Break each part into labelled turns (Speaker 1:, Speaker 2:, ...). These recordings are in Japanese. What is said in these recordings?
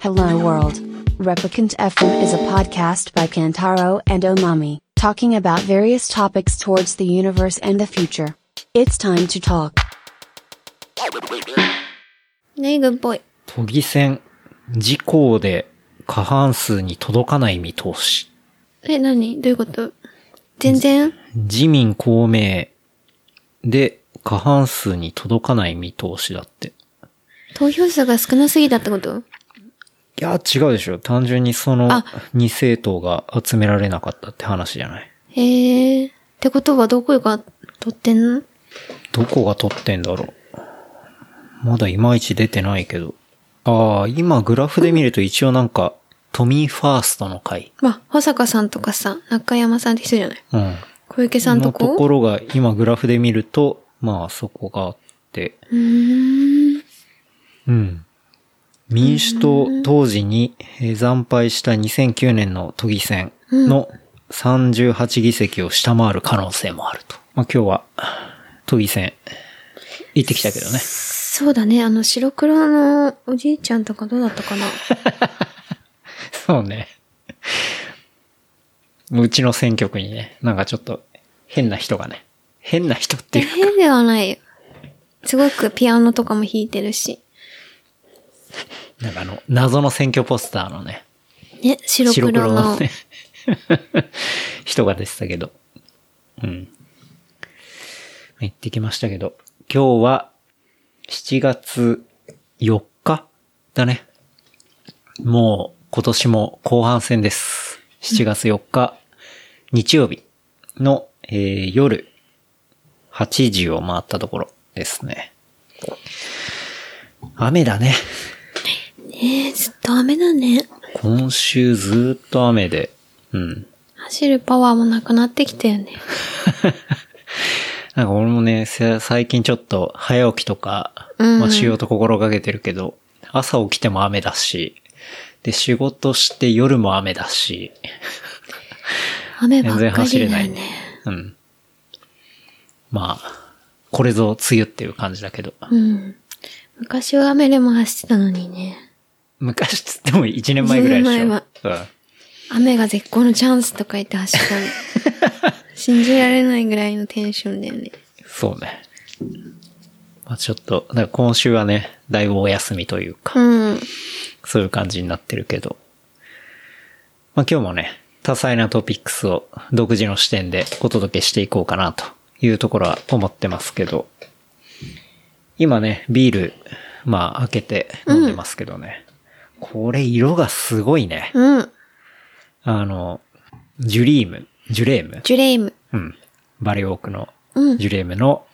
Speaker 1: Hello World. Replicant FM is a podcast by Kantaro and Omami, talking about various topics towards the universe and the future. It's time to talk.
Speaker 2: ネイグっぽい。
Speaker 3: 都議選、自公で過半数に届かない見通し。
Speaker 2: え、何どういうこと全然
Speaker 3: 自民公明で過半数に届かない見通しだって。
Speaker 2: 投票数が少なすぎたってこと
Speaker 3: いや、違うでしょ。単純にその
Speaker 2: あ
Speaker 3: 2政党が集められなかったって話じゃない。
Speaker 2: へえ。ってことはどこが取ってんの
Speaker 3: どこが取ってんだろう。まだいまいち出てないけど。ああ、今グラフで見ると一応なんか、都民ファーストの会。
Speaker 2: まあ、保坂さんとかさ、中山さんって人じゃない
Speaker 3: うん。
Speaker 2: 小池さんと
Speaker 3: のと
Speaker 2: こ
Speaker 3: ころが今グラフで見ると、まあそこがあって。
Speaker 2: うーん。
Speaker 3: うん。民主党当時にえー惨敗した2009年の都議選の38議席を下回る可能性もあると。まあ今日は都議選行ってきたけどね。
Speaker 2: そうだね。あの、白黒のおじいちゃんとかどうだったかな
Speaker 3: そうね。うちの選挙区にね、なんかちょっと変な人がね、変な人っていう、
Speaker 2: 変ではないよ。すごくピアノとかも弾いてるし。
Speaker 3: なんかあの、謎の選挙ポスターのね、
Speaker 2: ね、白
Speaker 3: 白
Speaker 2: 黒
Speaker 3: 黒
Speaker 2: の
Speaker 3: の。 ね、人が出てたけど。うん。行ってきましたけど、今日は7月4日だね。もう今年も後半戦です。7月4日、日曜日の、えー夜8時を回ったところですね。雨だね。
Speaker 2: えー、ずっと雨だね。
Speaker 3: 今週ずーっと雨で、うん。
Speaker 2: 走るパワーもなくなってきたよね。
Speaker 3: なんか俺もね、せ最近ちょっと早起きとか、
Speaker 2: うん
Speaker 3: まあしようと心がけてるけど、朝起きても雨だし、で、仕事して夜も雨だし、
Speaker 2: 雨ば
Speaker 3: 全然
Speaker 2: っか
Speaker 3: 走れ
Speaker 2: り
Speaker 3: な
Speaker 2: だ
Speaker 3: い
Speaker 2: よね。
Speaker 3: うん。まあ、これぞ梅雨っていう感じだけど、
Speaker 2: うん。昔は雨でも走ってたのにね。
Speaker 3: 昔っつっても1年前ぐらいでしょ。
Speaker 2: 一年前は
Speaker 3: うん
Speaker 2: 雨が絶好のチャンスとか言って走ったの。 信じられないぐらいのテンションだよね。
Speaker 3: そうね。まあちょっと、だから今週はね、だいぶお休みというか、
Speaker 2: うん。
Speaker 3: そういう感じになってるけど。まあ、今日もね、多彩なトピックスを独自の視点でお届けしていこうかなというところは思ってますけど。今ね、ビール、まあ開けて飲んでますけどね。これ色がすごいね。
Speaker 2: うん。
Speaker 3: あの、ジュリーム、ジュレーム
Speaker 2: ジュレイム。
Speaker 3: うん。バリオークの
Speaker 2: うん。
Speaker 3: ジュレームの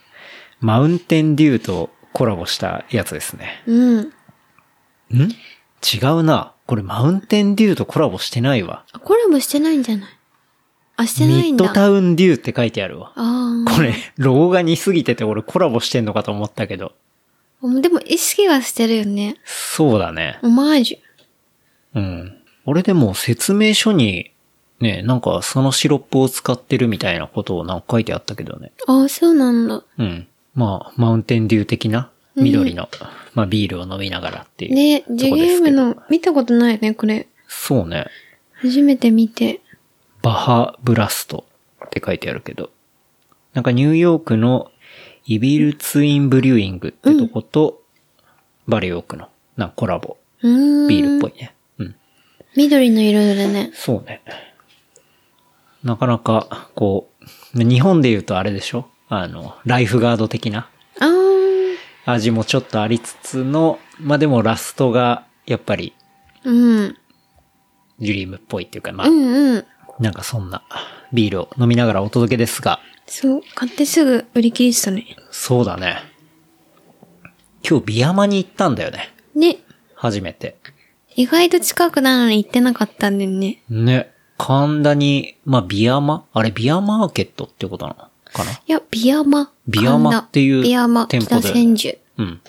Speaker 3: マウンテンデューとコラボしたやつですね。
Speaker 2: うん。
Speaker 3: ん違うな。これマウンテンデューとコラボしてないわ。
Speaker 2: あコラボしてないんじゃないあ、してない
Speaker 3: ミッ
Speaker 2: んだ。
Speaker 3: ドタウンデューって書いてあるわ。
Speaker 2: ああ。
Speaker 3: これ、ロゴが似すぎてて俺コラボしてんのかと思ったけど。
Speaker 2: でも意識はしてるよね。
Speaker 3: そうだね。
Speaker 2: オマージ
Speaker 3: うん。俺でも説明書に、ね、なんかそのシロップを使ってるみたいなことをなんか書いてあったけどね。
Speaker 2: ュ。ああ、そうなんだ。
Speaker 3: うん。まあ、マウンテンデュー的な緑の、まあビールを飲みながらっていう。
Speaker 2: ね、
Speaker 3: と
Speaker 2: ジュ
Speaker 3: こですけど
Speaker 2: レイムの、見たことないね、これ。
Speaker 3: そうね。
Speaker 2: 初めて見て。
Speaker 3: バハブラストって書いてあるけど。なんかニューヨークのイビルツインブリューイングってとこと、バリオークのなんかコラボ、
Speaker 2: うーん。
Speaker 3: ビールっぽいね。うん。
Speaker 2: 緑の色だね。
Speaker 3: そうね。なかなか、こう、日本で言うとあれでしょあの、ライフガード的な
Speaker 2: あー。
Speaker 3: 味もちょっとありつつの、まあ、でもラストがやっぱり
Speaker 2: うん。
Speaker 3: ジュリームっぽいっていうか、まあ
Speaker 2: う、んうん。
Speaker 3: なんかそんなビールを飲みながらお届けですが、
Speaker 2: そう、買ってすぐ売り切れてたね。
Speaker 3: そうだね。今日、ビアマに行ったんだよね。
Speaker 2: ね、
Speaker 3: 初めて。
Speaker 2: 意外と近くなのに行ってなかったんだよね。
Speaker 3: ね。神田に、まあ、ビアマあれ、ビアマーケットってことなのかない
Speaker 2: や、ビアマ。
Speaker 3: ビアマっていう
Speaker 2: 神田ビアマ、
Speaker 3: 店舗
Speaker 2: 北
Speaker 3: で
Speaker 2: 千住。
Speaker 3: うん。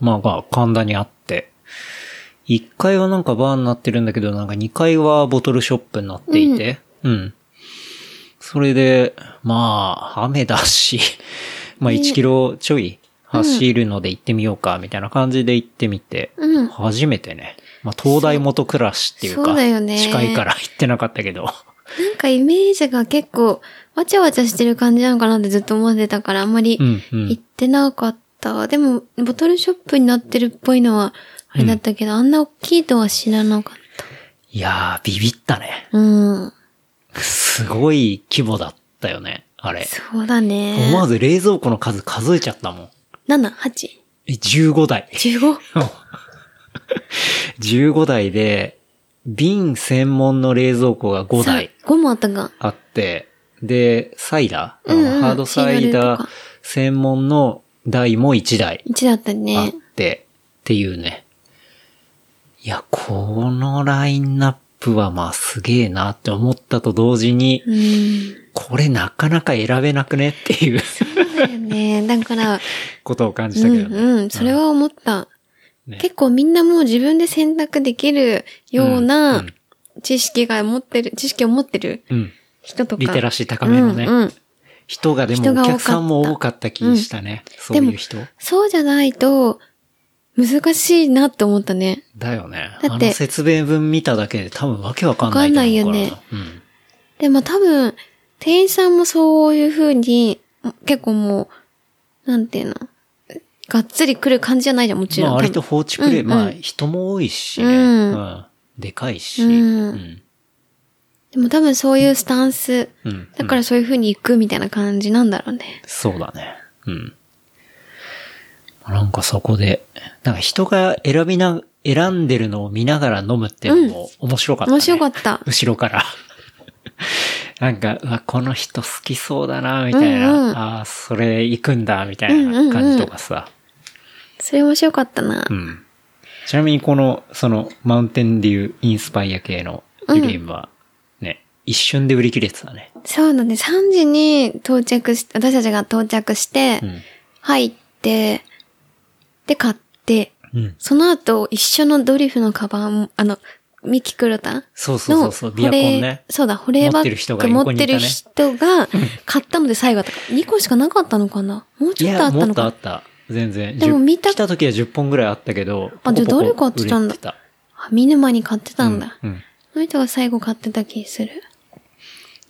Speaker 3: まあ、が、神田にあって。1階はなんかバーになってるんだけど、なんか2階はボトルショップになっていて。うん。それで、まあ、雨だし、まあ1キロちょい走るので行ってみようか、みたいな感じで行ってみて、
Speaker 2: うん
Speaker 3: 初めてね。まあ、東大元暮らしっていうか、
Speaker 2: そうだよね
Speaker 3: 近いから行ってなかったけど。
Speaker 2: なんかイメージが結構、わちゃわちゃしてる感じなのかなってずっと思ってたから、あんまり
Speaker 3: うんうん
Speaker 2: 行ってなかった。でも、ボトルショップになってるっぽいのは、あれだったけど、あんな大きいとは知らなかっ
Speaker 3: いやー、ビビったね。
Speaker 2: た。うん。
Speaker 3: すごい規模だったよね、あれ。
Speaker 2: そうだね。
Speaker 3: 思わず冷蔵庫の数数えちゃったもん。
Speaker 2: 7、8、
Speaker 3: え、15台。
Speaker 2: 15?
Speaker 3: 15台で、瓶専門の冷蔵庫が5台。
Speaker 2: 5もあったが。
Speaker 3: あって、で、サイダー、
Speaker 2: うんうん
Speaker 3: ハード
Speaker 2: シ
Speaker 3: サイ
Speaker 2: ーガル
Speaker 3: ダ
Speaker 2: と
Speaker 3: ー
Speaker 2: か
Speaker 3: 専門の台も1台
Speaker 2: 1だった
Speaker 3: あっ
Speaker 2: ね。
Speaker 3: て、っていうね。いや、このラインナップはまあすげえなって思ったと同時に、
Speaker 2: うん。
Speaker 3: これなかなか選べなくねっていう
Speaker 2: そうだよね。だから、
Speaker 3: ことを感じ
Speaker 2: う
Speaker 3: た
Speaker 2: ん
Speaker 3: けどね。
Speaker 2: うん。それは思った。
Speaker 3: ね
Speaker 2: 結構みんなもう自分で選択できるよう
Speaker 3: う
Speaker 2: なん知識が持ってる、知識を持ってる
Speaker 3: うん。
Speaker 2: 人とか。
Speaker 3: リテラシー高めのね。
Speaker 2: うんうん
Speaker 3: 人がでも
Speaker 2: 人が多か
Speaker 3: お
Speaker 2: った
Speaker 3: 客さんも多かった気したね。そういう人。
Speaker 2: そうじゃないと、難しいなって思ったね。
Speaker 3: だよね。
Speaker 2: だ
Speaker 3: あ
Speaker 2: って
Speaker 3: の説明文見ただけで多分わけわかんないと思
Speaker 2: わかん
Speaker 3: うから
Speaker 2: ないよね。
Speaker 3: うん。
Speaker 2: でも多分、店員さんもそういう風に、結構もう、なんていうの、がっつり来る感じじゃないじゃん、もちろん。
Speaker 3: まあ、割と
Speaker 2: 多
Speaker 3: 放置プレイ、
Speaker 2: うんうん
Speaker 3: まあ、人も多いしね、
Speaker 2: う
Speaker 3: うんん。でかいし、
Speaker 2: う
Speaker 3: うんん。
Speaker 2: 分でも多分そういうスタンス、
Speaker 3: うん
Speaker 2: だからそういう風に行くみたいな感じなんだろうね。
Speaker 3: そうだね。うん。なんかそこで、なんか人が選びな、選んでるのを見ながら飲むっていうのも面白かった、ね
Speaker 2: 面白かった。
Speaker 3: 後ろから。 なんか、うわ、この人好きそうだな、みたいな。
Speaker 2: うんうん
Speaker 3: ああ、それ行くんだ、みたいな感じとかさ。
Speaker 2: それ面白かったな。
Speaker 3: うん。ちなみにこの、その、マウンテンデューインスパイア系のデュリームは、ね、一瞬で売り切れてたね。
Speaker 2: そうだね、3時に到着し、私たちが到着して、
Speaker 3: うん。
Speaker 2: 入って、で、買って、
Speaker 3: うん。
Speaker 2: その後、一緒のドリフのカバン、あの、ミキクロタ
Speaker 3: そうそうそ
Speaker 2: の
Speaker 3: うそう、
Speaker 2: 保
Speaker 3: ビアコン
Speaker 2: 冷
Speaker 3: ね、。
Speaker 2: そうだ、保冷バ
Speaker 3: 持って
Speaker 2: ッ
Speaker 3: る人
Speaker 2: グ
Speaker 3: が
Speaker 2: 持
Speaker 3: 横
Speaker 2: っ
Speaker 3: に
Speaker 2: て
Speaker 3: いた
Speaker 2: る
Speaker 3: ね
Speaker 2: 人が買ったので最後だった。2個しかなかったのかなもう
Speaker 3: い
Speaker 2: ちょっとあ
Speaker 3: や、
Speaker 2: った
Speaker 3: もっ
Speaker 2: の
Speaker 3: と
Speaker 2: か
Speaker 3: あっ
Speaker 2: な
Speaker 3: た。全然。
Speaker 2: でも見た
Speaker 3: 10来た時は10本ぐらいあったけど、
Speaker 2: あじゃあ
Speaker 3: ポコポコ
Speaker 2: 誰かってたんだ
Speaker 3: 売れて
Speaker 2: あ見ぬ間に買ってたんだ。
Speaker 3: うんうん
Speaker 2: その人が最後買ってた気する。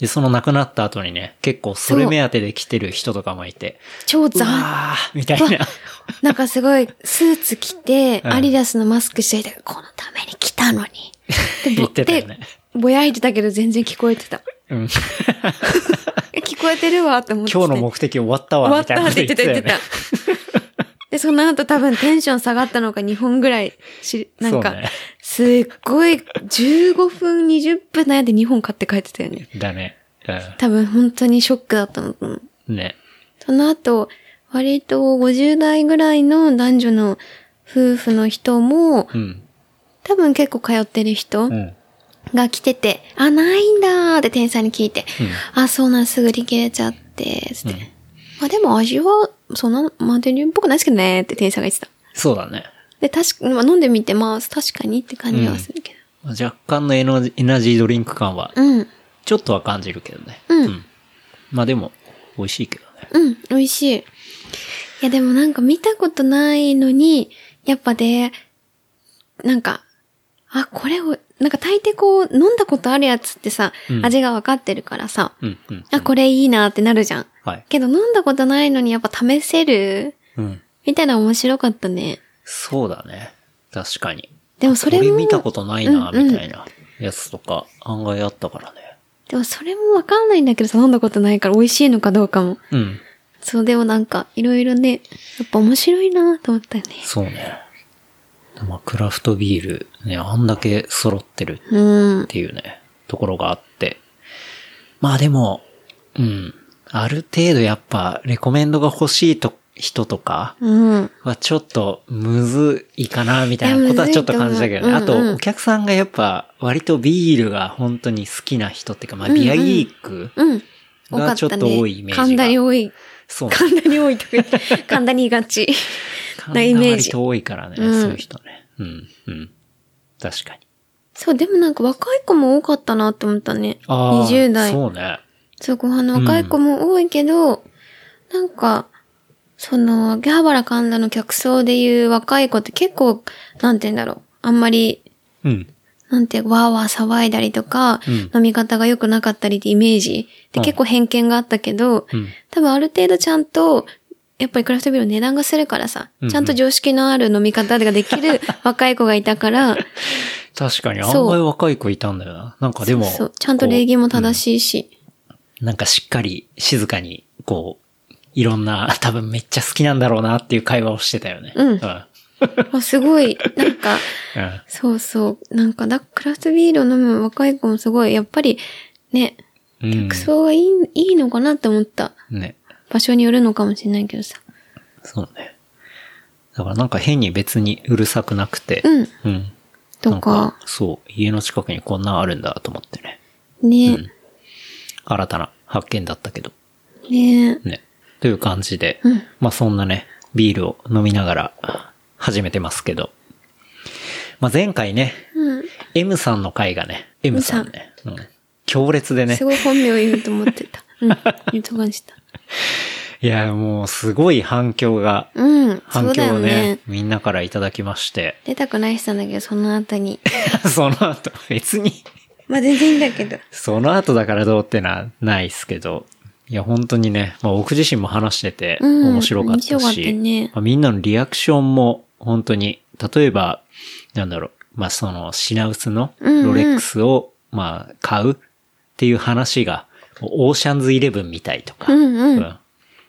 Speaker 3: で、その亡くなった後にね、結構それ目当てで来てる人とかもいて、
Speaker 2: 超
Speaker 3: う
Speaker 2: ザ
Speaker 3: わーみたい
Speaker 2: わ
Speaker 3: な。
Speaker 2: なんかすごい、スーツ着て、
Speaker 3: うん
Speaker 2: アリダスのマスクしていて、このために来たのに。でぼ
Speaker 3: 言ってたよね
Speaker 2: でぼやいてたけど全然聞こえてた。
Speaker 3: うん
Speaker 2: え聞こえてるわって思ってて。
Speaker 3: 今日の目的終わった
Speaker 2: 終わ
Speaker 3: わ、
Speaker 2: っ
Speaker 3: みたい
Speaker 2: た
Speaker 3: な
Speaker 2: っ
Speaker 3: こと
Speaker 2: て
Speaker 3: 言
Speaker 2: 言
Speaker 3: っ
Speaker 2: って
Speaker 3: て
Speaker 2: た
Speaker 3: た
Speaker 2: 言
Speaker 3: よ
Speaker 2: っ
Speaker 3: ね。
Speaker 2: てた。で、その後多分テンション下がったのか2本ぐらいし、なんか、
Speaker 3: そうね
Speaker 2: すっごい15分、20分悩んで2本買って帰ってたよね。
Speaker 3: だね。
Speaker 2: 多分本当にショックだったのと思う。
Speaker 3: うん。ね。
Speaker 2: その後、割と50代ぐらいの男女の夫婦の人も、
Speaker 3: うん。
Speaker 2: 多分結構通ってる人
Speaker 3: うん。
Speaker 2: が来てて、あ、ないんだーって店員さんに聞いて、あ、そうなん、すぐ売り切れちゃって、つって。まあでも味は、そんな、マデリューっぽくないですけどねーって店員さんが言ってた。
Speaker 3: そうだね。
Speaker 2: で、確か、まあ飲んでみて、まあ確かにって感じはするけ
Speaker 3: 若干のエナエナジードリンク感は
Speaker 2: ど。、うん。
Speaker 3: ちょっとは感じるけどね。
Speaker 2: うん
Speaker 3: まあでも、美味しいけどね。
Speaker 2: うん、美味しい。いやでもなんか見たことないのに、やっぱで、なんか、あ、これを、なんか大抵こう、飲んだことあるやつってさ、
Speaker 3: うん
Speaker 2: 味がわかってるからさ、
Speaker 3: うん、うん。
Speaker 2: あ、これいいなってなるじゃん。
Speaker 3: はい。
Speaker 2: けど飲んだことないのにやっぱ試せる
Speaker 3: うん。
Speaker 2: みたいな面白かったね。
Speaker 3: そうだね。確かに。
Speaker 2: でもそれ
Speaker 3: こ
Speaker 2: も、
Speaker 3: れ見たことないな、
Speaker 2: うんうん
Speaker 3: みたいなやつとか、案外あったからね。
Speaker 2: でもそれもわかんないんだけどさ、飲んだことないから美味しいのかどうかも。
Speaker 3: うん。
Speaker 2: そう、でもなんか、いろいろね、やっぱ面白いなと思ったよね。
Speaker 3: そうね。まあ、クラフトビール、ね、あんだけ揃ってる
Speaker 2: うん
Speaker 3: っ。ていうね、ところがあって。まあでも、うん。ある程度やっぱ、レコメンドが欲しいと、人とか
Speaker 2: うん。
Speaker 3: はちょっとむずいかな、みたい
Speaker 2: い
Speaker 3: な
Speaker 2: や
Speaker 3: ことはちょっと感じたけどね。
Speaker 2: む
Speaker 3: あ
Speaker 2: ずいと思ううんうん
Speaker 3: と、お客さんがやっぱ、割とビールが本当に好きな人っていうか、まあ、ビアリーク
Speaker 2: うん。多か
Speaker 3: が
Speaker 2: っ
Speaker 3: ちょった
Speaker 2: ね。
Speaker 3: と多いイメージが。
Speaker 2: 神田に多い。
Speaker 3: そうね。
Speaker 2: 神田に多いとか言 って。神田にいがち。
Speaker 3: 神
Speaker 2: な
Speaker 3: 田
Speaker 2: イメージ
Speaker 3: 割と多いからね、
Speaker 2: うん
Speaker 3: そういう人ね。うん、うん。確かに。
Speaker 2: そう、でもなんか若い子も多かったなって思ったね。
Speaker 3: ああ、
Speaker 2: 20代。
Speaker 3: そうね。
Speaker 2: そう、ご飯の若い子も多いけど、なんか、その、秋葉原神田の客層でいう若い子って結構、なんて言うんだろう。あんまり、
Speaker 3: うん。
Speaker 2: なんて、わーわー騒いだりとか、
Speaker 3: うん
Speaker 2: 飲み方が良くなかったりってイメージで
Speaker 3: うん
Speaker 2: 結構偏見があったけど、
Speaker 3: うん
Speaker 2: 多分ある程度ちゃんと、やっぱりクラフトビールの値段がするからさ、
Speaker 3: うんうん
Speaker 2: ちゃんと常識のある飲み方ができ る若い子がいたから、
Speaker 3: 確かに、あ
Speaker 2: そうん
Speaker 3: まり若い子いたんだよな。なんかでも、
Speaker 2: そうそうちゃんと礼儀も正しいし、
Speaker 3: なんかしっかり、静かに、こう、いろんな、 多分めっちゃ好きなんだろうなっていう会話をしてたよね。
Speaker 2: うん
Speaker 3: うん。
Speaker 2: あすごい、なんか、
Speaker 3: うん
Speaker 2: そうそう、なんかだ、クラフトビールを飲む若い子もすごい、やっぱり、ね、
Speaker 3: うん。
Speaker 2: 服装がいい、いいのかなって思った。
Speaker 3: ね。
Speaker 2: 場所によるのかもしれないけどさ。
Speaker 3: そうね。だからなんか変に別にうるさくなくて。
Speaker 2: うん。
Speaker 3: うん。な
Speaker 2: と
Speaker 3: ん
Speaker 2: か、
Speaker 3: そう。家の近くにこんなんあるんだと思ってね。
Speaker 2: ね、
Speaker 3: 新たな発見だったけど。
Speaker 2: ね
Speaker 3: ね。という感じで。
Speaker 2: うん
Speaker 3: まあそんなね、ビールを飲みながら始めてますけど。まあ前回ね、
Speaker 2: うん。
Speaker 3: M さんの回がね、M さんね。うん。強烈でね
Speaker 2: す。ごい本名を言うと思って た。うん。言うと感じた。
Speaker 3: いや、もうすごい反響が、
Speaker 2: うん。そ
Speaker 3: 反
Speaker 2: うだ
Speaker 3: 響を
Speaker 2: よね
Speaker 3: ね、。みんなからいただきまして。
Speaker 2: 出たくない人なんだけど、その後に。
Speaker 3: その後、別に。
Speaker 2: まあ全然いいんだけど。
Speaker 3: その後だからどうってのはないっすけど、いや本当にね、まあ僕自身も話してて
Speaker 2: うん
Speaker 3: 面白かったし、
Speaker 2: 面白かったね
Speaker 3: まあみんなのリアクションも本当に、例えば、なんだろう、まあその品薄の
Speaker 2: うんうん
Speaker 3: ロレックスをまあ買うっていう話が、もうオーシャンズイレブンみたいとか、
Speaker 2: うんうん
Speaker 3: ま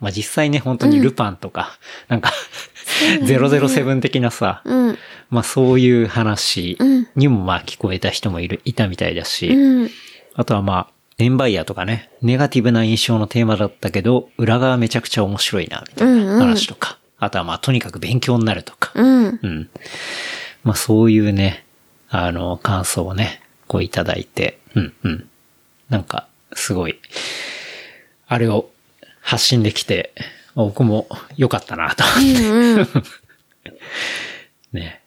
Speaker 3: あ実際ね、本当にルパンとか、なんか、007的なさ、
Speaker 2: うん。
Speaker 3: まあそういう話
Speaker 2: うん
Speaker 3: にもまあ聞こえた人もいる、いたみたいだし、
Speaker 2: うん。
Speaker 3: あとはまあ、エンバイヤーとかね、ネガティブな印象のテーマだったけど、裏側めちゃくちゃ面白いな、みたいな話とか。あとはまあ、とにかく勉強になるとか。
Speaker 2: うん。
Speaker 3: うん。まあ、そういうね、あの、感想をね、こういただいて、うんうん。なんか、すごい、あれを発信できて、僕も良かったな、と。
Speaker 2: うん。うん。
Speaker 3: ね。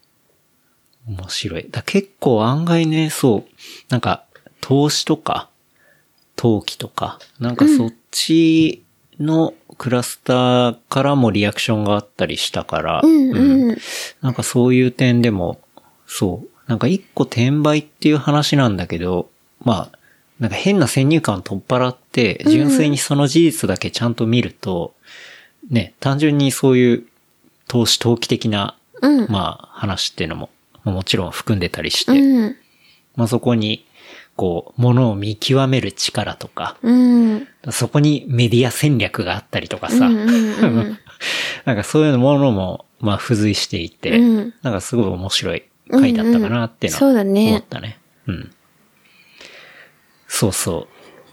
Speaker 3: 面白い。だ結構案外ね、そう、なんか、投資とか、投機とか、なんかそっちのクラスターからもリアクションがあったりしたから、
Speaker 2: うん。
Speaker 3: う
Speaker 2: うんん。
Speaker 3: なんかそういう点でも、そう、なんか一個転売っていう話なんだけど、まあ、なんか変な先入観取っ払って、純粋にその事実だけちゃんと見ると、ね、単純にそういう投資投機的な
Speaker 2: うん。
Speaker 3: まあ、話っていうのも、まあもちろん含んでたりして、
Speaker 2: うん。
Speaker 3: まあそこに、こう、ものを見極める力とか、
Speaker 2: うん。
Speaker 3: そこにメディア戦略があったりとかさ、
Speaker 2: うんうんうん。
Speaker 3: なんかそういうものも、まあ、付随していて、
Speaker 2: うん
Speaker 3: なんかすごい面白い回だったかなっていうのは
Speaker 2: うんうんそうだね
Speaker 3: 思ったね。うん。そうそ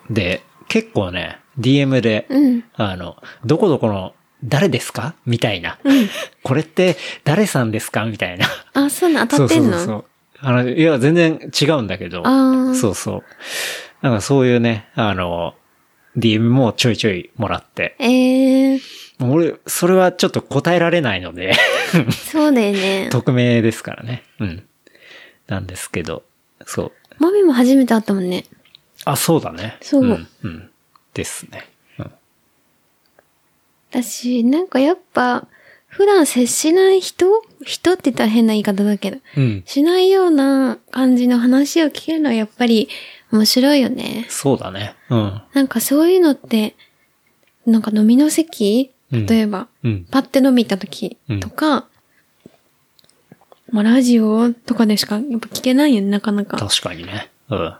Speaker 3: う。で、結構ね、DM で、
Speaker 2: うん。
Speaker 3: あの、どこどこの、誰ですかみたいな。これって、誰さんですかみたいな。
Speaker 2: あ、そうなの当たってんの
Speaker 3: そうそうそうそう。あの、いや、全然違うんだけど。
Speaker 2: ああ。
Speaker 3: そうそう。なんかそういうね、あの、DM もちょいちょいもらって。
Speaker 2: ええー。
Speaker 3: 俺、それはちょっと答えられない ので、
Speaker 2: そうだよね。
Speaker 3: 匿名ですからね。うん。なんですけど、そう。
Speaker 2: マミも初めて会ったもんね。
Speaker 3: あ、そうだね。。
Speaker 2: そうん
Speaker 3: うん。ですね。うん。
Speaker 2: だし、なんかやっぱ、普段接しない人人って言ったら変な言い方だけど。
Speaker 3: うん。
Speaker 2: しないような感じの話を聞けるのはやっぱり面白いよね。
Speaker 3: そうだね。うん。
Speaker 2: なんかそういうのって、なんか飲みの席
Speaker 3: うん
Speaker 2: 例えば、
Speaker 3: うん。
Speaker 2: パッて飲み行った時
Speaker 3: うん
Speaker 2: とか、まあラジオとかでしかやっぱ聞けないよね、なかなか。
Speaker 3: 確かにね。うん。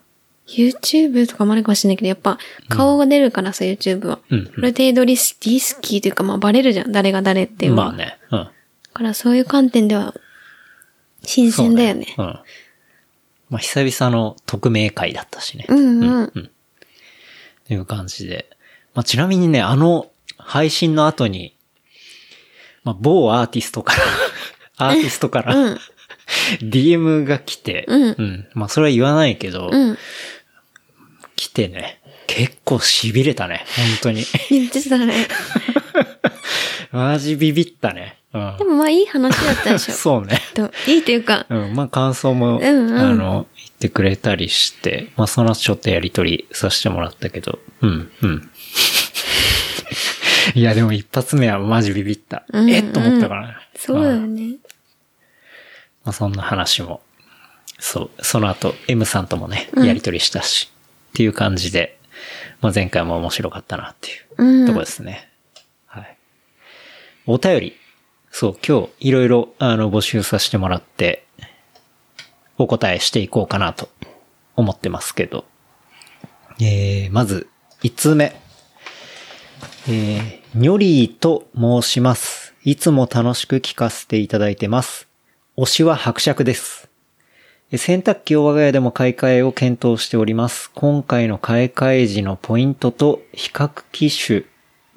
Speaker 2: YouTube とかもあるかもしれないけど、やっぱ顔が出るからさ、YouTube は。
Speaker 3: うん
Speaker 2: ある程度リスリスキーというか、まあバレるじゃん、誰が誰っていうのは
Speaker 3: まあね。うん。
Speaker 2: だからそういう観点では、新
Speaker 3: そう
Speaker 2: 鮮だよね。
Speaker 3: うん。まあ、久々の匿名会だったしね。
Speaker 2: うんうん。
Speaker 3: という感じで。まあ、ちなみにね、あの配信の後に、まあ、某アーティス トから、アーティストから、
Speaker 2: うん
Speaker 3: DM が来て、
Speaker 2: うん
Speaker 3: まあ、それは言わないけど、
Speaker 2: うん。
Speaker 3: 来てね、結構痺れたね、本当に。
Speaker 2: 言って たね。
Speaker 3: マジビビったね。うん
Speaker 2: で。もまあいい話だったでしょ。
Speaker 3: そうね。
Speaker 2: といいというか、
Speaker 3: うん、まあ感想も、
Speaker 2: うんうん
Speaker 3: あの、言ってくれたりして、ま あその後ちょっとやりとりさせてもらったけど、うん、うん。いや、でも一発目はマジビビった。
Speaker 2: うん
Speaker 3: えっと思ったからね。
Speaker 2: そうだよ
Speaker 3: ん
Speaker 2: ね。
Speaker 3: まあ、そんな話も、そう、その後 M さんともね、
Speaker 2: うん
Speaker 3: やりとりしたし、っていう感じで、まあ、前回も面白かったなっていう
Speaker 2: うん。
Speaker 3: ところですね。はい。お便り、そう、今日いろいろ、あの、募集させてもらって、お答えしていこうかなと思ってますけど。えー、まず、1通目。えー、にょりーと申します。いつも楽しく聞かせていただいてます。推しは伯爵です。え洗濯機を我が家でも買い替えを検討しております。今回の買い替え時のポイントと比較機種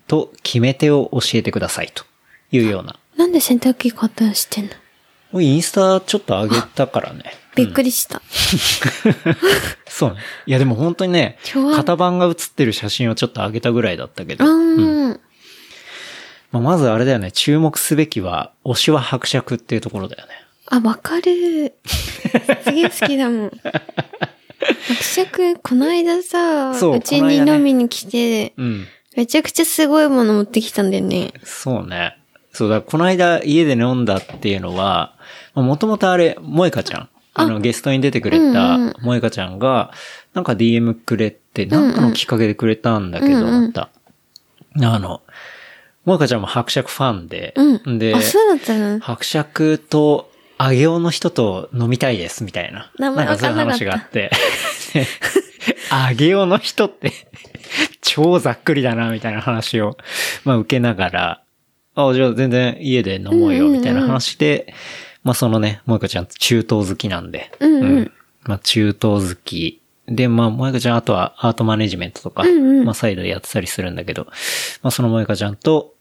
Speaker 3: と決め手を教えてくださいというような。
Speaker 2: なんで洗濯機買ったの知ってんの
Speaker 3: もうインスタちょっと上げたからね。
Speaker 2: びっくりした。
Speaker 3: そうね。いやでも本当にね
Speaker 2: 今、日は
Speaker 3: 型番が写ってる写真をちょっと上げたぐらいだったけど。
Speaker 2: うん。
Speaker 3: まあ、まずあれだよね、注目すべきは、推しは伯爵っていうところだよね。
Speaker 2: あ、わかる。すげえ好きだ もん。伯爵、この間さ、
Speaker 3: そう
Speaker 2: ち
Speaker 3: この
Speaker 2: に
Speaker 3: 間ね
Speaker 2: 飲みに来て、
Speaker 3: うん。
Speaker 2: めちゃくちゃすごいもの持ってきたんだよね。
Speaker 3: そうね。そうだ、この間家で飲んだっていうのは、もともとあれ、萌香ちゃん。あの、ゲストに出てくれた
Speaker 2: うんうん
Speaker 3: 萌香ちゃんが、なんか DM くれて、なんかのきっかけでくれたんだけ
Speaker 2: うん
Speaker 3: ど、
Speaker 2: うん
Speaker 3: また。あの、萌香ちゃんも伯爵ファンで、
Speaker 2: うん。
Speaker 3: で
Speaker 2: あ、、そうだったの
Speaker 3: 伯爵と、あげおの人と飲みたいです、みたいな。
Speaker 2: 名前
Speaker 3: なんかそういう話があって。 であげおの人って、 超ざっくりだな、みたいな話を、まあ受けながら、あ、じゃあ全然家で飲もうよ、
Speaker 2: うんうんうん
Speaker 3: みたいな話で、まあそのね、萌香ちゃん中東好きなんで、
Speaker 2: うんうん
Speaker 3: まあ中東好き。で、まあ萌香ちゃんあとはアートマネジメントとか、
Speaker 2: うんうん
Speaker 3: まあサイドでやってたりするんだけど、まあその萌香ちゃんと、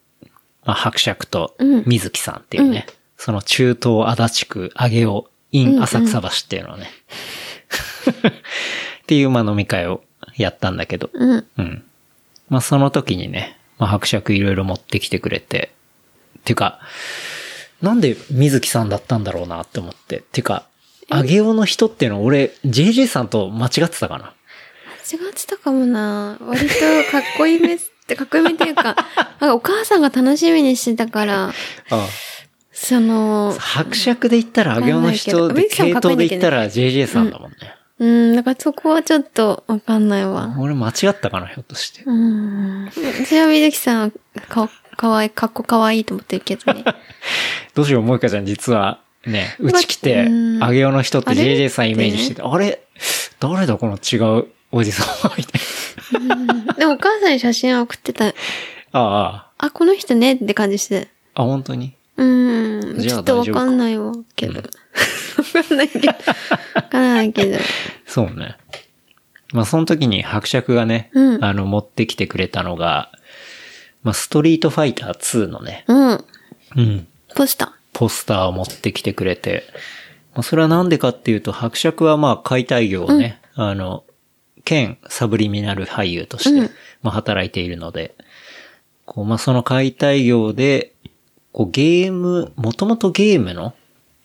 Speaker 3: まあ伯爵と
Speaker 2: うん、
Speaker 3: 水木さんっていうね、その中東足立区上げを in 浅草橋っていうのをね、 っていうまあ飲み会をやったんだけど、
Speaker 2: うん。
Speaker 3: うん。まあ、その時にね、まあ、伯爵いろいろ持ってきてくれて、てか、なんで水木さんだったんだろうなって思って。てか、あげおの人っていうの俺、JJ さんと間違ってたかな。
Speaker 2: 間違ってたかもな。割とかっこいいめって、かっこいいめって いうか、なんかお母さんが楽しみにしてたから、
Speaker 3: あ
Speaker 2: その、
Speaker 3: 伯爵で言ったらあげおの人で、
Speaker 2: わかんないけど水木さん
Speaker 3: 系
Speaker 2: かっこいい
Speaker 3: 統
Speaker 2: んだ
Speaker 3: で
Speaker 2: けど
Speaker 3: 言ったら JJ さんだもんね。
Speaker 2: うん、だからそこはちょっとわかんないわ。
Speaker 3: 俺間違ったかな、ひょっとして。
Speaker 2: うん。それはみずきさんはか、かわいい、かっこかわいいと思ってるけど ね。
Speaker 3: どうしよう、もういかちゃん実は、ね、うち来て
Speaker 2: う、ん
Speaker 3: あげおの人って
Speaker 2: あれ
Speaker 3: JJ さんイメージしてて、あれ誰だこの違うおじさんはみたい
Speaker 2: でもお母さんに写真を送ってた。
Speaker 3: な。 ああ、
Speaker 2: あ、この人ねって感じして。
Speaker 3: あ、本当に
Speaker 2: うん。
Speaker 3: じ
Speaker 2: ち
Speaker 3: ゃ
Speaker 2: ょ
Speaker 3: あ
Speaker 2: っとわかんないわ、けど。わかんないけ ど。わかんないけど。
Speaker 3: そうね。まあ、その時に伯爵がね、
Speaker 2: うん
Speaker 3: あの、持ってきてくれたのが、まあ、ストリートファイター2のね、
Speaker 2: うん。
Speaker 3: うん、
Speaker 2: ポスター。
Speaker 3: ポスターを持ってきてくれて、まあ、それはなんでかっていうと、伯爵はまあ、解体業をね、あの、兼サブリミナル俳優として、まあ、働いているので、こう、まあ、その解体業で、こう、ゲーム、もともとゲームの、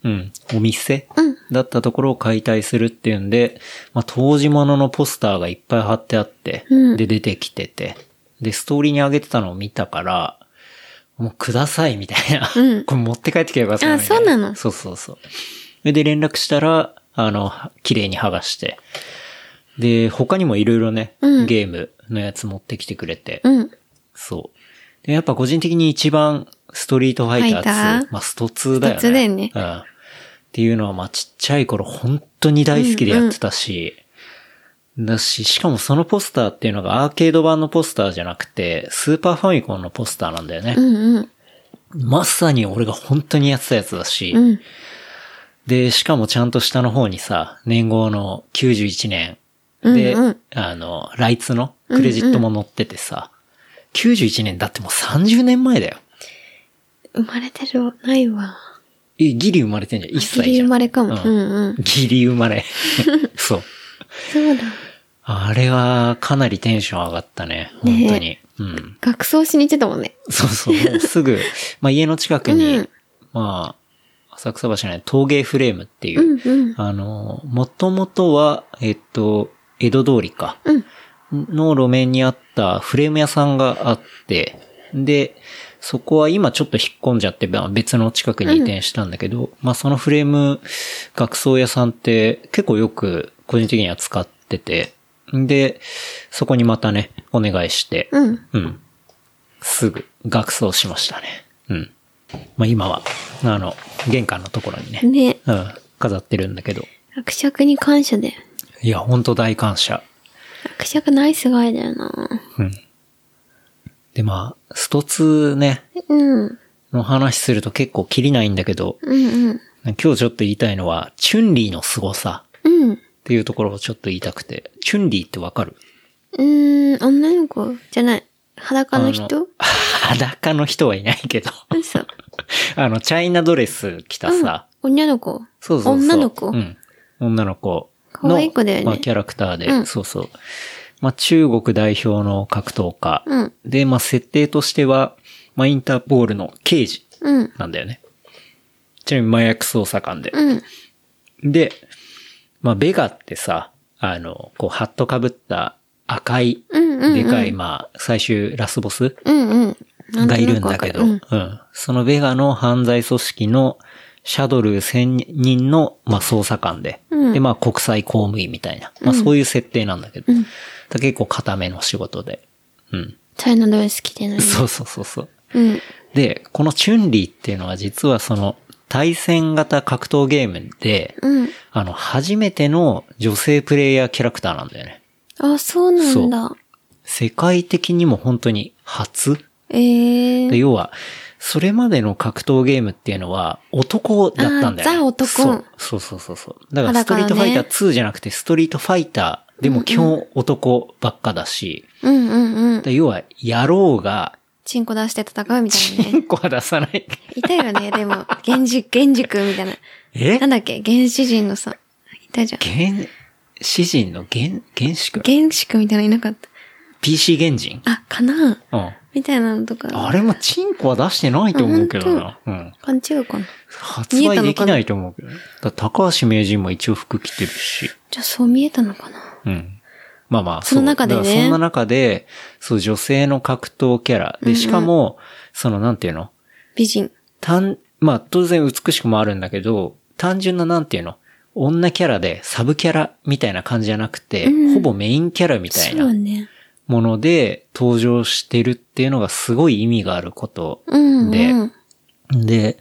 Speaker 3: うん、お店
Speaker 2: うん
Speaker 3: だったところを解体するっていうんで、まあ、当時物のポスターがいっぱい貼ってあって、
Speaker 2: うん
Speaker 3: で、出てきてて、で、ストーリーに上げてたのを見たから、もうくださいみたいな。
Speaker 2: うん
Speaker 3: これ持って帰ってきてくださいみたい。
Speaker 2: あそうなの
Speaker 3: そうそうそう。それで連絡したら、あの、綺麗に剥がして。で、他にもいろいろね、
Speaker 2: うん
Speaker 3: ゲームのやつ持ってきてくれて。
Speaker 2: うん。
Speaker 3: そう。で、やっぱ個人的に一番、ストリートファイタ
Speaker 2: ファ
Speaker 3: ー2、
Speaker 2: イター
Speaker 3: まあ、スト2だよね。
Speaker 2: スト2だよね
Speaker 3: うん。っていうのは、まあ、ちっちゃい頃、本当に大好きでやってたし、だし、しかもそのポスターっていうのがアーケード版のポスターじゃなくて、スーパーファミコンのポスターなんだよね。
Speaker 2: うんうん。
Speaker 3: まさに俺が本当にやってたやつだし、
Speaker 2: うん。
Speaker 3: で、しかもちゃんと下の方にさ、年号の91年で、
Speaker 2: うんうん
Speaker 3: あの、ライツのクレジットも載っててさ、91年だってもう30年前だよ。
Speaker 2: 生まれてる、ないわ。
Speaker 3: え、ギリ生まれてんじゃん。1歳じゃん。
Speaker 2: ギリ生まれかも。う
Speaker 3: う
Speaker 2: んんうん。
Speaker 3: ギリ生まれ。 そう。
Speaker 2: そうだ。
Speaker 3: あれはかなりテンション上がったね。本当に。うん。
Speaker 2: 学装しに行ってたもんね。
Speaker 3: そうそう。もうすぐ、まあ家の近くに、
Speaker 2: うん
Speaker 3: まあ、浅草橋のね陶芸フレームっていうう、
Speaker 2: んうん。
Speaker 3: あの、もともとは、えっと、江戸通りか、
Speaker 2: うん
Speaker 3: の路面にあったフレーム屋さんがあって、で、そこは今ちょっと引っ込んじゃって、まあ別の近くに移転したんだけど、まあそのフレーム、学装屋さんって結構よく個人的には使ってて、で、そこにまたね、お願いして、
Speaker 2: うん。
Speaker 3: うん。すぐ、学装しましたね。うん。まあ今は、あの、玄関のところにね、
Speaker 2: ね、
Speaker 3: うん、飾ってるんだけど、
Speaker 2: 伯爵に感謝で。
Speaker 3: いや、ほんと大感謝。
Speaker 2: 伯爵ナイスガイだよな
Speaker 3: うん。で、まあ、スト2ね、
Speaker 2: うん。
Speaker 3: の話すると結構キリないんだけど、
Speaker 2: うんうん。
Speaker 3: 今日ちょっと言いたいのは、チュンリーの凄さ
Speaker 2: うん。
Speaker 3: っていうところをちょっと言いたくて、チュンリーってわかる
Speaker 2: うーん、女の子じゃない。裸の人
Speaker 3: あ 裸の人はいないけど、
Speaker 2: 嘘。
Speaker 3: あの、チャイナドレス着たさ、
Speaker 2: 女の子。
Speaker 3: そうそうそう。
Speaker 2: 女の子。
Speaker 3: うん。女の子の。
Speaker 2: 可愛い子だよね
Speaker 3: まあ、キャラクターで、
Speaker 2: うん
Speaker 3: そうそう。まあ、中国代表の格闘家。
Speaker 2: うん。
Speaker 3: で、まあ、設定としては、まあ、インターポールの刑事
Speaker 2: うん。
Speaker 3: なんだよね。ちなみに麻薬捜査官で。
Speaker 2: うん。
Speaker 3: で、まあ、ベガってさ、あの、こう、ハットかぶった赤い、
Speaker 2: うんうんうん
Speaker 3: でかい、まあ、最終ラスボス
Speaker 2: うんうん。なんと
Speaker 3: がいる
Speaker 2: なんくわ
Speaker 3: だ
Speaker 2: か
Speaker 3: けど、うん。そのベガの犯罪組織のシャドル1000人の、まあ、捜査官で、
Speaker 2: うん
Speaker 3: で、まあ、国際公務員みたいな、まあ、そういう設定なんだけど、
Speaker 2: うん
Speaker 3: だ結構固めの仕事で、うん。
Speaker 2: チャイナドレス着てない。
Speaker 3: そうそうそうそう。
Speaker 2: うん。
Speaker 3: で、このチュンリーっていうのは実はその、対戦型格闘ゲームで、
Speaker 2: うん。
Speaker 3: あの、初めての女性プレイヤーキャラクターなんだよね。
Speaker 2: あ、そうなんだ。
Speaker 3: 世界的にも本当に初
Speaker 2: ええ
Speaker 3: で、要は、それまでの格闘ゲームっていうのは男だったんだ
Speaker 2: あ
Speaker 3: よ、ね。
Speaker 2: ーザ男
Speaker 3: そうそうそうそうそう。だからストリートフ
Speaker 2: 裸
Speaker 3: ァ
Speaker 2: ね
Speaker 3: イター2じゃなくてストリートファイターでも基本男ばっかだし、
Speaker 2: うんうんうん。
Speaker 3: で要は野郎が、
Speaker 2: チンコ出して戦うみたいな
Speaker 3: チ
Speaker 2: ね。
Speaker 3: ンコは出さない。
Speaker 2: いたよね、でも。原宿、原宿みたいな。
Speaker 3: え
Speaker 2: なんだっけ原始人のさ。いたじゃん。
Speaker 3: 原、詩人の原、原始君
Speaker 2: 原始君みたいなのいなかった。
Speaker 3: ?PC 原人
Speaker 2: あ、かな
Speaker 3: うん。
Speaker 2: みたいなのとか。
Speaker 3: あれもチンコは出してないと思うけどな。うん。
Speaker 2: 勘違いかな。
Speaker 3: 発売できないと思うけどね。だから高橋名人も一応服着てるし。
Speaker 2: じゃあそう見えたのかな
Speaker 3: うん。まあまあ、
Speaker 2: その
Speaker 3: う
Speaker 2: 中でね
Speaker 3: だからそんな中で、そう、女性の格闘キャラ。で、しかも、その、なんていうの
Speaker 2: 美人。
Speaker 3: 単、まあ、当然美しくもあるんだけど、単純な、なんていうの女キャラで、サブキャラみたいな感じじゃなくて、
Speaker 2: うん
Speaker 3: ほぼメインキャラみたい
Speaker 2: そう
Speaker 3: な
Speaker 2: ね。
Speaker 3: もので登場してるっていうのがすごい意味があること
Speaker 2: うん、うん。
Speaker 3: でで、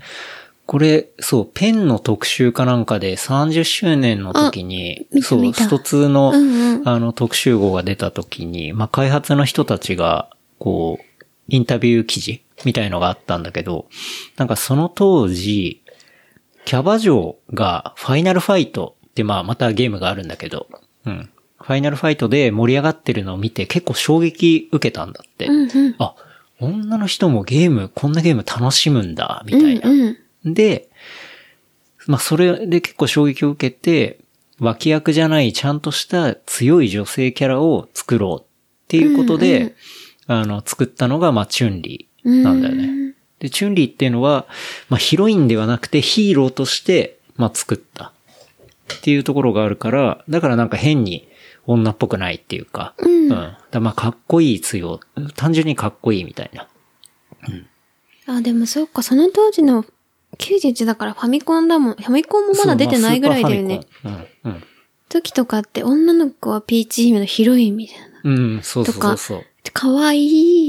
Speaker 3: これ、そう、ペンの特集かなんかで30周年の時に
Speaker 2: あ見、た
Speaker 3: そ
Speaker 2: 見
Speaker 3: う、
Speaker 2: た
Speaker 3: スト2の、
Speaker 2: うんうん
Speaker 3: あの、特集号が出た時に、まあ、開発の人たちが、こう、インタビュー記事みたいのがあったんだけど、なんかその当時、キャバ嬢がファイナルファイトって、まあ、またゲームがあるんだけど、うん。ファイナルファイトで盛り上がってるのを見て結構衝撃受けたんだって。
Speaker 2: うんうん。
Speaker 3: あ、女の人もゲーム、こんなゲーム楽しむんだ、みたいな。
Speaker 2: うんうん。
Speaker 3: で、まあ、それで結構衝撃を受けて、脇役じゃない、ちゃんとした強い女性キャラを作ろうっていうことで、あの、作ったのが、まあ、チュンリーなんだよね。で、チュンリーっていうのは、まあ、ヒロインではなくてヒーローとして、まあ、作ったっていうところがあるから、だからなんか変に女っぽくないっていうか、うん。だからまあ、かっこいい強、単純にかっこいいみたいな。
Speaker 2: あ、でもそっか、その当時の91だからファミコンだもん。ファミコンもまだ出てないぐらいだよね。
Speaker 3: そう。まあスーパーファミコンうん。うん。
Speaker 2: 時とかって女の子はピーチ姫のヒロインみたいな。
Speaker 3: うん、そう
Speaker 2: と
Speaker 3: そうそ
Speaker 2: か
Speaker 3: うそう。、
Speaker 2: かわい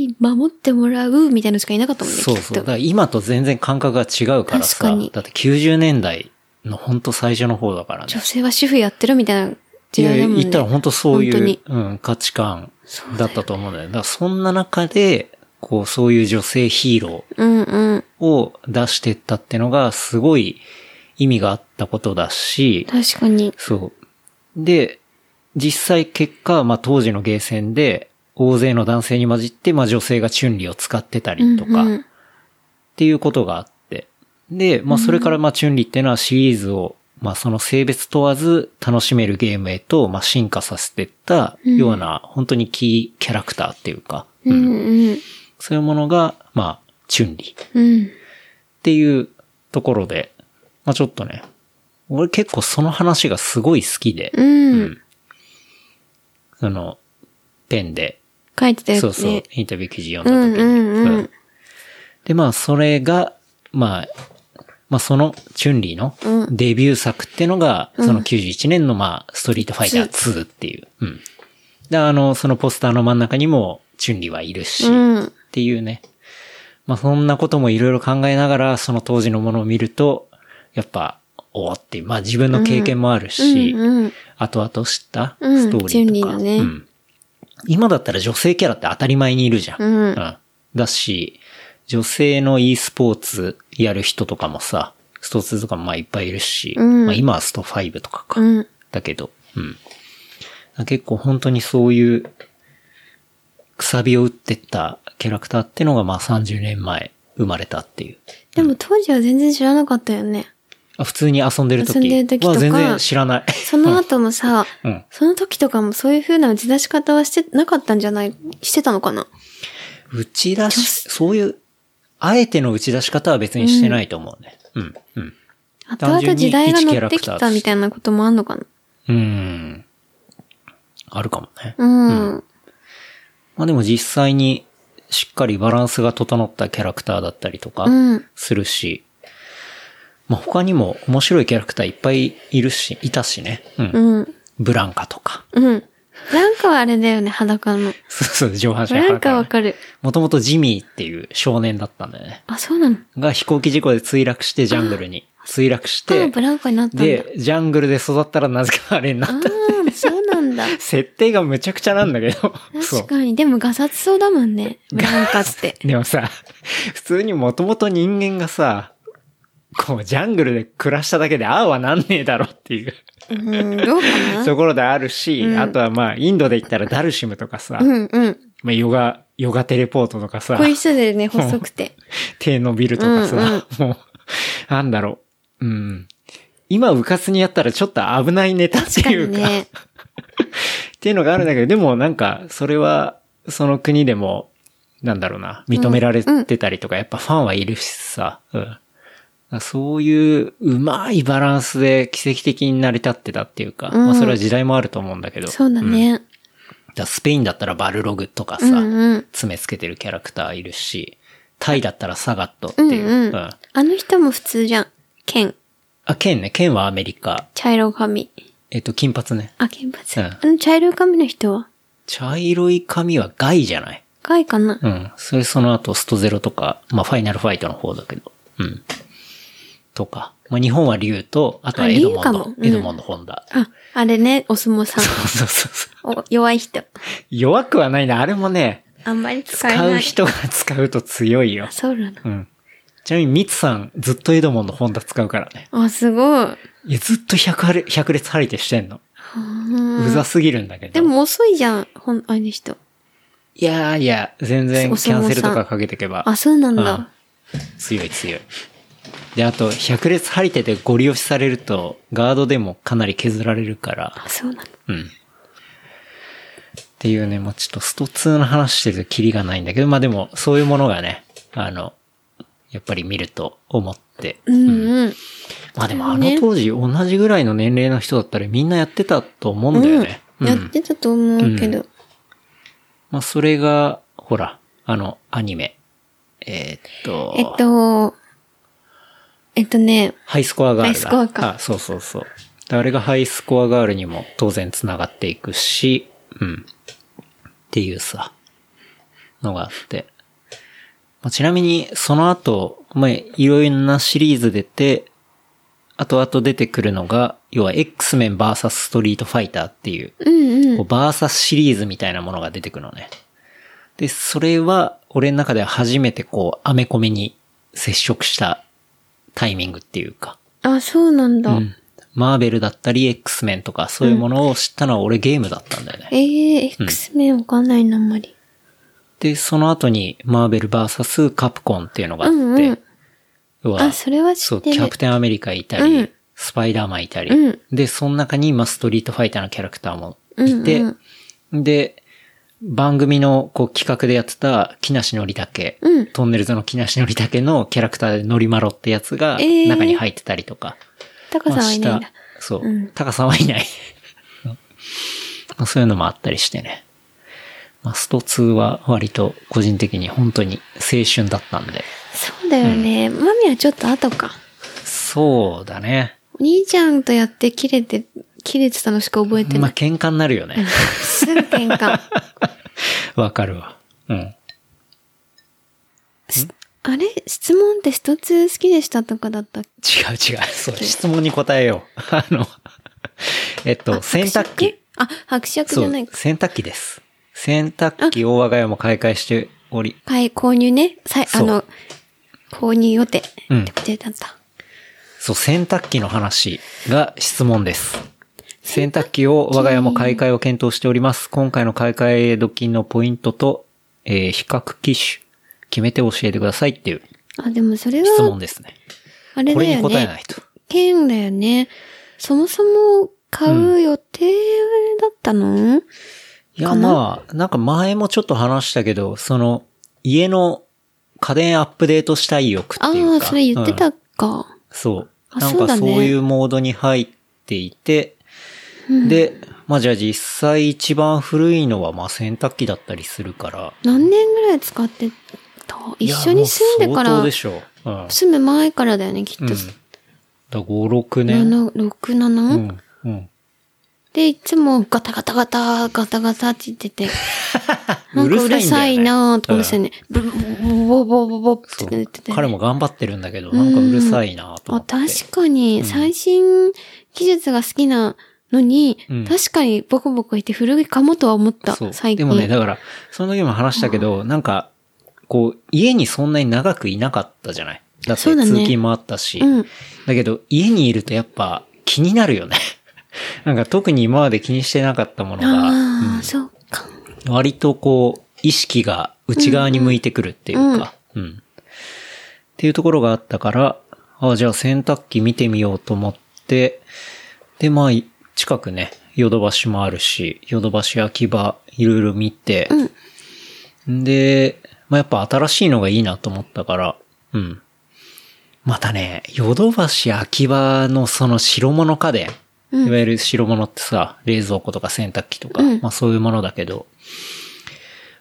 Speaker 2: い、守ってもらうみたいなのしかいなかったもんね、
Speaker 3: そう
Speaker 2: きっ
Speaker 3: そう。
Speaker 2: と
Speaker 3: だから今と全然感覚が違うか
Speaker 2: 確
Speaker 3: ら
Speaker 2: か
Speaker 3: さ。
Speaker 2: に
Speaker 3: だって90年代のほんと最初の方だからね。
Speaker 2: 女性は主婦やってるみたいな時
Speaker 3: いや
Speaker 2: 代
Speaker 3: い
Speaker 2: だ
Speaker 3: や
Speaker 2: もんね。
Speaker 3: 言ったら本当そう
Speaker 2: 本当
Speaker 3: いう
Speaker 2: に、
Speaker 3: うん、価値観だったと思うんだよ。だからそんな中で、こう、そういう女性ヒーロ
Speaker 2: うんうん。
Speaker 3: ーを出してったってのが、すごい意味があったことだし、
Speaker 2: 確かに。
Speaker 3: そう。で、実際結果、まあ当時のゲーセンで、大勢の男性に混じって、まあ女性がチュンリーを使ってたりとか、
Speaker 2: うんうん
Speaker 3: っていうことがあって。で、まあそれからまあチュンリーっていうのはシリーズを、まあその性別問わず楽しめるゲームへと、まあ進化させてったような、本当にキーキャラクターっていうか、
Speaker 2: うんうん。
Speaker 3: そういうものが、まあ、チュンリーっ
Speaker 2: うん。
Speaker 3: ていうところで、まあちょっとね、俺結構その話がすごい好きで、
Speaker 2: うん。
Speaker 3: その、ペンで
Speaker 2: 書いてたよね。
Speaker 3: そうそう。インタビュー記事読んだ時に。
Speaker 2: うんうんうん
Speaker 3: で、まあ、それが、まあ、まあ、その、チュンリーの
Speaker 2: う
Speaker 3: デビュー作ってのが、その91年の、まあ、ストリートファイター2っていう。うん。で、あの、そのポスターの真ん中にも、チュンリーはいるし、
Speaker 2: うん
Speaker 3: っていうね。まあ、そんなこともいろいろ考えながら、その当時のものを見ると、やっぱ、おーっていう、まあ、自分の経験もあるし、
Speaker 2: うんうん
Speaker 3: 後々知った
Speaker 2: うん
Speaker 3: ストーリーとか。
Speaker 2: チュンリーのね
Speaker 3: うん今だったら女性キャラって当たり前にいるじゃん。
Speaker 2: うん
Speaker 3: だし、女性の e スポーツやる人とかもさ、スト2とかもまあいっぱいいるし、
Speaker 2: うん
Speaker 3: まあ今はスト5とかか。
Speaker 2: うん
Speaker 3: だけど、うん。だから結構本当にそういう、くさびを打ってったキャラクターってのがまあ30年前生まれたっていう。
Speaker 2: でも当時は全然知らなかったよね。
Speaker 3: あ普通に遊んでる時
Speaker 2: 遊んでる時とか
Speaker 3: は全然知 らない。
Speaker 2: その後もさ、
Speaker 3: うん
Speaker 2: その時とかもそういう風な打ち出し方はしてなかったんじゃないしてたのかな
Speaker 3: 打ち出し、そういう、あえての打ち出し方は別にしてないと思うね。うん、うん。
Speaker 2: 後々時代が
Speaker 3: 単純に一キャ
Speaker 2: 乗っ
Speaker 3: ラク
Speaker 2: て
Speaker 3: ター
Speaker 2: き
Speaker 3: と
Speaker 2: た
Speaker 3: して
Speaker 2: みたいなこともあんのかな
Speaker 3: うん。あるかもね。
Speaker 2: うん。
Speaker 3: まあでも実際にしっかりバランスが整ったキャラクターだったりとか
Speaker 2: うん
Speaker 3: するし、まあ他にも面白いキャラクターいっぱいいるし、いたしね。うん。
Speaker 2: うん。
Speaker 3: ブランカとか。
Speaker 2: うん。なんかはあれだよね、裸の。
Speaker 3: そうそう、上半身
Speaker 2: なんかわか
Speaker 3: る。
Speaker 2: る。
Speaker 3: もともとジミーっていう少年だったんだよね。
Speaker 2: あ、そうなの
Speaker 3: が飛行機事故で墜落してジャングルに墜落し
Speaker 2: あ、
Speaker 3: て
Speaker 2: ブ、ランカになったんだ。
Speaker 3: で、ジャングルで育ったらなぜかあれになっ
Speaker 2: あ
Speaker 3: た。
Speaker 2: あ、そうなんだ。
Speaker 3: 設定がむちゃくちゃなんだけど。 そう
Speaker 2: 確。かに。でもガサツそうだもんね。ブランカって。
Speaker 3: でもさ、普通にもともと人間がさ、こう、ジャングルで暮らしただけで、ああはなんねえだろっていう
Speaker 2: うん、どうかな
Speaker 3: ところであるし、あとはまあ、インドで言ったらダルシムとかさ、
Speaker 2: うんうん。
Speaker 3: まあ、ヨガ、ヨガテレポートとかさ
Speaker 2: こう、いう人でね、細く て。
Speaker 3: 手伸びるとかさ、もう、なんだろう、うん。今、うかつにやったらちょっと危ないネタって
Speaker 2: 確か
Speaker 3: い
Speaker 2: に
Speaker 3: うか、
Speaker 2: ね。
Speaker 3: っていうのがあるんだけど、でもなんか、それは、その国でも、なんだろうな、認められてたりとか、やっぱファンはいるしさ、うん。だからそういう、うまいバランスで奇跡的に成り立ってたっていうか、
Speaker 2: うん
Speaker 3: まあそれは時代もあると思うんだけど、
Speaker 2: そうだ
Speaker 3: んだ
Speaker 2: ね。
Speaker 3: からスペインだったらバルログとかさ、
Speaker 2: うんうん。
Speaker 3: 爪つけてるキャラクターいるし、タイだったらサガットっていう、
Speaker 2: うんうんあの人も普通じゃん。剣。
Speaker 3: あ、剣ね、剣はアメリカ、
Speaker 2: 茶色髪。
Speaker 3: えっと、金髪ね。
Speaker 2: あ、金髪。
Speaker 3: うん
Speaker 2: あの茶色い髪の人は
Speaker 3: 茶色い髪はガイじゃない
Speaker 2: 赤いかな、
Speaker 3: うん。それその後、ストゼロとか、まあ、ファイナルファイトの方だけど。うん。とか。まあ、日本は竜と、あとはエドモン
Speaker 2: あ竜か
Speaker 3: ド
Speaker 2: も。うん
Speaker 3: エドモンドホンダ。
Speaker 2: あ、あれね、お相撲さん。
Speaker 3: そうそうそう。
Speaker 2: お弱い人。
Speaker 3: 弱くはないな。あれもね、
Speaker 2: あんまり使え
Speaker 3: 使
Speaker 2: な
Speaker 3: う
Speaker 2: い。
Speaker 3: 人が使うと強いよ
Speaker 2: あ、。そうなの。
Speaker 3: うん。ちなみに、ミツさん、ずっとエドモンドホンダ使うからね。
Speaker 2: あ、すごい。
Speaker 3: いや、ずっと100、100列張り手してんの。
Speaker 2: うん
Speaker 3: うざすぎるんだけど。
Speaker 2: で、も遅いじゃん、ほん、あの人。
Speaker 3: いやいや、全然
Speaker 2: お
Speaker 3: キ
Speaker 2: 相撲
Speaker 3: ャ
Speaker 2: さん
Speaker 3: ンセルとかかけてけば。
Speaker 2: あ、そうなんだ。
Speaker 3: うん強い強い。で、あと、百列張り手でゴリ押しされると、ガードでもかなり削られるから、
Speaker 2: あ、そうなの。
Speaker 3: うん。っていうね、もうちょっとスト2の話してるとキリがないんだけど、まあでも、そういうものがね、あの、やっぱり見ると思って。
Speaker 2: うんうん。
Speaker 3: まあでもあ
Speaker 2: そうね
Speaker 3: の当時同じぐらいの年齢の人だったらみんなやってたと思うんだよね。
Speaker 2: うん、やってたと思うけど。
Speaker 3: まあそれが、ほら、あの、アニメ。えーっと、
Speaker 2: えっと、えっとね、
Speaker 3: ハイスコアガー
Speaker 2: ハ
Speaker 3: ルだ。
Speaker 2: イスコアか
Speaker 3: あ、そうそうそう。であれがハイスコアガールにも当然繋がっていくし、うん。っていうさ、のがあって。まあちなみに、その後、まあ、いろいろなシリーズ出て、後々出てくるのが、要は X メン VS ストリートファイターっていう、
Speaker 2: うんうん。
Speaker 3: こうバーサスシリーズみたいなものが出てくるのね。で、それは、俺の中では初めてこう、アメコミに接触したタイミングっていうか、
Speaker 2: あ、そうなんだ。
Speaker 3: うんマーベルだったり、X メンとか、そういうものを知ったのは俺ゲームだったんだよね。
Speaker 2: ええー、X 面わかんないな、あんまり。
Speaker 3: で、その後に、マーベル VS カプコンっていうのがあって、
Speaker 2: うんうん
Speaker 3: 要は
Speaker 2: あ、それは知
Speaker 3: そ
Speaker 2: っ
Speaker 3: う、キ
Speaker 2: て
Speaker 3: ャ
Speaker 2: る
Speaker 3: プ。テンアメリカいたり、
Speaker 2: うん
Speaker 3: スパイダーマンいたり、
Speaker 2: うん
Speaker 3: で、その中に、まあ、ストリートファイターのキャラクターもいて、
Speaker 2: うん
Speaker 3: で、番組のこう企画でやってた木梨憲武、
Speaker 2: うん
Speaker 3: トンネルズの木梨憲武のキャラクターでノリマロってやつが
Speaker 2: えー
Speaker 3: 中に入ってたりとか、
Speaker 2: タカさんはいないん
Speaker 3: ま
Speaker 2: だ
Speaker 3: あ。下そう、
Speaker 2: うん
Speaker 3: 高さんはいない。まあそういうのもあったりしてね。マスト2は割と個人的に本当に青春だったんで。
Speaker 2: そうだよね。マミはちょっと後か。
Speaker 3: そうだね。
Speaker 2: お兄ちゃんとやって切れて、切れてたのしか覚えてな
Speaker 3: まあ、
Speaker 2: い。
Speaker 3: 喧嘩になるよね。
Speaker 2: すぐ喧 嘩。
Speaker 3: わかるわ。うん。
Speaker 2: あれ質問って一つ好きでしたとかだったっけ
Speaker 3: 違う違う。そう、質問に答えよう。 あの、えっと、洗濯機。
Speaker 2: あ、伯爵じ
Speaker 3: そ
Speaker 2: ゃ
Speaker 3: う
Speaker 2: ない、か。
Speaker 3: 洗濯機です。洗濯機を我が家も買い替えしており、
Speaker 2: はい、購入ね。さい、あ
Speaker 3: そう
Speaker 2: の、購入予定って
Speaker 3: うん
Speaker 2: ことだった。
Speaker 3: そう、洗濯機の話が質問です。洗濯機を我が家も買い替えを検討しております。今回の買い替え時のポイントと、えー比較機種、決めて教えてくださいっていう
Speaker 2: あ、でもそれ
Speaker 3: 質問
Speaker 2: は、
Speaker 3: ですね。
Speaker 2: あれ
Speaker 3: こ
Speaker 2: だよね。
Speaker 3: れに答えないと。
Speaker 2: 剣だよね。そもそも買う予定だったの、
Speaker 3: いや、まあ、なんか前もちょっと話したけど、その、家の家電アップデートしたい欲ってい
Speaker 2: あ
Speaker 3: う
Speaker 2: あ、
Speaker 3: か。
Speaker 2: それ言って
Speaker 3: う
Speaker 2: た
Speaker 3: ん
Speaker 2: か。
Speaker 3: そう。
Speaker 2: あ
Speaker 3: なん
Speaker 2: そう
Speaker 3: か
Speaker 2: だ
Speaker 3: そ
Speaker 2: ね
Speaker 3: ういうモードに入っていて、で、まあじゃあ実際一番古いのはまあ洗濯機だったりするから。
Speaker 2: 何年ぐらい使ってた一緒に住んでか
Speaker 3: いや
Speaker 2: ら
Speaker 3: もう相当で、しょう。うん。
Speaker 2: 住む前からだよね、きっと。
Speaker 3: うん、だ5、6年。
Speaker 2: 7、6、
Speaker 3: う
Speaker 2: 7?、
Speaker 3: ん。うん。
Speaker 2: で、いつもガタガタガタ、ガタガタって言ってて。な
Speaker 3: うんる
Speaker 2: か
Speaker 3: さいんだよね
Speaker 2: うるさいなーとか思ってたよね。ブブボボボボボって
Speaker 3: そう
Speaker 2: 言ってて。
Speaker 3: 彼も頑張ってるんだけど、なんかうるさいなと思
Speaker 2: あ
Speaker 3: って。
Speaker 2: 確かに、最新技術が好きなのに、
Speaker 3: うん
Speaker 2: 確かにボコボコいて古いかもとは思った、
Speaker 3: そう
Speaker 2: 最近。
Speaker 3: でもね、だから、その時も話したけど、なんか、こう、家にそんなに長くいなかったじゃないだって
Speaker 2: そう
Speaker 3: 通
Speaker 2: だね
Speaker 3: 勤もあったし。
Speaker 2: うん。
Speaker 3: だけど、家にいるとやっぱ気になるよね。 なんか特に今まで気にしてなかったものが、
Speaker 2: ああ、そうか。
Speaker 3: 割とこう、意識が内側に向いてくるっていうか、うん、っていうところがあったから、あじゃあ洗濯機見てみようと思って、で、まあ、い近くね、ヨドバシもあるし、ヨドバシ秋葉、いろいろ見て、で、まあ、やっぱ新しいのがいいなと思ったから、うん。またね、ヨドバシ秋葉のその白物家電、いわゆる白物ってさ、冷蔵庫とか洗濯機とか、まあそういうものだけど、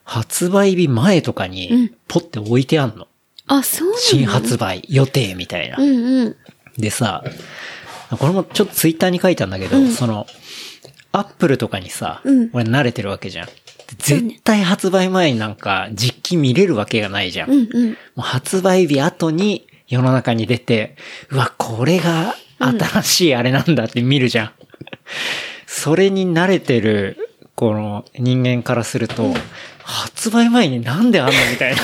Speaker 3: 発売日前とかに、ポッて置いてあんの。
Speaker 2: あ、そう
Speaker 3: 新
Speaker 2: なんだ。
Speaker 3: 発売予定みたいな
Speaker 2: う。んうん。
Speaker 3: でさ、これもちょっとツイッターに書いたんだけど、その、アップルとかにさ、
Speaker 2: うん
Speaker 3: 俺慣れてるわけじゃん。で絶対発売前になんか実機見れるわけがないじゃん。
Speaker 2: うんうん。
Speaker 3: もう発売日後に世の中に出て、うわ、これが新しいあれなんだって見るじゃん。それに慣れてる、この人間からすると、発売前になんであんのみたいな。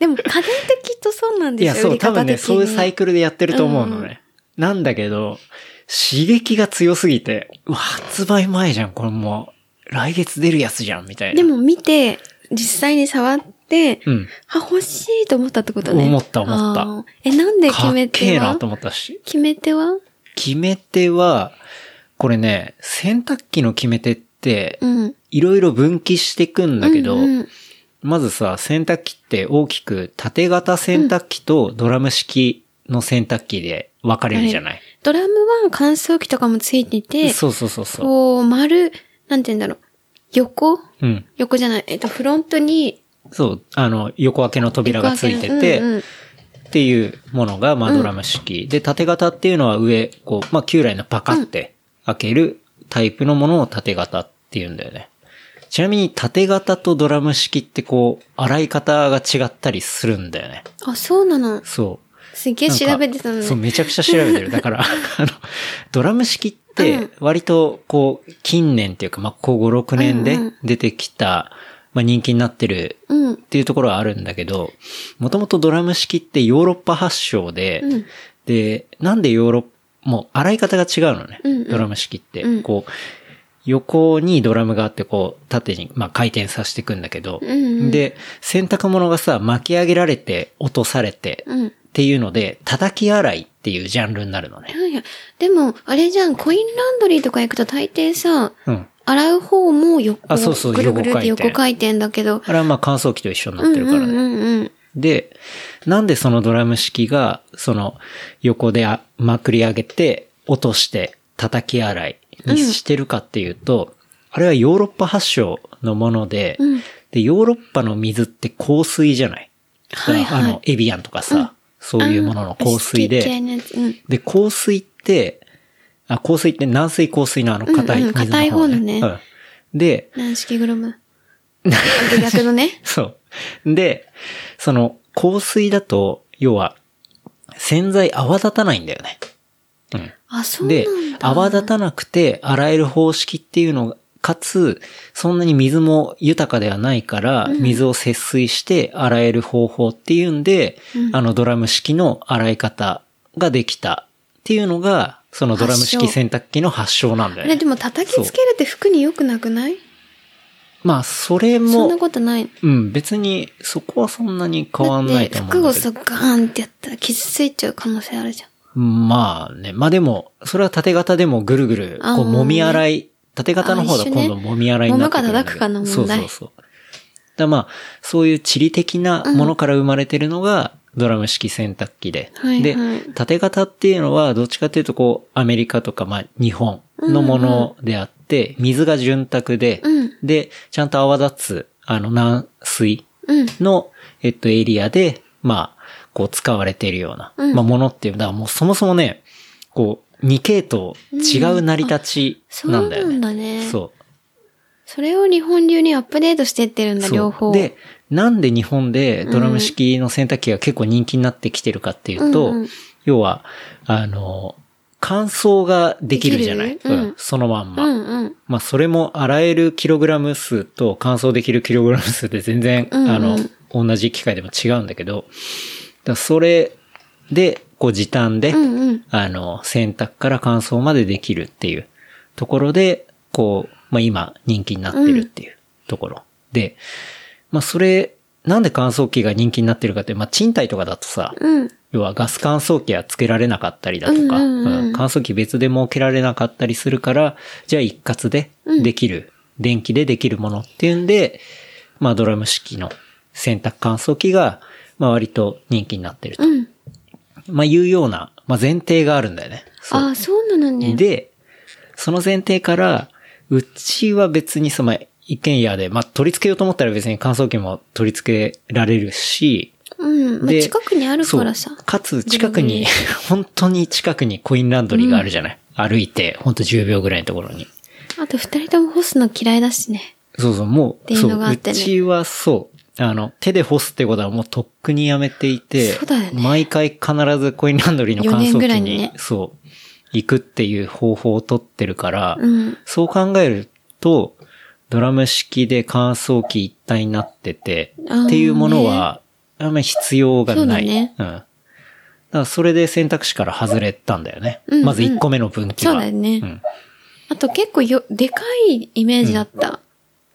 Speaker 2: でも、家電ってきっとそうなん
Speaker 3: い
Speaker 2: で
Speaker 3: や、
Speaker 2: すよ。
Speaker 3: そう、多分ね、
Speaker 2: 売り方的に
Speaker 3: そういうサイクルでやってると思うのね。なんだけど、刺激が強すぎて、うわ、発売前じゃん、これもう、来月出るやつじゃん、みたいな。
Speaker 2: で、も見て、実際に触って、
Speaker 3: うん。
Speaker 2: あ、欲しいと思ったってことね。
Speaker 3: 思った思った
Speaker 2: あー。え、なんで決
Speaker 3: かっ
Speaker 2: め
Speaker 3: け
Speaker 2: 手
Speaker 3: えな
Speaker 2: は
Speaker 3: と思ったし。
Speaker 2: 決め手は
Speaker 3: 決め手は、これね、洗濯機の決め手って
Speaker 2: う、ん。
Speaker 3: いろいろ分岐していくんだけど、
Speaker 2: うんうん
Speaker 3: まずさ、洗濯機って大きく縦型洗濯機とドラム式の洗濯機で分かれるじゃない、
Speaker 2: ドラムは乾燥機とかもついてて、
Speaker 3: そうそうそうそう。
Speaker 2: こう、丸、なんて言うんだろう。横
Speaker 3: うん。
Speaker 2: 横じゃない。えっと、フロントに、
Speaker 3: そう、あの、横開けの扉がついてて、
Speaker 2: うんうん
Speaker 3: っていうものが、まあ、ドラム式。で、縦型っていうのは上、こう、まあ、旧来のパカって開けるタイプのものを縦型っていうんだよね。ちなみに、縦型とドラム式ってこう、洗い方が違ったりするんだよね。
Speaker 2: あ、そうなの。
Speaker 3: そう。
Speaker 2: すげえ
Speaker 3: なんか
Speaker 2: 調べてたの
Speaker 3: そう、
Speaker 2: ね。
Speaker 3: めちゃくちゃ調べてる。だから、 あの、ドラム式って、割と、こう、近年っていうか、まあ、ここ5、6年で出てきた、まあ、人気になってる
Speaker 2: うん
Speaker 3: っていうところはあるんだけど、もともとドラム式ってヨーロッパ発祥で、
Speaker 2: うん
Speaker 3: で、なんでヨーロッパ、もう洗い方が違うのね、
Speaker 2: うんうん
Speaker 3: ドラム式って。
Speaker 2: うん
Speaker 3: こう、横にドラムがあって、こう、縦に、まあ、回転させていくんだけど、
Speaker 2: んうん
Speaker 3: で、洗濯物がさ、巻き上げられて、落とされて、
Speaker 2: うん。
Speaker 3: っ。ていうので、叩き洗いっていうジャンルになるのね。
Speaker 2: いやいや。でも、あれじゃん、コインランドリーとか行くと大抵さ、
Speaker 3: うん。
Speaker 2: 洗う方も横、
Speaker 3: あそうそう
Speaker 2: ぐるぐるって横
Speaker 3: 横
Speaker 2: 回転だけど。
Speaker 3: あれはまあ乾燥機と一緒にな
Speaker 2: う
Speaker 3: っ
Speaker 2: ん
Speaker 3: て
Speaker 2: う
Speaker 3: る
Speaker 2: ん
Speaker 3: からね。
Speaker 2: うん
Speaker 3: で、なんでそのドラム式が、その横であまくり上げて、落として、叩き洗いにしてるかっていうと、あれはヨーロッパ発祥のもので、
Speaker 2: うん
Speaker 3: で、ヨーロッパの水って香水じゃない、
Speaker 2: はいはい
Speaker 3: あの、エビアンとかさ、
Speaker 2: うん
Speaker 3: そういうものの香水
Speaker 2: 好き嫌い
Speaker 3: で、
Speaker 2: なやつうん。
Speaker 3: で、香水って、あ、香水って軟水香水のあの硬い
Speaker 2: うんうん
Speaker 3: 水の方、ね
Speaker 2: 硬い方のね
Speaker 3: うんで、
Speaker 2: 何式グラ ム逆のね。
Speaker 3: そう。で、その、香水だと、要は、洗剤泡立たないんだよね。うん。
Speaker 2: あ、そうなん
Speaker 3: で
Speaker 2: だ。、
Speaker 3: 泡立たなくて洗える方式っていうのが、かつ、そんなに水も豊かではないから、水を節水して洗える方法っていうんで、あのドラム式の洗い方ができたっていうのが、そのドラム式
Speaker 2: 発祥
Speaker 3: 洗濯機の発祥なんだ
Speaker 2: あ
Speaker 3: よね。
Speaker 2: れでも叩きつけるって服に良くなくない
Speaker 3: まあ、それ
Speaker 2: そんな
Speaker 3: も、
Speaker 2: ことない。
Speaker 3: うん、別にそこはそんなに変わんないと思うん
Speaker 2: だ
Speaker 3: だ
Speaker 2: っ
Speaker 3: け
Speaker 2: て
Speaker 3: ど。
Speaker 2: 服をさ、ガーンってやったら傷ついちゃう可能性あるじゃん。
Speaker 3: まあね、まあでも、それは縦型でもぐるぐる、
Speaker 2: あー
Speaker 3: こう揉み洗い、縦型の方だ
Speaker 2: あー一
Speaker 3: と
Speaker 2: 緒ね
Speaker 3: 今度揉み洗いになってくるんだけ
Speaker 2: 揉
Speaker 3: ど。
Speaker 2: むか叩くかの問題
Speaker 3: そうそうそう。だからまあ、そういう地理的なものから生まれてるのが、ドラム式洗濯機で。
Speaker 2: はいはい
Speaker 3: で、縦型っていうのは、どっちかっていうとこう、アメリカとか、まあ、日本のものであって、水が潤沢で、
Speaker 2: うん
Speaker 3: で、ちゃんと泡立つ、あの、軟水
Speaker 2: うん。
Speaker 3: の、えっと、エリアで、まあ、こう、使われているような、
Speaker 2: うん
Speaker 3: まあ、ものっていう、だからもうそもそもね、こう、2系統違う成り立ち
Speaker 2: そう
Speaker 3: な
Speaker 2: なんん
Speaker 3: だよね。
Speaker 2: だね。
Speaker 3: そ
Speaker 2: それを日本流にアップデートしてってるん
Speaker 3: う。
Speaker 2: だ、
Speaker 3: そう
Speaker 2: 両方。
Speaker 3: で、なんで日本でドラム式の洗濯機が結構人気になってきてるかっていうと、
Speaker 2: うんうん
Speaker 3: 要は、あの、乾燥ができるじゃない、
Speaker 2: できるうん
Speaker 3: そのまんま。
Speaker 2: うんうん。
Speaker 3: まあ、それも洗えるキログラム数と乾燥できるキログラム数で全然、
Speaker 2: うんうん
Speaker 3: あの、同じ機械でも違うんだけど、だからそれで、こう時短で、
Speaker 2: うんうん。
Speaker 3: あの、洗濯から乾燥までできるっていうところで、こう、まあ、今人気になってるっていうところ。で、まあ、それ、なんで乾燥機が人気になってるかって、まあ、賃貸とかだとさ、
Speaker 2: うん。
Speaker 3: 要はガス乾燥機はつけられなかったりだとか、
Speaker 2: うんうんうん
Speaker 3: うん乾燥機別で設けられなかったりするから、じゃあ一括でできる、電気でできるものっていうんで、まあドラム式の洗濯乾燥機が、まあ割と人気になってると。
Speaker 2: うん。
Speaker 3: まあいうような、まあ前提があるんだよね。そう
Speaker 2: ああ、そうなのね。
Speaker 3: で、その前提から、うちは別にその一軒家で、まあ取り付けようと思ったら別に乾燥機も取り付けられるし、
Speaker 2: うん。まあ
Speaker 3: で
Speaker 2: 近くにあるからさ
Speaker 3: そう。かつ、近くに、 本当に近くにコインランドリーがあるじゃない、歩いて、ほんと10秒ぐらいのところに。
Speaker 2: あと二人とも干すの嫌いだしね。
Speaker 3: そうそう、も
Speaker 2: って
Speaker 3: う、
Speaker 2: いう
Speaker 3: そ
Speaker 2: の
Speaker 3: う、
Speaker 2: があ
Speaker 3: う
Speaker 2: ってね
Speaker 3: ちはそう、あの、手で干すってことはもうとっくにやめていて、
Speaker 2: そうだよね
Speaker 3: 毎回必ずコインランドリーの乾
Speaker 2: 4年
Speaker 3: 燥
Speaker 2: ぐら
Speaker 3: 機
Speaker 2: い
Speaker 3: に、
Speaker 2: にね
Speaker 3: そう、行くっていう方法を取ってるから、
Speaker 2: うん。
Speaker 3: そう考えると、ドラム式で乾燥機一体になってて、
Speaker 2: あー
Speaker 3: っていうものは、あんまり必要がない。
Speaker 2: そうだね
Speaker 3: ん。だからそれで選択肢から外れたんだよね。
Speaker 2: うんうん
Speaker 3: まず1個目の分岐は。
Speaker 2: そうだよね
Speaker 3: ん
Speaker 2: あと結構よ、でかいイメージだった。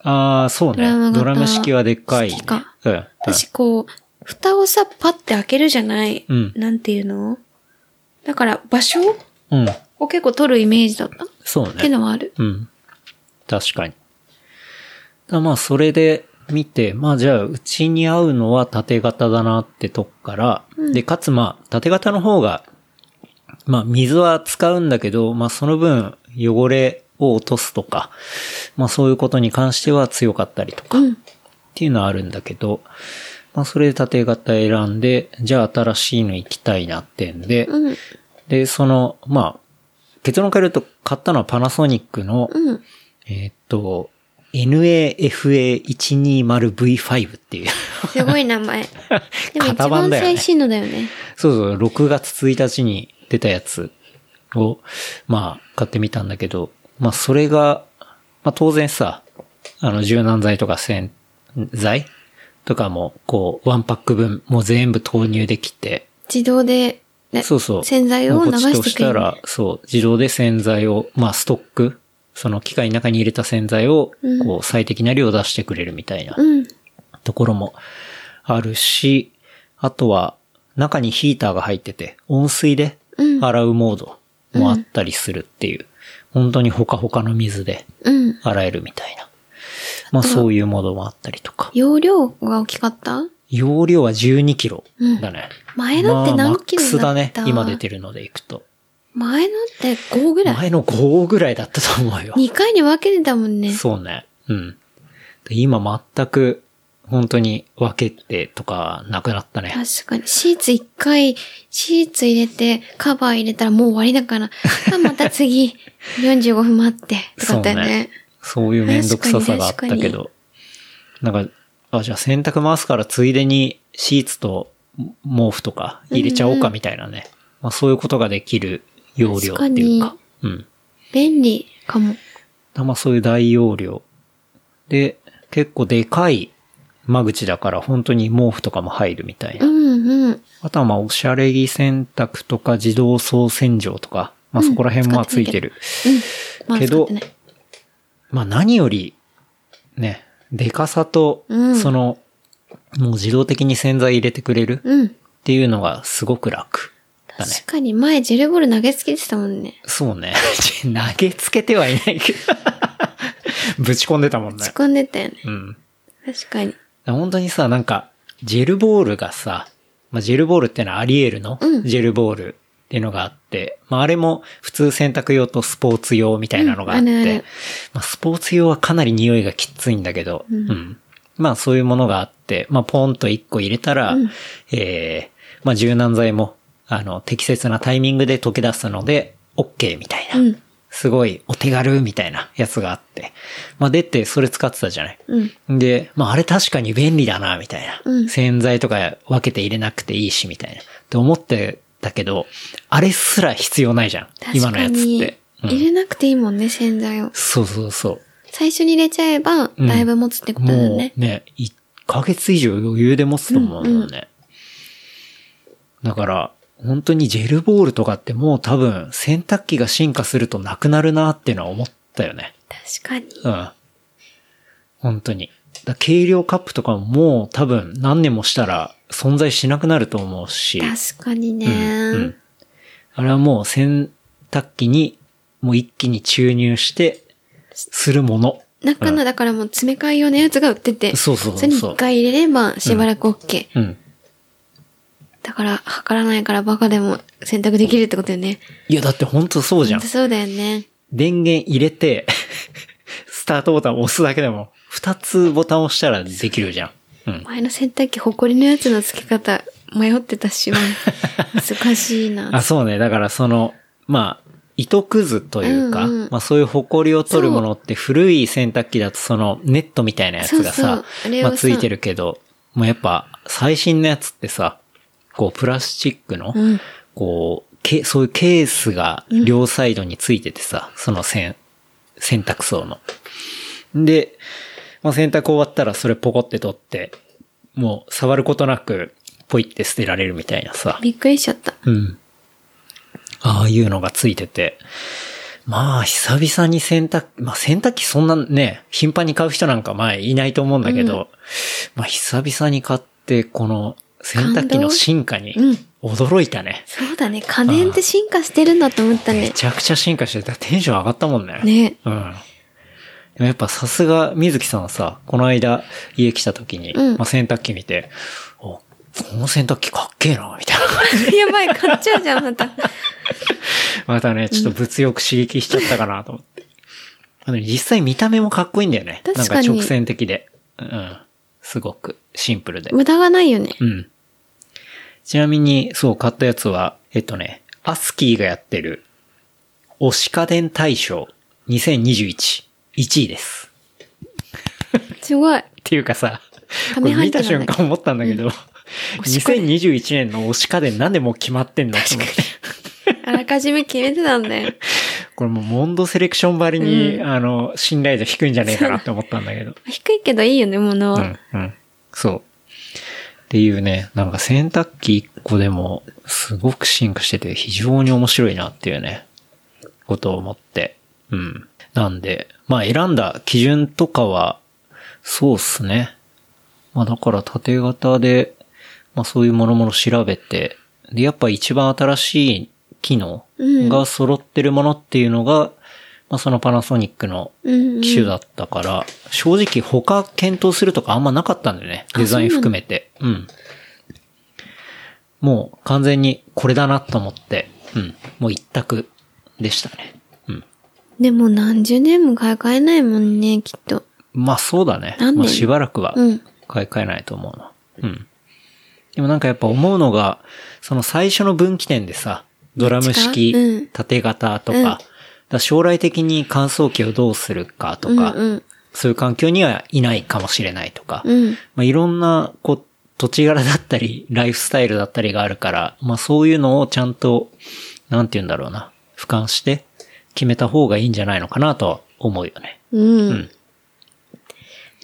Speaker 3: ああ、そう
Speaker 2: ドラム
Speaker 3: ね。
Speaker 2: 型
Speaker 3: ドラム式はでかい、ね
Speaker 2: 式か。
Speaker 3: うん。うん
Speaker 2: 私こう、蓋をさ、パッて開けるじゃない。
Speaker 3: うん
Speaker 2: なんていうのだから場所
Speaker 3: うん。
Speaker 2: を結構取るイメージだった。っ
Speaker 3: そう
Speaker 2: て
Speaker 3: ね。
Speaker 2: のはある。
Speaker 3: うん。確かに。だからまあ、それで見て、まあじゃあ、うちに合うのは縦型だなってとこから、で、かつまあ、縦型の方が、まあ、水は使うんだけど、まあ、その分、汚れを落とすとか、まあ、そういうことに関しては強かったりとか、
Speaker 2: うん。
Speaker 3: っていうのはあるんだけど、まあ、それで縦型選んで、じゃあ新しいの行きたいなってんで、
Speaker 2: うん。
Speaker 3: で、その、まあ、結論から言うと、買ったのはパナソニックの、
Speaker 2: うん。
Speaker 3: えーっと、NAFA120V5 っていう。
Speaker 2: すごい名前。でも一
Speaker 3: 型番
Speaker 2: 番
Speaker 3: だよね
Speaker 2: 最新のだよね。
Speaker 3: そうそう、6月1日に出たやつを、まあ、買ってみたんだけど、まあ、それが、まあ、当然さ、あの、柔軟剤とか洗剤とかも、こう、ワンパック分、もう全部投入できて、
Speaker 2: 自動で、ね、
Speaker 3: そうそう。
Speaker 2: 洗剤を流
Speaker 3: もうポチッと
Speaker 2: し
Speaker 3: して
Speaker 2: くれる。
Speaker 3: たら、そう、自動で洗剤を、まあ、ストック、その機械の中に入れた洗剤を、こう、最適な量を出してくれるみたいな。
Speaker 2: うん。
Speaker 3: ところもあるし、あとは中にヒーターが入ってて、温水で
Speaker 2: うん
Speaker 3: 洗うモードもあったりするっていう、本当にほかほかの水で
Speaker 2: うん。
Speaker 3: 洗えるみたいな。まあそういうモードもあったりとか。
Speaker 2: 容量が大きかった
Speaker 3: 容量は12キロだね。
Speaker 2: 前だって
Speaker 3: まあ
Speaker 2: 何キロだった
Speaker 3: マックスだね。今出てるのでいくと。
Speaker 2: 前のって5ぐらい
Speaker 3: 前の5ぐらいだったと思うよ。
Speaker 2: ?2 回に分けてたもんね。
Speaker 3: そうね。うん。で今全く、本当に分けてとかなくなったね。
Speaker 2: 確かに。シーツ1回、シーツ入れて、カバー入れたらもう終わりだ から、あまた次、45分待って、とかだったよね。
Speaker 3: そういうめんどくささがあったけど。なんか、あ、じゃあ洗濯回すからついでにシーツと毛布とか入れちゃおうかみたいなね。まあそういうことができる容量っていうか。
Speaker 2: 確
Speaker 3: うん。
Speaker 2: 便利かも。
Speaker 3: まあそういう大容量。で、結構でかい間口だから本当に毛布とかも入るみたいな
Speaker 2: う。んうん。
Speaker 3: あとはまあおしゃれ着洗濯とか自動送洗浄とか、まあそこら辺
Speaker 2: うん
Speaker 3: まあついてる。
Speaker 2: まあ、
Speaker 3: け
Speaker 2: 使
Speaker 3: ど
Speaker 2: ってない
Speaker 3: まあ何より、ね、でかさと、
Speaker 2: うん
Speaker 3: その、もう自動的に洗剤入れてくれるっ
Speaker 2: うん。
Speaker 3: ていうのがすごく楽だね。
Speaker 2: 確かに、前、ジェルボール投げつけてたもんね。
Speaker 3: そうね。 投げつけてはいない けど。ぶち込んでたもんね
Speaker 2: 仕。込んでたよね。
Speaker 3: うん。
Speaker 2: 確かに。
Speaker 3: 本当にさ、なんか、ジェルボールがさ、まあ、ジェルボールってのはアリエルの
Speaker 2: うん
Speaker 3: ジェルボールっていうのがあって、まあ、あれも普通洗濯用とスポーツ用みたいなのがあって、
Speaker 2: うんあるある
Speaker 3: まあ、スポーツ用はかなり匂いがきついんだけど、
Speaker 2: うん
Speaker 3: うんまあそういうものがあって、まあポンと1個入れたら、
Speaker 2: うん
Speaker 3: ええまあ柔軟剤も、あの、適切なタイミングで溶け出すので、OK みたいな。
Speaker 2: うん
Speaker 3: すごいお手軽みたいなやつがあって。まあ出て、それ使ってたじゃない。
Speaker 2: うん。
Speaker 3: で、まああれ確かに便利だな、みたいな。
Speaker 2: うん
Speaker 3: 洗剤とか分けて入れなくていいし、みたいな。って思ってたけど、あれすら必要ないじゃん。今
Speaker 2: 確
Speaker 3: のや
Speaker 2: か
Speaker 3: つっ
Speaker 2: に
Speaker 3: て。。う
Speaker 2: 入
Speaker 3: ん、
Speaker 2: れなくていいもんね、洗剤を。
Speaker 3: そうそうそう。
Speaker 2: 最初に入れちゃえば、
Speaker 3: うん
Speaker 2: だいぶ持つってことだ
Speaker 3: も
Speaker 2: よ
Speaker 3: う
Speaker 2: ね。
Speaker 3: ね、1ヶ月以上余裕で持つと思うもんね。だから、本当にジェルボールとかってもう多分洗濯機が進化するとなくなるなっていうのは思ったよね。
Speaker 2: 確かに。
Speaker 3: うん。本当に。だ軽量カップとかももう多分何年もしたら存在しなくなると思うし。
Speaker 2: 確かにね。
Speaker 3: うん。あれはもう洗濯機にもう一気に注入してするもの。
Speaker 2: 中の、だからもう詰め替え用のやつが売ってて、
Speaker 3: そうそうそう
Speaker 2: れに一回入れれば、しばらく OK。
Speaker 3: うん。
Speaker 2: だから、測らないからバカでも選択できるってことよね。
Speaker 3: いや、だって本当そうじゃん
Speaker 2: 本当。そうだよね。
Speaker 3: 電源入れて、 スタートボタン押すだけでも、二つボタン押したらできるじゃん。うん。
Speaker 2: 前の洗濯機、ホコリのやつの付け方、迷ってたし、も う難しい
Speaker 3: あ、
Speaker 2: な。
Speaker 3: そうね。だからその、まあ、糸くずというか、
Speaker 2: うんうん
Speaker 3: まあそういう埃を取るものって古い洗濯機だとそのネットみたいなやつがさ、
Speaker 2: そうそうあれを
Speaker 3: ま
Speaker 2: さ
Speaker 3: あついてるけど、もうやっぱ最新のやつってさ、こうプラスチックの、
Speaker 2: うん
Speaker 3: こう、けそういうケースが両サイドについててさ、その洗、洗濯槽の。で、まあ、洗濯終わったらそれポコって取って、もう触ることなく、ポイって捨てられるみたいなさ。
Speaker 2: びっくりしちゃった。
Speaker 3: うん。ああいうのがついてて。まあ、久々に洗濯、まあ洗濯機そんなね、頻繁に買う人なんか前いないと思うんだけど、まあ久々に買って、この洗濯機の進化に
Speaker 2: うん
Speaker 3: 驚いたね。
Speaker 2: そうだね。家電って進化してるんだと思った
Speaker 3: め
Speaker 2: ね。
Speaker 3: ちゃくちゃ進化してて、テンション上がったもんね。
Speaker 2: ね。
Speaker 3: うん。でもやっぱさすが水木さんはさ、この間家来た時に、
Speaker 2: うん
Speaker 3: まあ洗濯機見て、お、この洗濯機かっけえな、み たいな感じで
Speaker 2: やばい、買っちゃうじゃん、また。
Speaker 3: またね、ちょっと物欲刺激しちゃったかなと思って。あの実際見た目もかっこいいんだよね。
Speaker 2: 確かに
Speaker 3: なんか直線的で。うん。すごくシンプルで。
Speaker 2: 無駄がないよね。
Speaker 3: うん。ちなみに、そう、買ったやつは、えっとね、アスキーがやってる、推し家電大賞2021、1位です。
Speaker 2: すごい。
Speaker 3: っていうかさ、こ
Speaker 2: 紙
Speaker 3: れ
Speaker 2: 入
Speaker 3: 見
Speaker 2: って
Speaker 3: た
Speaker 2: るんだ
Speaker 3: 瞬
Speaker 2: けど
Speaker 3: 間思ったんだけ ど、
Speaker 2: し家電
Speaker 3: 2021年の推し家電なんでもう決まってんのと思って
Speaker 2: あらかじめ決めてたんだよ。
Speaker 3: これもうモンドセレクションばりに、
Speaker 2: うん
Speaker 3: あの、信頼度低いんじゃねえかなって思ったんだけど。
Speaker 2: 低いけどいいよね、物
Speaker 3: う
Speaker 2: は。
Speaker 3: ん、うん。そう。っていうね、なんか洗濯機1個でも、すごく進化してて、非常に面白いなっていうね、ことを思って。うん。なんで、まあ選んだ基準とかは、そうっすね。まあだから縦型で、まあそういうものもの調べて、で、やっぱ一番新しい機能が揃ってるものっていうのが、まあそのパナソニックの
Speaker 2: うん、うん。
Speaker 3: 機種だったから、正直他検討するとかあんまなかったんだよね。
Speaker 2: あ
Speaker 3: デザイン含めて。うん。もう完全にこれだなと思って、うん。もう一択でしたね。うん。
Speaker 2: でも何十年も買い替えないもんね、きっと。
Speaker 3: まあそうだね。
Speaker 2: 何年
Speaker 3: まあしばらくは
Speaker 2: うん
Speaker 3: 買い替えないと思うな。うん。でもなんかやっぱ思うのが、その最初の分岐点でさ、ドラム
Speaker 2: どっちかう
Speaker 3: 式
Speaker 2: ん、
Speaker 3: 縦型とか、
Speaker 2: うん
Speaker 3: だから将来的に乾燥機をどうするかとか、
Speaker 2: うんうん
Speaker 3: そういう環境にはいないかもしれないとか、
Speaker 2: うん。
Speaker 3: まあ、いろんな、こう、土地柄だったり、ライフスタイルだったりがあるから、まあ、そういうのをちゃんと、なんて言うんだろうな、俯瞰して決めた方がいいんじゃないのかなとは思うよね。
Speaker 2: うん。
Speaker 3: うん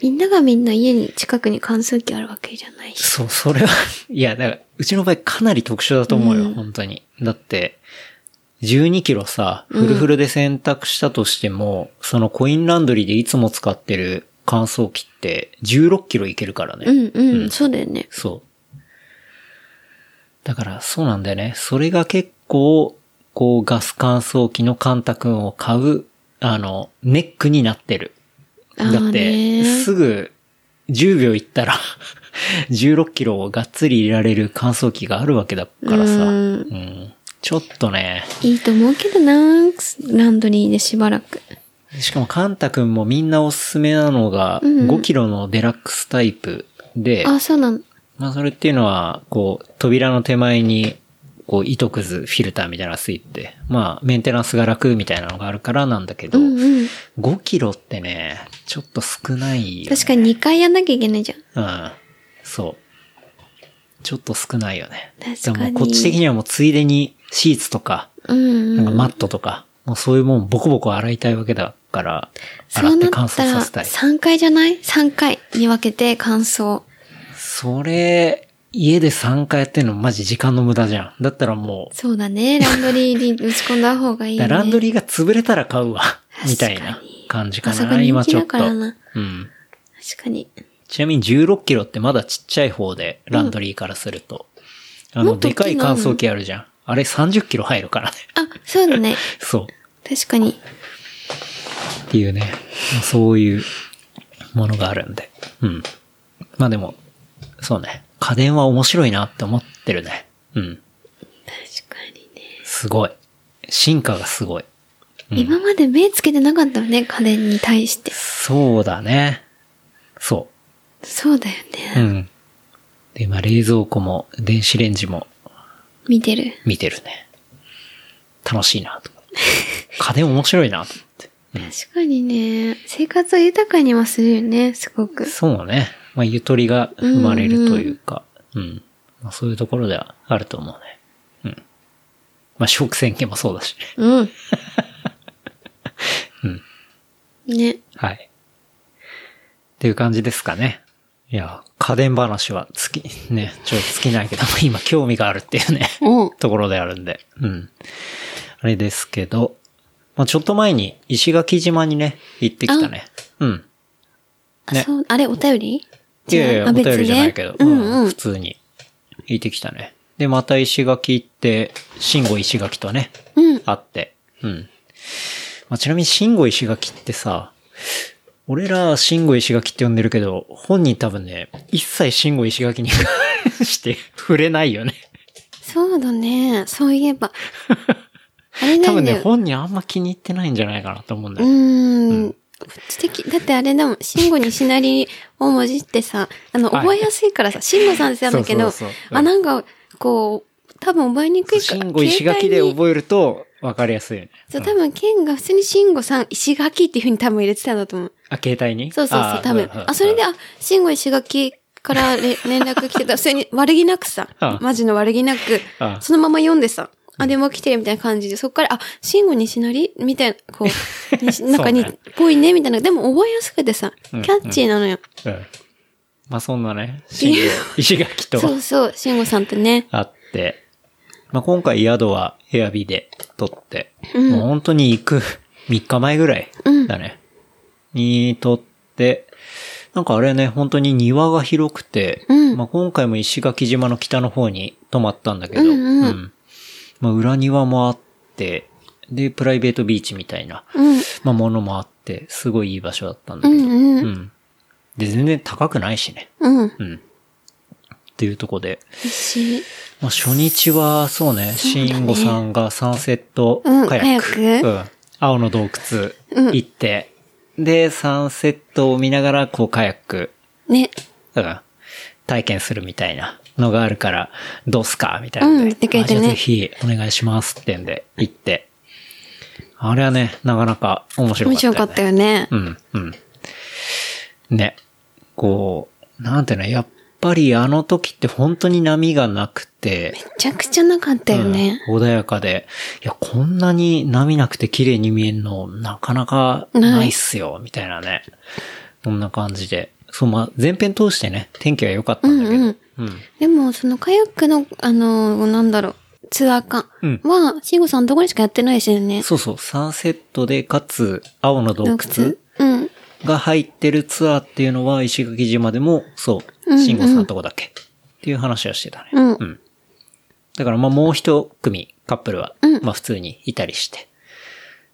Speaker 2: みんながみんな家に近くに乾燥機あるわけじゃないし。
Speaker 3: そう、それは、 いや、だから、うちの場合かなり特殊だと思うよ、本当に。だって、12キロさ、フルフルで洗濯したとしても、そのコインランドリーでいつも使ってる乾燥機って16キロいけるからね。
Speaker 2: うんうん、そうだよね。
Speaker 3: そう。だから、そうなんだよね。それが結構、こう、ガス乾燥機のカンタ君を買う、あの、ネックになってる。
Speaker 2: あ
Speaker 3: だ
Speaker 2: ーね
Speaker 3: って、
Speaker 2: ー
Speaker 3: すぐ、10秒いったら、16キロをがっつり入れられる乾燥機があるわけだか
Speaker 2: う
Speaker 3: らさ。うんん。ちょっとね。
Speaker 2: いいと思うけどなランドリーでしばらく。
Speaker 3: しかも、カンタ君もみんなおすすめなのが、
Speaker 2: うんうん
Speaker 3: 5キロのデラックスタイプで、
Speaker 2: あ、そうなの。
Speaker 3: まあそれっていうのは、こう、扉の手前に、こう、糸くず、フィルターみたいなのがついて、まあ、メンテナンスが楽みたいなのがあるからなんだけど、
Speaker 2: うんうん。
Speaker 3: 5キロってね、ちょっと少ないよ、ね。
Speaker 2: 確かに2回やんなきゃいけないじゃん。
Speaker 3: うん。そう。ちょっと少ないよね。
Speaker 2: 確かに
Speaker 3: でももうこっち的にはもうついでにシーツとか、
Speaker 2: うん
Speaker 3: な
Speaker 2: うんん。
Speaker 3: かマットとか、もうそういうもんボコボコ洗いたいわけだから、洗
Speaker 2: そう
Speaker 3: って
Speaker 2: な
Speaker 3: 乾
Speaker 2: っ
Speaker 3: 燥
Speaker 2: たら
Speaker 3: させたい。
Speaker 2: 3回じゃない ?3 回に分けて乾燥。
Speaker 3: それ、家で3回やってんのマジ時間の無駄じゃん。だったらもう、
Speaker 2: そうだね。 ランドリーに打ち込んだ方がいい、ね。
Speaker 3: だからランドリーが潰れたら買うわ。
Speaker 2: かに
Speaker 3: みたいな感じか
Speaker 2: あそ
Speaker 3: な。
Speaker 2: こ人
Speaker 3: 今
Speaker 2: 気
Speaker 3: ちょ
Speaker 2: だ
Speaker 3: っと。
Speaker 2: からな。
Speaker 3: うん。
Speaker 2: 確かに。
Speaker 3: ちなみに16キロってまだちっちゃい方で、ランドリーからすると。あ
Speaker 2: も
Speaker 3: の、
Speaker 2: っと大
Speaker 3: で
Speaker 2: きいの
Speaker 3: かい乾燥機あるじゃん。あれ30キロ入るからね。
Speaker 2: あ、そうだね。
Speaker 3: そう。
Speaker 2: 確かに。
Speaker 3: っていうね。まあそういうものがあるんで。うん。まあでも、そうね。家電は面白いなって思ってるね。うん。
Speaker 2: 確かにね。
Speaker 3: すごい。進化がすごい。
Speaker 2: 今まで目つけてなかったよね、家電に対して。
Speaker 3: そうだね。そう。
Speaker 2: そうだよ
Speaker 3: う
Speaker 2: ね。
Speaker 3: ん。で、今、冷蔵庫も、電子レンジも
Speaker 2: 見てる。
Speaker 3: 見てるね。楽しいなと思 って。家電面白いなと思って。
Speaker 2: 確かにね。生活を豊かにはするよね、すごく。
Speaker 3: そうね。まあ、ゆとりが生まれるというか、うん、まあ、そういうところではあると思うね。うん。まあ、食洗機もそうだし。
Speaker 2: うん。ね。
Speaker 3: はい。っていう感じですかね。いや、家電話は尽き、ね、ちょっと尽きないけど、 今興味があるっていうね。
Speaker 2: お
Speaker 3: ところであるんで。うん。あれですけど、まあ、ちょっと前に石垣島にね、行ってきたね。うん。
Speaker 2: あ、
Speaker 3: ね
Speaker 2: そう、あれ、お便り
Speaker 3: いやい
Speaker 2: 違う
Speaker 3: や、
Speaker 2: あ
Speaker 3: お
Speaker 2: 別ね
Speaker 3: 便りじゃないけど、
Speaker 2: うんう
Speaker 3: うん
Speaker 2: ん
Speaker 3: 普。通に行ってきたね。で、また石垣行って、慎吾石垣とね、
Speaker 2: うん。
Speaker 3: あって。うん。まあ、ちなみに慎吾石垣ってさ、俺ら慎吾石垣って呼んでるけど、本人多分ね、一切慎吾石垣に 関して触れないよね。
Speaker 2: そうだね。そういえ ば。あれな
Speaker 3: 多
Speaker 2: ん
Speaker 3: 分
Speaker 2: だ
Speaker 3: ね、
Speaker 2: よ。
Speaker 3: 本人あんま気に入ってないんじゃないかなと思うんだ
Speaker 2: う
Speaker 3: よね。
Speaker 2: ーん。知的。だってあれだもん。慎吾にしなりをもじってさ、あの、
Speaker 3: はい
Speaker 2: 覚えやすいからさ、慎吾さんってやんだけど、
Speaker 3: そうそうそううん
Speaker 2: あ、なんか、こう、多分覚えにくいから。
Speaker 3: 慎吾石垣で
Speaker 2: 携帯に
Speaker 3: 覚えると分かりやすいよね。
Speaker 2: そう、
Speaker 3: ん
Speaker 2: 多分、ケンが普通に慎吾さん、石垣っていう風に多分入れてたんだと思う。
Speaker 3: あ、携帯に
Speaker 2: そうそうそう、多分。あ、それで、、あ、慎吾石垣かられ連絡来て た。普通に悪気なくさ
Speaker 3: あ、
Speaker 2: マジの悪気なく
Speaker 3: あ、
Speaker 2: そのまま読んでさ、あ、でも来てるみたいな感じで、そっから、あ、慎吾西成みたいな、こ う、西なんかに、
Speaker 3: そうね
Speaker 2: ぽいね、みたいな。でも覚えやすくてさ、キ
Speaker 3: うん
Speaker 2: ャッチーなのよ。
Speaker 3: うんうんまあそんなね、慎吾石垣と
Speaker 2: そうそう、慎吾さんってね。
Speaker 3: あって、まあ今回宿は部屋日で取って、
Speaker 2: うん
Speaker 3: もう本当に行く3日前ぐらい
Speaker 2: うん
Speaker 3: だね。に取って、なんかあれね、本当に庭が広くて、
Speaker 2: うん
Speaker 3: まあ今回も石垣島の北の方に泊まったんだけど、
Speaker 2: うんうん
Speaker 3: まあ裏庭もあって、で、プライベートビーチみたいな、
Speaker 2: うん。
Speaker 3: まあ、ものもあって、すごいいい場所だったん
Speaker 2: う
Speaker 3: だけど。
Speaker 2: ん
Speaker 3: う
Speaker 2: うん。
Speaker 3: んで、全然高くないしね。
Speaker 2: うん。
Speaker 3: うん。っていうとこで、
Speaker 2: 嬉しい。
Speaker 3: まあ、初日はそうね、
Speaker 2: そうだね
Speaker 3: 慎吾さんがサンセット
Speaker 2: うん
Speaker 3: カヤック。
Speaker 2: カヤック
Speaker 3: うん青の洞窟行って、で、サンセットを見ながら、こうカヤック、
Speaker 2: ね。
Speaker 3: うん、体験するみたいなのがあるから、どうすかみたいなので。
Speaker 2: うん言ってくれてね
Speaker 3: あじゃあぜひお願いしますってんで行って。あれはね、なかなか面白か
Speaker 2: 面
Speaker 3: った、
Speaker 2: 白かったよね。
Speaker 3: うん、うん。ね。こう、なんていうの、やっぱりあの時って本当に波がなくて、
Speaker 2: めちゃくちゃなかったよね。
Speaker 3: うん穏やかで、いや、こんなに波なくて綺麗に見えるの、なかなかないっすよ、みたいなね。こんな感じで。そう、まあ、前編通してね、天気は良かったんだけど。
Speaker 2: うん
Speaker 3: うん
Speaker 2: でも、そのカヤックの、あの、なんだろう、ツアーか、
Speaker 3: うん
Speaker 2: は、シンゴさんのところしかやってないですよね。
Speaker 3: そうそう、サンセットで、かつ、青の洞窟
Speaker 2: うん。
Speaker 3: が入ってるツアーっていうのは、石垣島でも、そう、
Speaker 2: うん
Speaker 3: 慎吾さんのとこだけ。っていう話はしてたね。
Speaker 2: うん
Speaker 3: うん。だからまあもう一組カップルは
Speaker 2: うん、
Speaker 3: まあ普通にいたりして。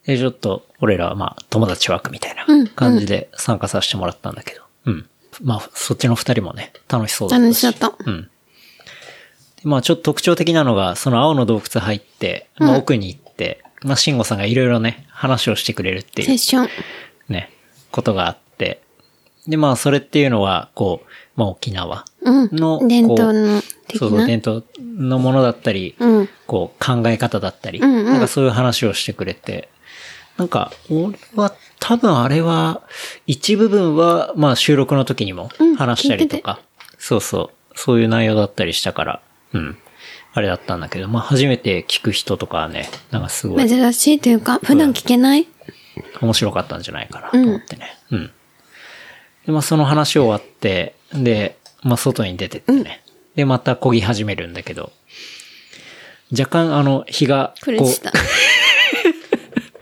Speaker 3: で、ちょっと、俺らはまあ友達枠みたいな
Speaker 2: うんうん
Speaker 3: 感じで参加させてもらったんだけど。うん。まあそっちの二人もね、楽しそうだった
Speaker 2: 楽
Speaker 3: し。
Speaker 2: しかった。
Speaker 3: うん。でまあちょっと特徴的なのが、その青の洞窟入って、まあ奥に行って、まあ慎吾さんがいろいろね、話をしてくれるっていう
Speaker 2: セッ。ション。
Speaker 3: ね、ことがあって。で、まあ、それっていうのは、こう、まあ、沖縄
Speaker 2: うん。
Speaker 3: の、
Speaker 2: 伝
Speaker 3: こう
Speaker 2: 統の的
Speaker 3: そうそう、
Speaker 2: な。
Speaker 3: 伝統のものだったり、
Speaker 2: うん。
Speaker 3: こう、考え方だったり、
Speaker 2: うんうん
Speaker 3: なんかそういう話をしてくれて、なんか、俺は、多分あれは、一部分は、まあ、収録の時にも
Speaker 2: うん
Speaker 3: 話したりとか、そうそう、そういう内容だったりしたから、うん。あれだったんだけど、まあ、初めて聞く人とかはね、なんかすごい、
Speaker 2: 珍しいというか、普段聞けない、
Speaker 3: 面白かったんじゃないかなと思ってね。うん。で、まあその話終わって、で、まあ外に出てってね。で、また漕ぎ始めるんだけど、若干あの、日が、
Speaker 2: 苦し さ。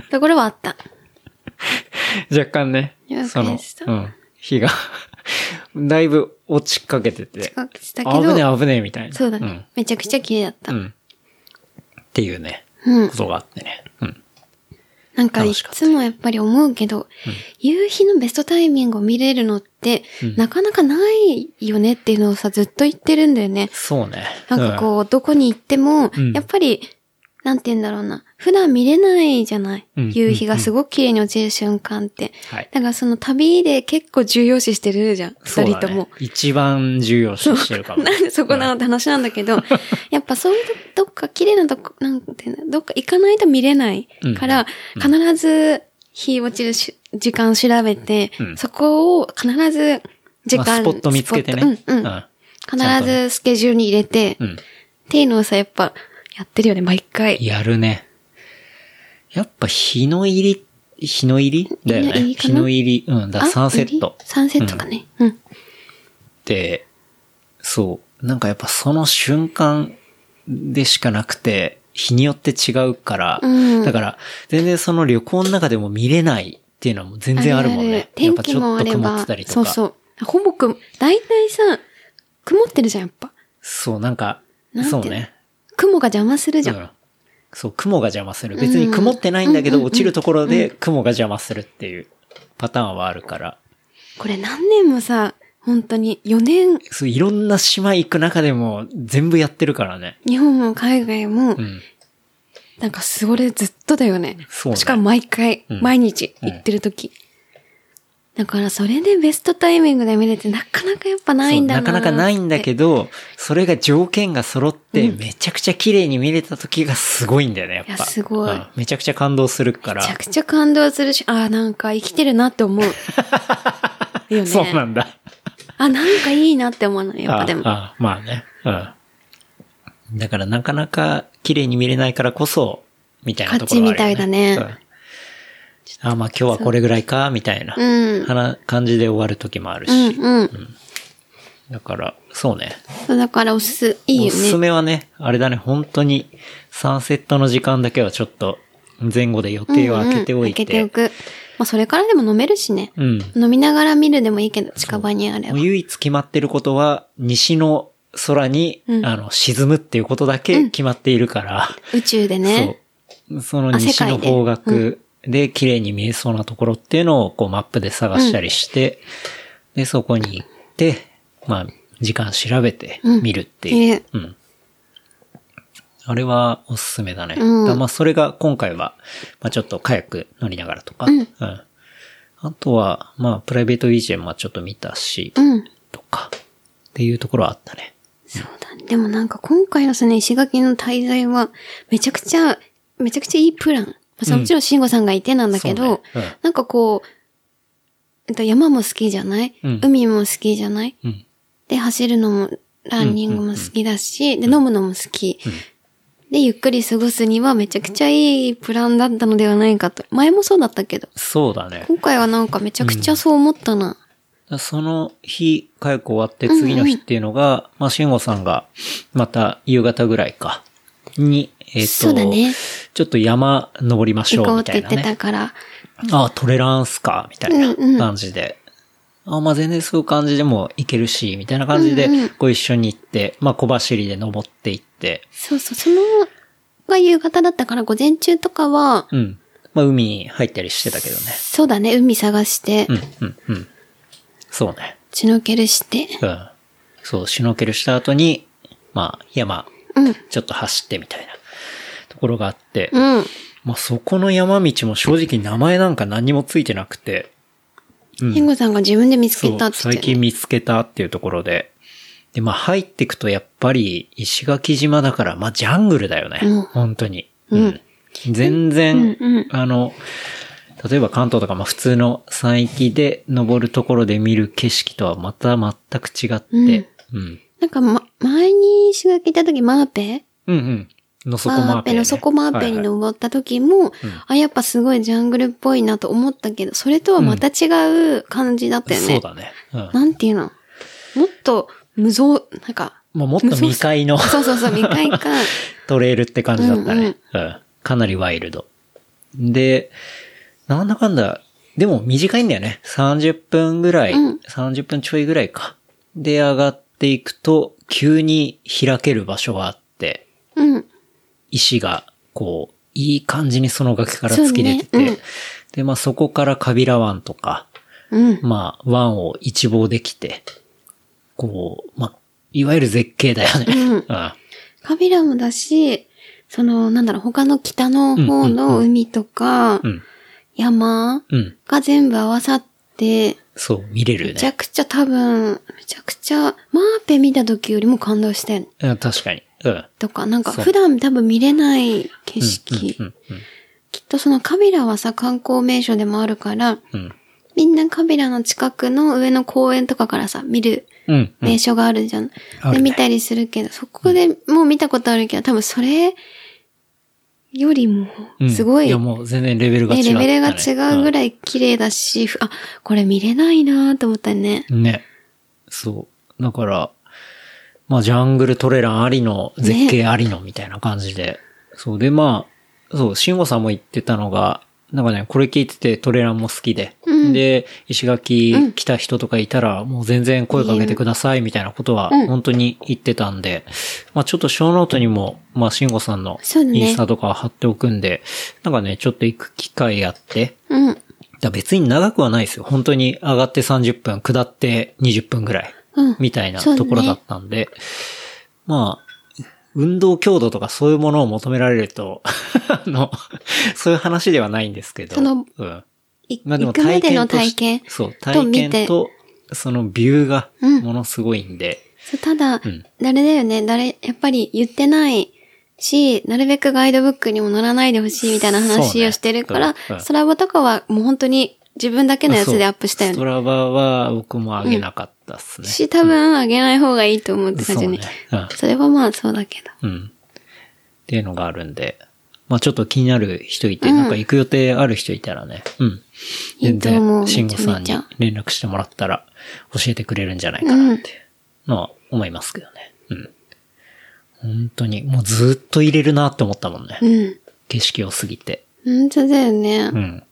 Speaker 2: ところはあった。
Speaker 3: う、若干ね
Speaker 2: いや、
Speaker 3: その
Speaker 2: 苦し、さ
Speaker 3: うん、日が、 だいぶ落ちかけてて、
Speaker 2: 近くしたけ
Speaker 3: 危ね
Speaker 2: ど、
Speaker 3: え危ねえみたいな。
Speaker 2: そうだね、めちゃくちゃ綺麗だっ
Speaker 3: う
Speaker 2: た。
Speaker 3: ん。
Speaker 2: う。
Speaker 3: うんん。っていうね、ことがあってね。うん。
Speaker 2: なんか、い
Speaker 3: 楽しかった
Speaker 2: つもやっぱり思うけど、夕日のベストタイミングを見れるのって、なかなかないよねっていうのをさ、ずっと言ってるんだよね。
Speaker 3: そうね。
Speaker 2: なんかこう、どこに行っても、
Speaker 3: うん
Speaker 2: やっぱり、なんて言うんだろうな。普段見れないじゃない、
Speaker 3: うん
Speaker 2: 夕日がすごく綺麗に落ちる瞬間って。
Speaker 3: うん。はい。
Speaker 2: だからその旅で結構重要視してるじゃん。
Speaker 3: そう
Speaker 2: 二人
Speaker 3: だ
Speaker 2: と
Speaker 3: ね
Speaker 2: も。。
Speaker 3: 一番重要視してるかも。
Speaker 2: なんでそこなのって話なんだけど、 やっぱそういうとどっか綺麗なとこ、なんていうの、どっか行かないと見れないから、必ず日落ちるし時間を調べて、
Speaker 3: うん
Speaker 2: そこを必ず時間、
Speaker 3: まあスポット見つけてね。
Speaker 2: スポットうんうん必ずスケジュールに入れて、
Speaker 3: うん。
Speaker 2: っていうのをさ、やっぱ、やってるよね、毎回。
Speaker 3: やるね。やっぱ日の入り、日の入りだよ
Speaker 2: 日の入
Speaker 3: ね。
Speaker 2: りか
Speaker 3: 日
Speaker 2: な
Speaker 3: の入り。うん。だ
Speaker 2: あ
Speaker 3: サンセット
Speaker 2: いいサンセットかね。うん。
Speaker 3: って、そう。なんかやっぱその瞬間でしかなくて、日によって違うから、
Speaker 2: うん
Speaker 3: だから全然その旅行の中でも見れないっていうのも全然あるもんね。やっ
Speaker 2: 天
Speaker 3: ぱち
Speaker 2: 気
Speaker 3: ょ
Speaker 2: もあ
Speaker 3: っと
Speaker 2: れ
Speaker 3: 曇っ
Speaker 2: ば
Speaker 3: てたり、とか。
Speaker 2: そうそう。ほぼく、大体さ、曇ってるじゃん、やっぱ。
Speaker 3: そうなんか
Speaker 2: なん、て
Speaker 3: そうね。
Speaker 2: 雲が邪魔するじゃん。
Speaker 3: うんそう、雲が邪魔する。別に曇ってないんだけど、落ちるところで雲が邪魔するっていうパターンはあるから。
Speaker 2: これ何年もさ、本当に4年、
Speaker 3: そう、いろんな島行く中でも全部やってるからね。
Speaker 2: 日本も海外も、
Speaker 3: うん。
Speaker 2: なんかそれずっとだよね。
Speaker 3: そうね
Speaker 2: しかも毎回、
Speaker 3: うん
Speaker 2: 毎日行ってる時、だからそれでベストタイミングで見れてなかなかやっぱないんだ
Speaker 3: そうなかなかないんだ
Speaker 2: ど。
Speaker 3: けど、それが条件が揃って、めちゃくちゃ綺麗に見れた時がすごいんだよね、やっぱ。
Speaker 2: いやすごい
Speaker 3: うんめちゃくちゃ感動するから
Speaker 2: めち。ゃくちゃ感動するし、ああ、なんか生きてるなって思 う。よね。
Speaker 3: そうなんだ。
Speaker 2: あ、なんかいいなって思うのよ、やっぱでも。
Speaker 3: ああまあね。うん。だからなかなか綺麗に見れないからこそ、みたいなところはあるよ
Speaker 2: 価値みたいだね
Speaker 3: うんあ、まあ今日はこれぐらいか、みたいな、
Speaker 2: うん
Speaker 3: はな感じで終わる時もあるし。
Speaker 2: うん、うん。
Speaker 3: だから、そうね。
Speaker 2: そうだからおすす、いい
Speaker 3: お
Speaker 2: よ
Speaker 3: すす
Speaker 2: ね。
Speaker 3: めはね、あれだね、本当に、サンセットの時間だけはちょっと、前後で予定を空けておいて。
Speaker 2: うんうん開けておく。まあ、それからでも飲めるしね。
Speaker 3: うん
Speaker 2: 飲みながら見るでもいいけど、近場にあれば
Speaker 3: もう。唯一決まってることは、西の空に、
Speaker 2: うん
Speaker 3: あの、沈むっていうことだけ決まっているから、
Speaker 2: 宇宙でね。
Speaker 3: そう。その
Speaker 2: あ世
Speaker 3: 西
Speaker 2: 界で
Speaker 3: の方角で綺麗に見えそうなところっていうのをこうマップで探したりして、で、そこに行って、まあ時間調べて
Speaker 2: うん
Speaker 3: 見るっていう。
Speaker 2: ね
Speaker 3: うん。あれはおすすめだね。
Speaker 2: うん
Speaker 3: だからまあそれが今回は、まあちょっとカヤック乗りながらとか。
Speaker 2: うん
Speaker 3: あとは、まあプライベート BGM はちょっと見たし、
Speaker 2: うん。
Speaker 3: とか。っていうところはあったね。
Speaker 2: そうだね。でもなんか今回のその石垣の滞在は、めちゃくちゃ、めちゃくちゃいいプラン。まあさ
Speaker 3: うん
Speaker 2: もちろん慎吾さんがいてなんだけど、
Speaker 3: そうねうん
Speaker 2: なんかこう、えっと、山も好きじゃない、
Speaker 3: うん
Speaker 2: 海も好きじゃない
Speaker 3: うん。
Speaker 2: で、走るのも、ランニングも好きだし、で、飲むのも好き、で、ゆっくり過ごすにはめちゃくちゃいいプランだったのではないかと。前もそうだったけど。
Speaker 3: そうだね。
Speaker 2: 今回はなんかめちゃくちゃそう思ったな。
Speaker 3: その日、火薬終わって次の日っていうのが、まあ、慎吾さんが、また夕方ぐらいか、に、えっ、
Speaker 2: そうだ
Speaker 3: と、
Speaker 2: ね
Speaker 3: ちょっと山登りましょ
Speaker 2: 行こ
Speaker 3: う
Speaker 2: うっ
Speaker 3: みた
Speaker 2: て
Speaker 3: い
Speaker 2: 言
Speaker 3: な
Speaker 2: ってた
Speaker 3: ね。
Speaker 2: から。
Speaker 3: ああ、トレランスか、みたいな感じで。あまあ、全然そういう感じでも行けるし、みたいな感じで
Speaker 2: うんう、
Speaker 3: ご一緒に行って、まあ、小走りで登って行って、
Speaker 2: そうそう、その、が夕方だったから午前中とかは、
Speaker 3: うん。まあ、海に入ったりしてたけどね。
Speaker 2: そうだね、海探して、
Speaker 3: うん、うん、うん。そうね。
Speaker 2: 血のけるして、
Speaker 3: うん。そう、シュノーケルした後に、まあ、山、
Speaker 2: うん、
Speaker 3: ちょっと走ってみたいなところがあって、
Speaker 2: うん、
Speaker 3: まあそこの山道も正直名前なんか何もついてなくて、うん
Speaker 2: 慎吾さんが自分で見つけたって
Speaker 3: そ
Speaker 2: 言
Speaker 3: う
Speaker 2: って、
Speaker 3: 最近見つけたっていうところで、で、まあ入ってくとやっぱり石垣島だから、まあジャングルだよね。
Speaker 2: うん
Speaker 3: 本当に。
Speaker 2: うん
Speaker 3: 全然、
Speaker 2: うんうん
Speaker 3: あの、例えば関東とかまあ普通の山域で登るところで見る景色とはまた全く違って、うん。
Speaker 2: なんか、ま、前に石垣行った時、マーペ
Speaker 3: うんうん。のそこ
Speaker 2: マ
Speaker 3: マ
Speaker 2: ー
Speaker 3: ー
Speaker 2: ペ
Speaker 3: ペ、ね。
Speaker 2: の底マーペに
Speaker 3: はいはい
Speaker 2: 登った時も、あ、やっぱすごいジャングルっぽいなと思ったけど、それとはまた違う感じだったよね。
Speaker 3: そうだね。うん。
Speaker 2: なんていうのもっと無造、なんか、
Speaker 3: まあ、もっと未開の
Speaker 2: そうそうそう、未開 か。
Speaker 3: トレイルって感じだったね。うん、かなりワイルド。で、なんだかんだ、でも短いんだよね。30分ぐらい、
Speaker 2: うん
Speaker 3: 30分ちょいぐらいか。で、上がっていくと、急に開ける場所があって、
Speaker 2: うん。
Speaker 3: 石が、こう、いい感じにその崖から突き出てて、
Speaker 2: そうねうん
Speaker 3: で、まあ、そこからカビラ湾とか、
Speaker 2: うん。
Speaker 3: まあ、湾を一望できて、こう、まあ、いわゆる絶景だよね。
Speaker 2: うん
Speaker 3: うん
Speaker 2: カビラもだし、その、なんだろう、他の北の方の海とか、
Speaker 3: うん。
Speaker 2: 山
Speaker 3: うん。
Speaker 2: が全部合わさって、
Speaker 3: そう、見れる
Speaker 2: めちゃ
Speaker 3: ね。
Speaker 2: くちゃ多分、めちゃくちゃ、マーペ見た時よりも感動してん
Speaker 3: うん確かに。うん。
Speaker 2: とか、なんか
Speaker 3: そう
Speaker 2: 普段多分見れない景色。
Speaker 3: うん。
Speaker 2: きっとそのカビラはさ、観光名所でもあるから、
Speaker 3: うん。
Speaker 2: みんなカビラの近くの上の公園とかからさ、見る
Speaker 3: うん。うん。うん
Speaker 2: 名所があるじゃん。
Speaker 3: ある
Speaker 2: で、
Speaker 3: ね
Speaker 2: 見たりするけど、そこでもう見たことあるけど、多分それよりも
Speaker 3: う、ん
Speaker 2: すごい、
Speaker 3: いや、もう全然レベルが違
Speaker 2: ね
Speaker 3: う。
Speaker 2: レベルが違うぐらい綺麗だし、ふあ、これ見れないなと思ったね。
Speaker 3: うんね。そう。だから、まあ、ジャングルトレランありの、絶景ありの、みたいな感じで。そう。で、まあ、そう、慎吾さんも言ってたのが、なんかね、これ聞いててトレランも好きで。
Speaker 2: うん
Speaker 3: で、石垣来た人とかいたら、もう全然声かけてください、みたいなことは、
Speaker 2: うん
Speaker 3: 本当に言ってたんで、まあ、ちょっと小ノートにも、まあ、慎吾さんの
Speaker 2: そうだね
Speaker 3: インスタとかは貼っておくんで、なんかね、ちょっと行く機会あって、
Speaker 2: うん。
Speaker 3: だから別に長くはないですよ。本当に上がって30分、下って20分ぐらい、
Speaker 2: うん。
Speaker 3: みたいな
Speaker 2: そうね
Speaker 3: ところだったんで、まあ、運動強度とかそういうものを求められると、 あの、そういう話ではないんですけど、
Speaker 2: その
Speaker 3: うん。
Speaker 2: い
Speaker 3: まあで
Speaker 2: 行
Speaker 3: も
Speaker 2: く
Speaker 3: 体
Speaker 2: まで
Speaker 3: 験
Speaker 2: の
Speaker 3: とし
Speaker 2: 体験。
Speaker 3: そう、
Speaker 2: と
Speaker 3: 体
Speaker 2: 見て
Speaker 3: 験と、そのビューが
Speaker 2: うん
Speaker 3: ものすごいんで、
Speaker 2: そうただ、
Speaker 3: ん
Speaker 2: 誰だよね、誰、やっぱり言ってないし、なるべくガイドブックにも載らないでほしいみたいな
Speaker 3: そう
Speaker 2: 話
Speaker 3: ね
Speaker 2: をしてるから、
Speaker 3: うんうん
Speaker 2: スラバとかはもう本当に自分だけのやつでアップしたよ
Speaker 3: そうスト
Speaker 2: ね。
Speaker 3: ラバは僕も上げなかったっすね。
Speaker 2: し、多分あげない方がいいと思ってた
Speaker 3: そ
Speaker 2: じゃ
Speaker 3: う
Speaker 2: ね
Speaker 3: ね。。うん
Speaker 2: それはまあそうだけど。
Speaker 3: うん。っていうのがあるんで。まあちょっと気になる人いて、なんか行く予定ある人いたらね。うん。
Speaker 2: いいと思う
Speaker 3: 慎吾さん
Speaker 2: め
Speaker 3: に
Speaker 2: ちゃめち
Speaker 3: 連絡してもらったら教えてくれるんじゃないかなっていうのは思いますけどね。うん。本当に、もうずっと入れるなって思ったもんね。
Speaker 2: うん。
Speaker 3: 景色を過ぎて。
Speaker 2: 本当だよね。
Speaker 3: うん。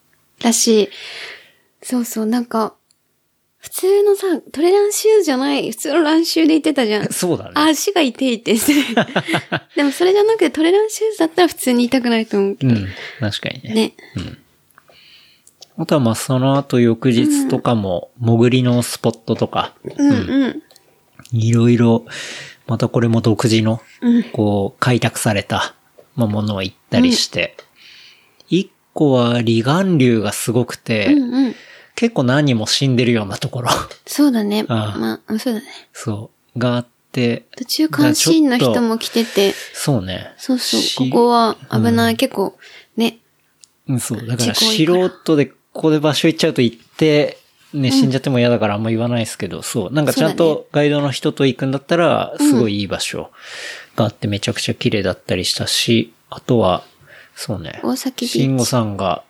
Speaker 2: だし、そうそう、なんか、普通のさ、トレランシューじゃない、普通のランシューで行ってたじゃん。
Speaker 3: そうだ
Speaker 2: あ、
Speaker 3: ね。
Speaker 2: 足が痛い って。でもそれじゃなくてトレランシューズだったら普通に痛くないと思うけ
Speaker 3: う
Speaker 2: ど。
Speaker 3: ん。確かにね。
Speaker 2: ね。
Speaker 3: あとはまあその後翌日とかも潜りのスポットとか
Speaker 2: うんうん。
Speaker 3: いろいろ、またこれも独自の、
Speaker 2: うん
Speaker 3: こう、開拓された、まあ、ものを言ったりして、一、個は離岸流がすごくて、
Speaker 2: うんうん。
Speaker 3: 結構何人も死んでるようなところ、
Speaker 2: そうだね。
Speaker 3: ああ
Speaker 2: まあ、そうだね。
Speaker 3: そう、があって、
Speaker 2: 途中監視員の
Speaker 3: だ
Speaker 2: 人
Speaker 3: からちょっ
Speaker 2: も来てて、
Speaker 3: と、そうね。
Speaker 2: そうそう、
Speaker 3: し
Speaker 2: ここは危ない、結構、ね。
Speaker 3: うんそう、だから
Speaker 2: 事故多いから
Speaker 3: 素人でここで場所行っちゃうと行って、ね、死んじゃっても嫌だからあんま言わないですけど、そう、なんかちゃん
Speaker 2: そうだ
Speaker 3: とガイドの人と行くんだったら、すごいいい場所があってめちゃくちゃ綺麗だったりしたし、あとは、そうね、
Speaker 2: 大崎ビーチ
Speaker 3: 慎吾さんが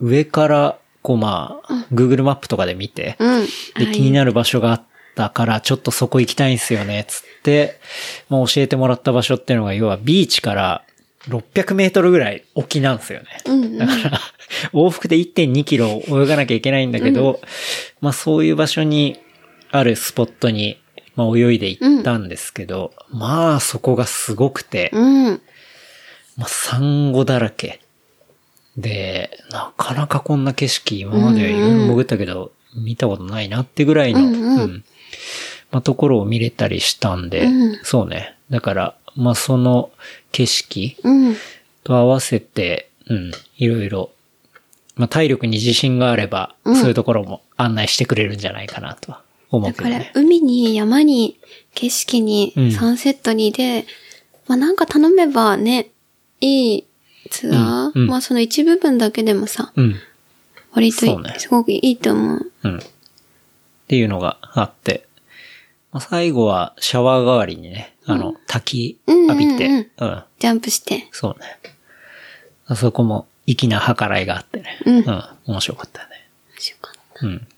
Speaker 3: 上から、こうまあ、Google マップとかで見て、
Speaker 2: うん。
Speaker 3: で、気になる場所があったから、ちょっとそこ行きたいんすよね、つって、まあ教えてもらった場所っていうのが、要はビーチから600メートルぐらい沖なんですよね。
Speaker 2: うんうん
Speaker 3: だから、往復で1.2キロ泳がなきゃいけないんだけど、まあそういう場所にあるスポットに、まあ泳いで行ったんですけど、まあそこがすごくて、
Speaker 2: うん。
Speaker 3: まあサンゴだらけ。で、なかなかこんな景色、今までいろいろ潜ったけど、見たことないなってぐらいの、
Speaker 2: うんうん
Speaker 3: まあ、ところを見れたりしたんで、
Speaker 2: うん
Speaker 3: そうね。だから、まあ、その景色
Speaker 2: うん。
Speaker 3: と合わせて、うん、いろいろ、まあ、体力に自信があれば、
Speaker 2: うん
Speaker 3: そういうところも案内してくれるんじゃないかなとは思う
Speaker 2: だ
Speaker 3: け
Speaker 2: か
Speaker 3: ど
Speaker 2: ら
Speaker 3: ね、。
Speaker 2: 海に、山に、景色
Speaker 3: う
Speaker 2: に、
Speaker 3: ん
Speaker 2: サンセットにで、まあなんか頼めばね、いいツアー、
Speaker 3: うんうん
Speaker 2: まあその一部分だけでもさ、
Speaker 3: うん。
Speaker 2: 割とい
Speaker 3: そうね
Speaker 2: すごくいいと思う。
Speaker 3: うん。っていうのがあって、まあ、最後はシャワー代わりにね、あの、滝浴びて、
Speaker 2: う
Speaker 3: うんん
Speaker 2: うんジャンプして。
Speaker 3: そうね。あそこも粋な計らいがあってね、
Speaker 2: うん
Speaker 3: 面白かったよね。
Speaker 2: しようかな
Speaker 3: うん。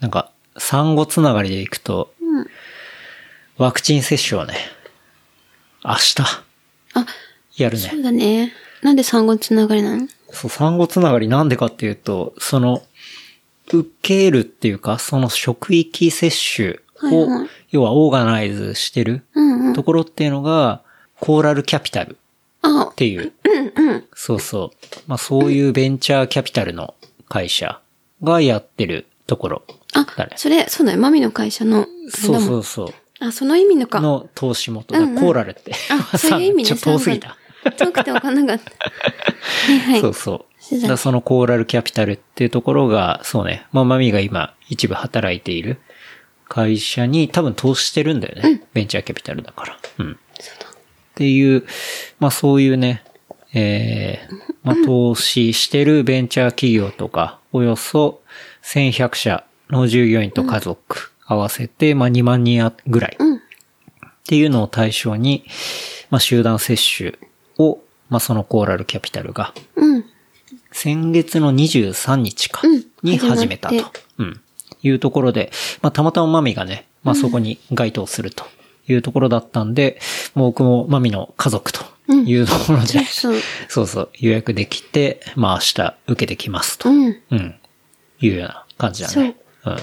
Speaker 3: なんか、産後つながりでいくと、
Speaker 2: うん
Speaker 3: ワクチン接種をね、明
Speaker 2: あ、
Speaker 3: 日、やる
Speaker 2: そう
Speaker 3: ね。
Speaker 2: だね。なんで産後つながりなの
Speaker 3: そう、産後つながりなんでかっていうと、その、受けるっていうか、その職域接種を、
Speaker 2: はいはい
Speaker 3: 要はオーガナイズしてる
Speaker 2: うんうん。
Speaker 3: ところっていうのが、コーラルキャピタルっ
Speaker 2: あ、
Speaker 3: ていう、そうそう。まあそういうベンチャーキャピタルの会社がやってるところだ
Speaker 2: あ
Speaker 3: ね、。
Speaker 2: それ、そうだよ。マミの会社の、
Speaker 3: そう
Speaker 2: あれだも
Speaker 3: そ
Speaker 2: ん
Speaker 3: うそう。
Speaker 2: あ、その意味のか。
Speaker 3: の投資元。だからコーラルって。
Speaker 2: あ、そういう意味ね。
Speaker 3: ちょっと遠すぎた。
Speaker 2: 産後。遠くてわかんなかった。 はいはい。
Speaker 3: そうそう
Speaker 2: そうだ。ね
Speaker 3: だからそのコーラルキャピタルっていうところが、そうね。まあマミーが今一部働いている会社に多分投資してるんだよね。ベンチャーキャピタルだから。うん。っていう、まあそういうね、えー、 まあ投資してるベンチャー企業とか、およそ1100社の従業員と家族合わせて、まあ2万人ぐらい。
Speaker 2: うん。
Speaker 3: っていうのを対象に、まあ、集団接種を、まあ、そのコーラルキャピタルが、
Speaker 2: うん。
Speaker 3: 先月の23日か
Speaker 2: うん、
Speaker 3: に始めたと
Speaker 2: 始まっ、
Speaker 3: うん、いうところで、まあ、たまたまマミがね、まあ、そこに該当するというところだったんで、もう僕もマミの家族というところで、
Speaker 2: そうそう。
Speaker 3: そうそう、予約できて、まあ、明日受けてきますと、
Speaker 2: うん。
Speaker 3: うん、いうような感じだね。うん。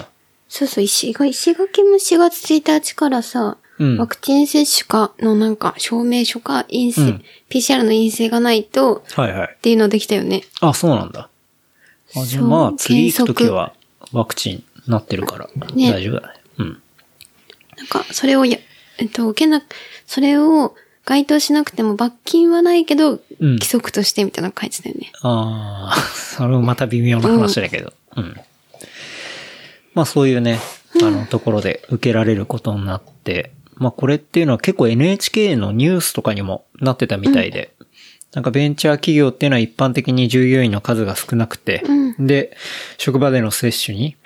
Speaker 2: そうそう、石垣、石垣も4月1日からさ、
Speaker 3: うん
Speaker 2: ワクチン接種かのなんか、証明書か陰性、
Speaker 3: うん
Speaker 2: PCR の陰性がないと、
Speaker 3: はいはい
Speaker 2: っ。ていうのできたよね。
Speaker 3: あ、そうなんだ。あじゃあまあ、次行くときはワクチンなってるから、
Speaker 2: ね
Speaker 3: 大丈夫だね。うん。
Speaker 2: なんか、それをや、えっと、受けな、それを該当しなくても罰金はないけど、
Speaker 3: うん
Speaker 2: 規則としてみたいなの書いてたよね。
Speaker 3: ああ、それもまた微妙な話だけど。うん。まあそういうね、あの、ところで受けられることになって、まあこれっていうのは結構 NHK のニュースとかにもなってたみたいで、なんかベンチャー企業っていうのは一般的に従業員の数が少なくて、で、職場での接種に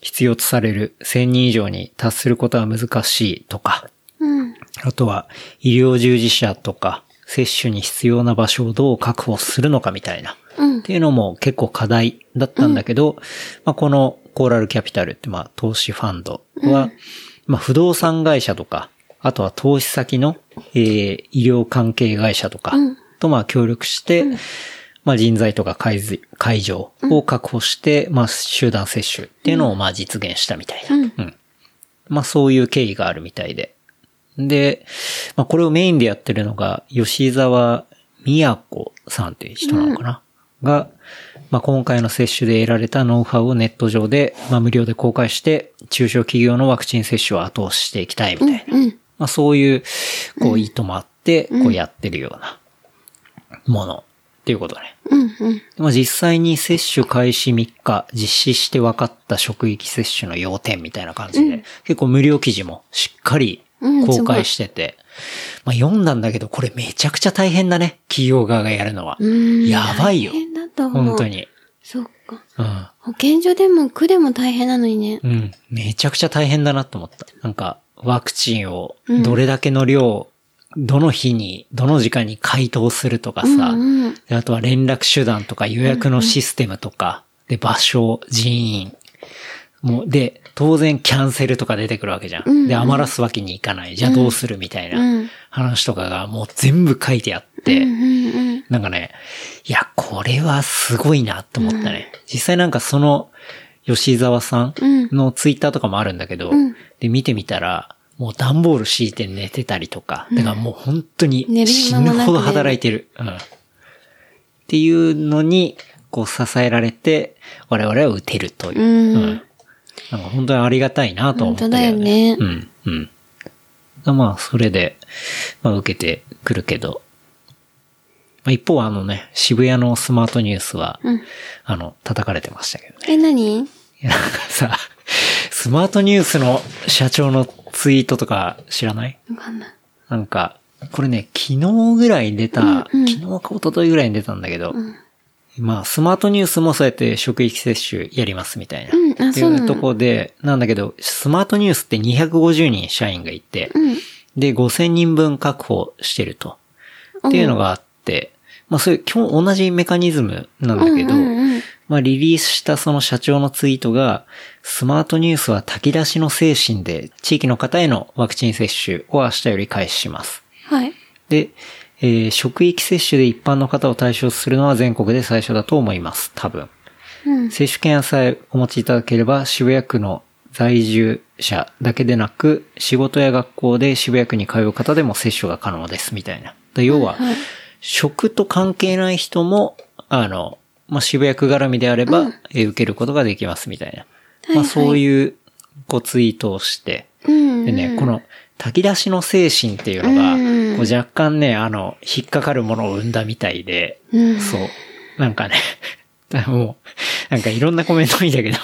Speaker 3: 必要とされる1000人以上に達することは難しいとか、
Speaker 2: うん。
Speaker 3: あとは医療従事者とか接種に必要な場所をどう確保するのかみたいな。
Speaker 2: うん
Speaker 3: っていうのも結構課題だったんだけど、まあ、このコーラルキャピタルってまあ投資ファンドは、まあ、不動産会社とか、あとは投資先の、えー医療関係会社とかとまあ協力して、まあ、人材とか会ず会場を確保して、まあ、集団接種っていうのをまあ実現したみたいな。うんまあそういう経緯があるみたいで。で、まあこれをメインでやってるのが、吉沢都さんっていう人なのかな、が、まあ、今回の接種で得られたノウハウをネット上で、まあ、無料で公開して、中小企業のワクチン接種を後押ししていきたいみたいな。
Speaker 2: うん。
Speaker 3: まあ、そういう、こう、意図もあって、こうやってるようなものっていうことね。
Speaker 2: うん。うん。
Speaker 3: まあ、実際に接種開始3日、実施して分かった職域接種の要点みたいな感じで、結構無料記事もしっかり
Speaker 2: うん
Speaker 3: 公開してて、まあ、読んだんだけど、これめちゃくちゃ大変だね。企業側がやるのは。
Speaker 2: うん。
Speaker 3: やばいよ
Speaker 2: 大変だと思う。
Speaker 3: 本当。に。
Speaker 2: そっか。
Speaker 3: うん。
Speaker 2: 保健所でも区でも大変なのにね。
Speaker 3: うん。めちゃくちゃ大変だなと思った。なんか、ワクチンを、どれだけの量、どの日に、どの時間に回答するとかさ、
Speaker 2: うんうん。
Speaker 3: であとは連絡手段とか予約のシステムとか、で、場所、人員。もう、で、当然キャンセルとか出てくるわけじゃん。
Speaker 2: うんうん
Speaker 3: で、余らすわけにいかない。じゃあどうするみたい
Speaker 2: うん
Speaker 3: な話とかがもう全部書いてあって、
Speaker 2: うんうん
Speaker 3: なんかね、いや、これはすごいなと思ったね。実際なんかその、吉沢さんのツイッターとかもあるんだけど、
Speaker 2: うん
Speaker 3: で、見てみたら、もう段ボール敷いて寝てたりとか、だからもう本当
Speaker 2: 寝
Speaker 3: に
Speaker 2: る
Speaker 3: 死
Speaker 2: 暇もなく
Speaker 3: ぬ
Speaker 2: ね
Speaker 3: ほど働いてる。うん。っていうのに、こう支えられて、我々は打てるという。
Speaker 2: うん
Speaker 3: なんか本当にありがたいなとは思ったけど、ね。
Speaker 2: 本当だよね
Speaker 3: うん、うん。がまあ、それで、まあ、受けてくるけど。まあ、一方、あのね、渋谷のスマートニュースは、
Speaker 2: うん。
Speaker 3: あの、叩かれてましたけどね。
Speaker 2: え、何
Speaker 3: いやなんかさ、スマートニュースの社長のツイートとか知らない
Speaker 2: わかんない。
Speaker 3: なんか、これね、昨日ぐらいに出た、
Speaker 2: うんうん
Speaker 3: 昨日か一昨日ぐらいに出たんだけど、
Speaker 2: ん
Speaker 3: まあ、スマートニュースもそうやって職域接種やりますみたいな。
Speaker 2: うんあ
Speaker 3: ってい
Speaker 2: そうな
Speaker 3: う
Speaker 2: の
Speaker 3: とこで、なんだけど、スマートニュースって250人社員がいて、
Speaker 2: うん。
Speaker 3: で、5000人分確保してると。っていうのがあって、まあ、そういう、基本同じメカニズムなんだけ
Speaker 2: うんう
Speaker 3: ど、
Speaker 2: んうん
Speaker 3: まあ、リリースしたその社長のツイートが、スマートニュースは炊き出しの精神で、地域の方へのワクチン接種を明日より開始します。
Speaker 2: はい。
Speaker 3: で、えー職域接種で一般の方を対象とするのは全国で最初だと思います。多分。
Speaker 2: うん。
Speaker 3: 接種券さえお持ちいただければ、渋谷区の在住者だけでなく、仕事や学校で渋谷区に通う方でも接種が可能です、みたいな。で要は、職と関係ない人も、あの、まあ、渋谷区絡みであれば、えー受けることができます、みたいな。
Speaker 2: はい
Speaker 3: ま
Speaker 2: は
Speaker 3: あ、
Speaker 2: い
Speaker 3: そういう、こう、ツイートをして、
Speaker 2: うん。
Speaker 3: でね、この、炊き出しの精神っていうのが、
Speaker 2: うん
Speaker 3: こう若干ね、あの、引っかかるものを生んだみたいで、
Speaker 2: うん
Speaker 3: そう。なんかね、 もう、なんかいろんなコメント見たけど、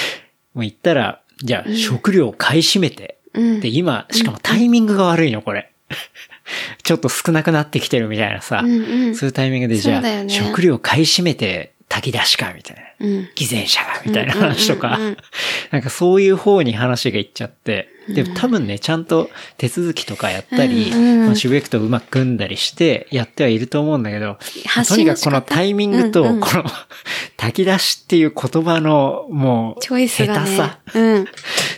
Speaker 3: もう言ったら、じゃあ、食料を買い占めて、
Speaker 2: うん
Speaker 3: で、今、しかもタイミングが悪いの、これ。 ちょっと少なくなってきてるみたいなさ、
Speaker 2: うんうん
Speaker 3: そういうタイミングで、じゃ
Speaker 2: そ
Speaker 3: あ、
Speaker 2: うだよね
Speaker 3: 食料買い占めて、炊き出しか、みたいな。
Speaker 2: うん。
Speaker 3: 偽善者だみたいな話とか
Speaker 2: うんうんうんうん、
Speaker 3: なんかそういう方に話がいっちゃって、で、多分ね、ちゃんと手続きとかやったり、
Speaker 2: うんうん
Speaker 3: まあ、渋谷区とうまく組んだりしてやってはいると思うんだけど、
Speaker 2: 発
Speaker 3: と
Speaker 2: 信
Speaker 3: にか
Speaker 2: の
Speaker 3: く
Speaker 2: 仕方
Speaker 3: このタイミングと、こ
Speaker 2: うんう
Speaker 3: の
Speaker 2: ん
Speaker 3: 炊き出しっていう言葉の、もう、
Speaker 2: チョイスが
Speaker 3: 下手
Speaker 2: ね。
Speaker 3: さ
Speaker 2: うん。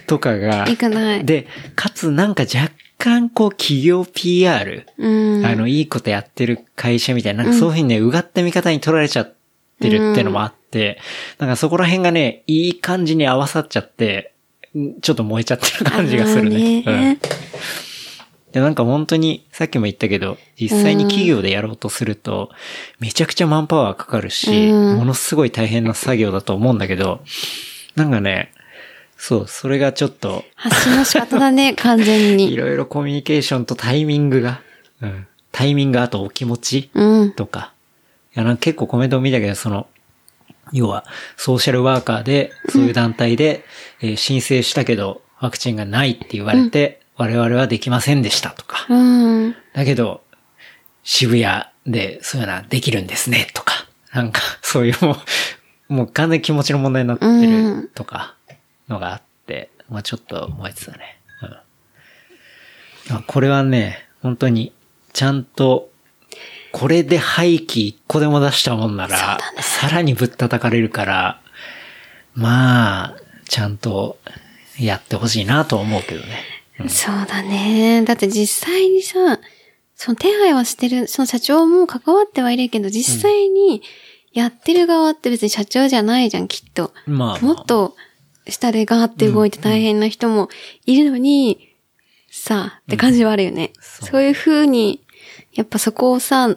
Speaker 3: とかが、
Speaker 2: いかない。
Speaker 3: で、かつなんか若干こう企業 PR、
Speaker 2: うん。
Speaker 3: あの、いいことやってる会社みたいな、なんかそういうふうにね、うがった見方に取られちゃってるってのもあって、なんかそこら辺がね、いい感じに合わさっちゃって、んちょっと燃えちゃってる感じがするね。
Speaker 2: あの
Speaker 3: うんで、なんか本当に、さっきも言ったけど、実際に企業でやろうとすると、めちゃくちゃマンパワーかかるし、
Speaker 2: うん
Speaker 3: ものすごい大変な作業だと思うんだけど、なんかね、そう、それがちょっと、
Speaker 2: 発信の仕方だ ね、完全
Speaker 3: い
Speaker 2: に。
Speaker 3: ろいろコミュニケーションとタイミングが、うん、タイミングあとお気持ち、
Speaker 2: うん。
Speaker 3: とか。いや、なんか結構コメントを見たけど、その、要は、ソーシャルワーカーで、そういう団体で、えー申請したけど、ワクチンがないって言われて、我々はできませんでしたとか。
Speaker 2: うん。
Speaker 3: だけど、渋谷で、そういうのはできるんですね、とか。なんか、そういうもう、もう完全に気持ちの問題になって
Speaker 2: うん
Speaker 3: る、とか、のがあって、まあちょっと思えてたね。うん。あこれはね、本当に、ちゃんと、これで廃棄一個でも出したもんなら、さらにぶったたかれるから、まあ、ちゃんとやってほしいなと思うけどね。
Speaker 2: そうだね。だって実際にさ、その手配はしてる、その社長も関わってはいるけど、実際にやってる側って別に社長じゃないじゃん、きっと。
Speaker 3: まあ、
Speaker 2: もっと下でガーって動いて大変な人もいるのに、さあ、って感じはあるよね。
Speaker 3: そう
Speaker 2: そういう風に、やっぱそこをさ、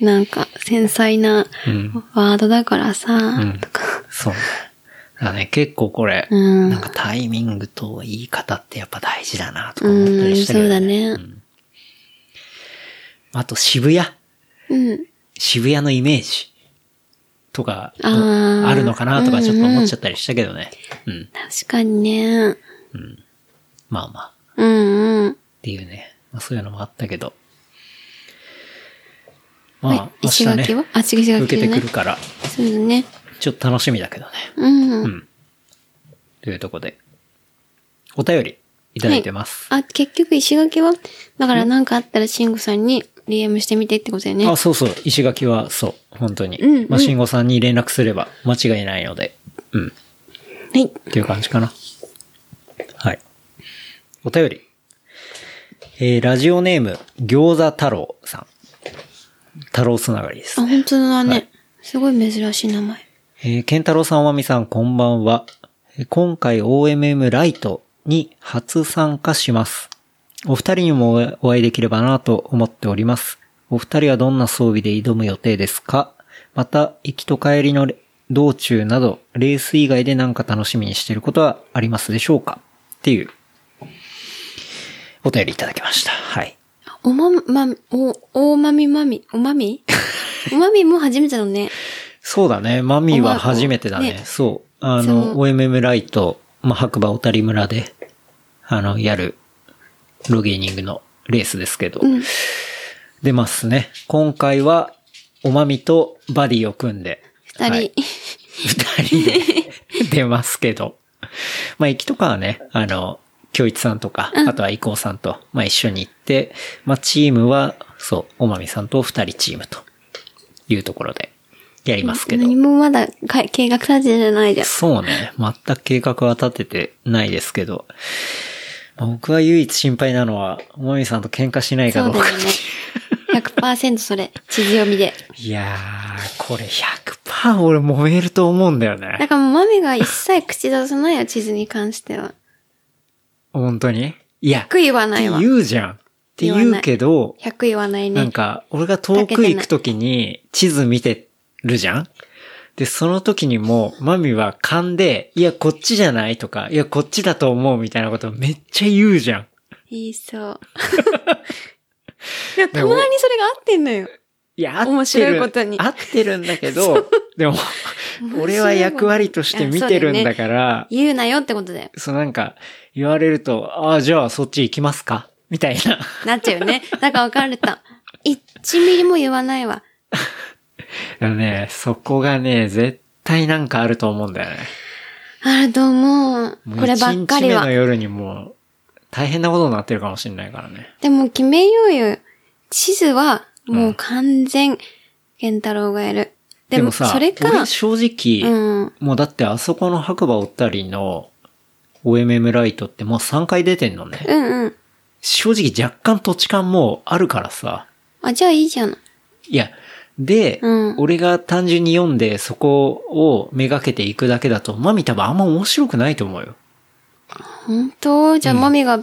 Speaker 2: なんか繊細な
Speaker 3: うん
Speaker 2: ワードだからさ、
Speaker 3: ん
Speaker 2: とか。
Speaker 3: そう。だね、結構これ、
Speaker 2: うん
Speaker 3: なんかタイミングと言い方ってやっぱ大事だなと
Speaker 2: う
Speaker 3: か思ったり
Speaker 2: ん、
Speaker 3: した
Speaker 2: そ
Speaker 3: け
Speaker 2: う
Speaker 3: ど
Speaker 2: だね。
Speaker 3: んあと渋谷。
Speaker 2: うん。
Speaker 3: 渋谷のイメージとか、
Speaker 2: あー
Speaker 3: あるのかなとかちょっと思っちゃったりしたけどね。うん。
Speaker 2: 確かにね。
Speaker 3: まあまあ。
Speaker 2: うんうん。
Speaker 3: っていうね。まあ、そういうのもあったけど。
Speaker 2: はい
Speaker 3: まあ、明
Speaker 2: 石
Speaker 3: 日ね
Speaker 2: 垣、はあ、石垣じゃない。
Speaker 3: 受けてくるから、
Speaker 2: そうだね。
Speaker 3: ちょっと楽しみだけどね。
Speaker 2: うん。
Speaker 3: うん。というとこで、お便りいただいてます。
Speaker 2: あ、結局石垣はだから何かあったら慎吾さんに DM してみてってことだよね。
Speaker 3: あ、そうそう。石垣は、そう。本当に。
Speaker 2: うんうん
Speaker 3: まあ、慎吾さんに連絡すれば間違いないので。うん。
Speaker 2: はい。
Speaker 3: っていう感じかな。はい。お便り。えー、ラジオネーム、餃子太郎さん。太郎つながりです
Speaker 2: あ、。本当だね。
Speaker 3: はい
Speaker 2: すごい珍しい名前。
Speaker 3: えー、ケンタロウさん、おまみさん、こんばんは。えー今回 OMM ライトに初参加します。お二人にもお会いできればなと思っております。お二人はどんな装備で挑む予定ですかまた、行きと帰りの道中など、レース以外で何か楽しみにしていることはありますでしょうかっていう、お便りいただきました。はい。
Speaker 2: おまま、お、おまみまみ、おまみ おまみも初めてだね。
Speaker 3: そうだね。マミーは初めてだね。
Speaker 2: ね
Speaker 3: そう。あ
Speaker 2: そ
Speaker 3: の、OMM ライト、まあ、白馬小谷村で、あの、やる、ロゲーニングのレースですけど、
Speaker 2: うん。
Speaker 3: 出ますね。今回は、おまみとバディを組んで、
Speaker 2: 二人。
Speaker 3: はい二人で 出ますけど。まあ、行きとかはね、あの、京一さんとか、あとは伊光さんと、まあ、一緒に行って、まあ、チームは、そう、おまみさんと二人チームというところで、やりますけど。
Speaker 2: 何もまだか計画立ててないじゃん。
Speaker 3: そうね。全く計画は立ててないですけど。まあ僕は唯一心配なのは、おまみさんと喧嘩しないか
Speaker 2: そ
Speaker 3: どう
Speaker 2: うだ
Speaker 3: か。
Speaker 2: よね。100%それ。地図読みで。
Speaker 3: いやー、これ100%俺揉めると思うんだよ
Speaker 2: だ
Speaker 3: ね。
Speaker 2: からもうマミが一切口出さないよ、地図に関しては。
Speaker 3: 本当にいや、
Speaker 2: 100言わないわ
Speaker 3: 言。うじゃん。って言うけど、
Speaker 2: 100言わないね。
Speaker 3: なんか、俺が遠く行くときに地図見てるじゃんで、その時にも、マミは勘で、いや、こっちじゃないとか、いや、こっちだと思うみたいなことめっちゃ言うじゃん。
Speaker 2: 言い そう。いや、たまにそれが合ってんのよ。
Speaker 3: いや、合ってる。
Speaker 2: 面白いことに
Speaker 3: 合ってるんだけど、でも、俺は役割として見てるんだから、
Speaker 2: 言うなよってことだよ。
Speaker 3: そうなんか、言われると、ああ、じゃあそっち行きますかみたいな。
Speaker 2: なっちゃうよね。だから別れた。1ミリも言わないわ。
Speaker 3: でもね、そこがね、絶対なんかあると思うんだよね。
Speaker 2: あると思う
Speaker 3: も。う
Speaker 2: こればっかり
Speaker 3: 一日目の
Speaker 2: は。
Speaker 3: 夜にもう、大変なことになってるかもしれないからね。
Speaker 2: でも決めようよ。地図は、もう完全、健太郎がやる。でも、
Speaker 3: さ、
Speaker 2: それか
Speaker 3: 俺、正直、
Speaker 2: うん。
Speaker 3: もうだってあそこの白馬おったりの OMM ライトってもう3回出てんのね。
Speaker 2: うんうん。
Speaker 3: 正直若干土地感もあるからさ。
Speaker 2: あ、じゃあいいじゃん。
Speaker 3: いや、で、
Speaker 2: うん
Speaker 3: 俺が単純に読んでそこをめがけていくだけだと、マミ多分あんま面白くないと思うよ。
Speaker 2: 本当じゃあ、マミが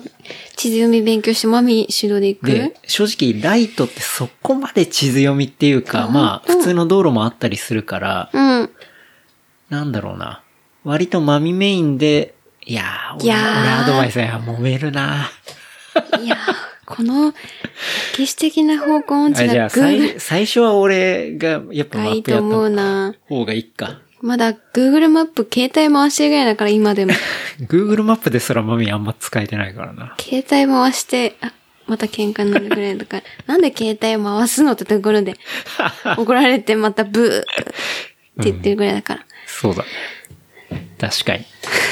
Speaker 2: 地図読み勉強して、マミ主導で行
Speaker 3: で
Speaker 2: く、
Speaker 3: 正直ライトってそこまで地図読みっていうか、
Speaker 2: うん
Speaker 3: まあ普通の道路もあったりするから、
Speaker 2: うん。
Speaker 3: なんだろうな。割とマミメインで、いやー、俺
Speaker 2: いやー
Speaker 3: 俺アドバイスや揉めるな。
Speaker 2: いやー、この歴史的な方向音
Speaker 3: あ
Speaker 2: 痴
Speaker 3: じゃあ
Speaker 2: がぐー
Speaker 3: 最最初は俺がやっぱ
Speaker 2: が
Speaker 3: マ
Speaker 2: い
Speaker 3: ッ
Speaker 2: いと
Speaker 3: プやっ
Speaker 2: 思う
Speaker 3: た
Speaker 2: な。
Speaker 3: 方がいいか。
Speaker 2: まだ Google マップ携帯回してるぐらいだから今でも。
Speaker 3: Google マップですらマミあんま使えてないからな。
Speaker 2: 携帯回して、あ、また喧嘩になるぐらいだ から。なんで携帯回すのってところで怒られてまたブーって言ってるぐらいだから。
Speaker 3: そうだね。確かに。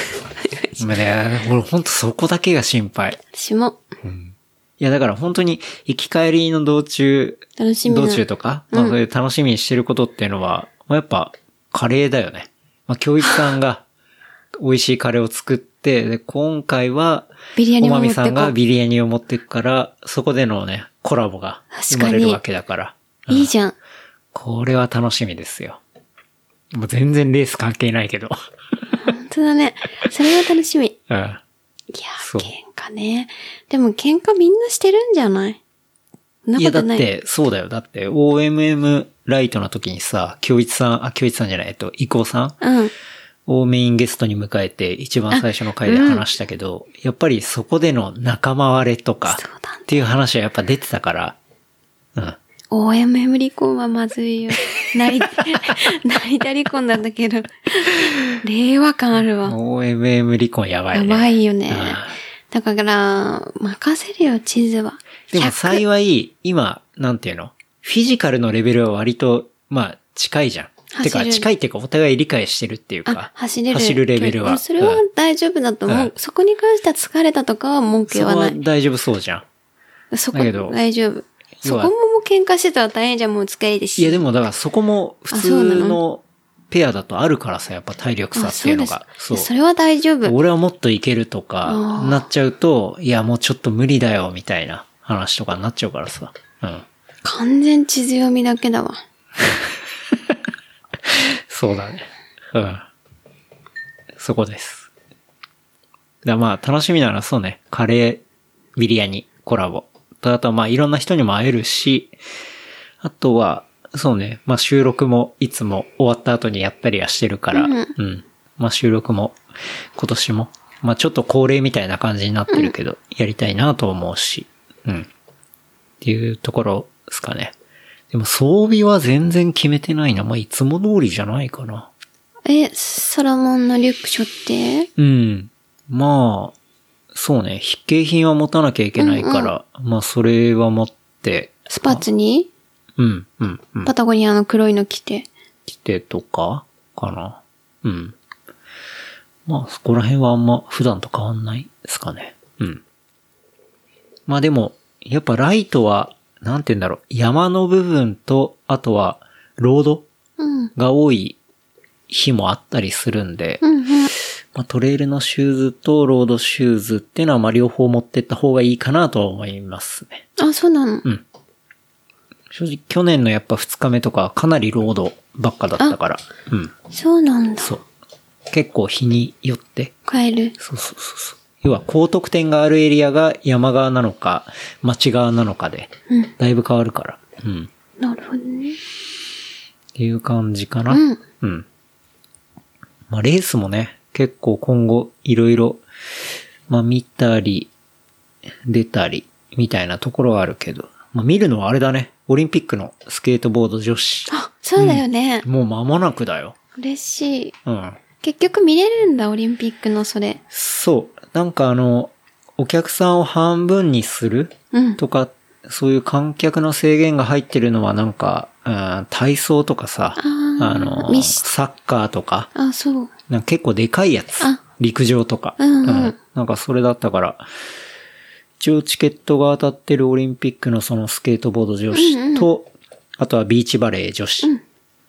Speaker 3: まあね、俺ほんとそこだけが心配。
Speaker 2: 私も
Speaker 3: いやだから本当に行き帰りの道中、
Speaker 2: 楽しみな。
Speaker 3: 道中とか、まあそういう楽しみにしてることっていうのは、まあやっぱカレーだよね。まあ教育さ んが美味しいカレーを作って、で、今回は、
Speaker 2: ビリヤ
Speaker 3: お
Speaker 2: ニも
Speaker 3: ま
Speaker 2: 持
Speaker 3: み
Speaker 2: って
Speaker 3: さ
Speaker 2: こ
Speaker 3: んが
Speaker 2: う。
Speaker 3: ビリヤニを持ってくから、そこでのね、コラボが生ま
Speaker 2: 確
Speaker 3: れ
Speaker 2: か
Speaker 3: る
Speaker 2: に
Speaker 3: わけだから。うん
Speaker 2: いいじゃん。
Speaker 3: これは楽しみですよ。もう全然レース関係ないけど。
Speaker 2: 本当だね。それは楽しみ。い
Speaker 3: うん。
Speaker 2: や
Speaker 3: そ
Speaker 2: ー、
Speaker 3: う
Speaker 2: 喧嘩ね。でも喧嘩みんなしてるんじゃないそんないこ
Speaker 3: や、だ
Speaker 2: と
Speaker 3: っ
Speaker 2: ない。
Speaker 3: て、そうだよ。だって、OMM ライトの時にさ、京一さん、あ、京一さんじゃない、えっと、伊藤さん
Speaker 2: うん。
Speaker 3: をメインゲストに迎えて、一番最初の回で話したけど、やっぱりそこでの仲間割れとか
Speaker 2: そう、だね
Speaker 3: っていう話はやっぱ出てたから、うん。
Speaker 2: OMM 離婚はまずいよ。 成田、成田離婚なんだけど。令和感あるわ。
Speaker 3: OMM 離婚やばい
Speaker 2: や
Speaker 3: ね。
Speaker 2: ばいよね
Speaker 3: うん。
Speaker 2: だから、任せるよ、地図は。
Speaker 3: でも
Speaker 2: 100
Speaker 3: 幸い、今、なんていうのフィジカルのレベルは割と、まあ、近いじゃん。
Speaker 2: 走
Speaker 3: てか、
Speaker 2: る
Speaker 3: 近いっていうか、お互い理解してるっていう
Speaker 2: あ
Speaker 3: か、。
Speaker 2: 走れる。
Speaker 3: 走るレベルは。
Speaker 2: それは
Speaker 3: うん
Speaker 2: 大丈夫だと思う。
Speaker 3: うん
Speaker 2: そこに関しては疲れたとかは文句
Speaker 3: そ
Speaker 2: 言
Speaker 3: こ
Speaker 2: わな。
Speaker 3: はい大丈夫そうじゃん。
Speaker 2: そこ
Speaker 3: だけど
Speaker 2: 大丈夫。そ
Speaker 3: 要
Speaker 2: こ
Speaker 3: は
Speaker 2: ももう喧嘩してたら大変じゃん、もう疲れるし。
Speaker 3: いや、でも、だからそこも、普
Speaker 2: あそう
Speaker 3: 通
Speaker 2: な
Speaker 3: のペアだとあるからさ、やっぱ体力差
Speaker 2: あ
Speaker 3: っ
Speaker 2: そ
Speaker 3: ていううの
Speaker 2: です
Speaker 3: が。そう。
Speaker 2: それは大丈夫。
Speaker 3: 俺はもっといけるとか
Speaker 2: あ、ー
Speaker 3: なっちゃうと、いや、もうちょっと無理だよ、みたいな話とかになっちゃうからさ。うん。
Speaker 2: 完全地図読みだけだわ。
Speaker 3: そうだね。うん。そこです。だまあ、楽しみならそうね、カレー、ビリヤニ、コラボ。とあとはまあ、いろんな人にも会えるし、あとは、そうね、まあ収録もいつも終わった後にやったりはしてるから、
Speaker 2: うん
Speaker 3: うん。まあ収録も、今年も、まあちょっと恒例みたいな感じになってるけど、やりたいなと思うし、うん。っていうところですかね。でも装備は全然決めてないな。まあ、いつも通りじゃないかな。
Speaker 2: え、サラモンのリュックショって
Speaker 3: うん。まあ、そうね。筆形品は持たなきゃいけないから、まあ、それは持って、
Speaker 2: スパッツに
Speaker 3: うん、うん、うん。
Speaker 2: パタゴニアの黒いの着て。
Speaker 3: 来てとか、かな。うん。まあ、そこら辺はあんま普段と変わんないですかね。うん。まあでも、やっぱライトは、なんて言うんだろう。山の部分と、あとは、ロード
Speaker 2: うん。
Speaker 3: が多い日もあったりするんで、
Speaker 2: うん、うん。
Speaker 3: まあ、トレイルのシューズとロードシューズっていうのは、まあ、両方持ってった方がいいかなとは思いますね。
Speaker 2: あ、そうなの。
Speaker 3: 正直、去年のやっぱ2日目とかはかなりロードばっかだったから、うん、
Speaker 2: そうなんだ。
Speaker 3: そう。結構日によって、
Speaker 2: カエル。
Speaker 3: そうそうそうそう。要は、高得点があるエリアが山側なのか、町側なのかで、
Speaker 2: うん。
Speaker 3: だいぶ変わるから、うん。
Speaker 2: なるほどね。
Speaker 3: っていう感じかな。
Speaker 2: うん。
Speaker 3: うん。まあ、レースもね、結構今後いろいろ、まあ、見たり、出たり、みたいなところはあるけど、まあ、見るのはあれだね。オリンピックのスケートボード女子。
Speaker 2: あ、そうだよね。
Speaker 3: もう間もなくだよ。
Speaker 2: 嬉しい。
Speaker 3: うん。
Speaker 2: 結局見れるんだ、オリンピックのそれ。
Speaker 3: そう。なんかあの、お客さんを半分にする
Speaker 2: うん。
Speaker 3: とか、そういう観客の制限が入ってるのはなんか、うん、体操とかさ、
Speaker 2: あー
Speaker 3: あの
Speaker 2: ミ、ス
Speaker 3: サッカーとか、
Speaker 2: あ、そう。
Speaker 3: なんか結構でかいやつ
Speaker 2: あ。
Speaker 3: 陸上とか、
Speaker 2: うんうん
Speaker 3: なんかそれだったから、一応チケットが当たってるオリンピックのそのスケートボード女子と、あとはビーチバレー女子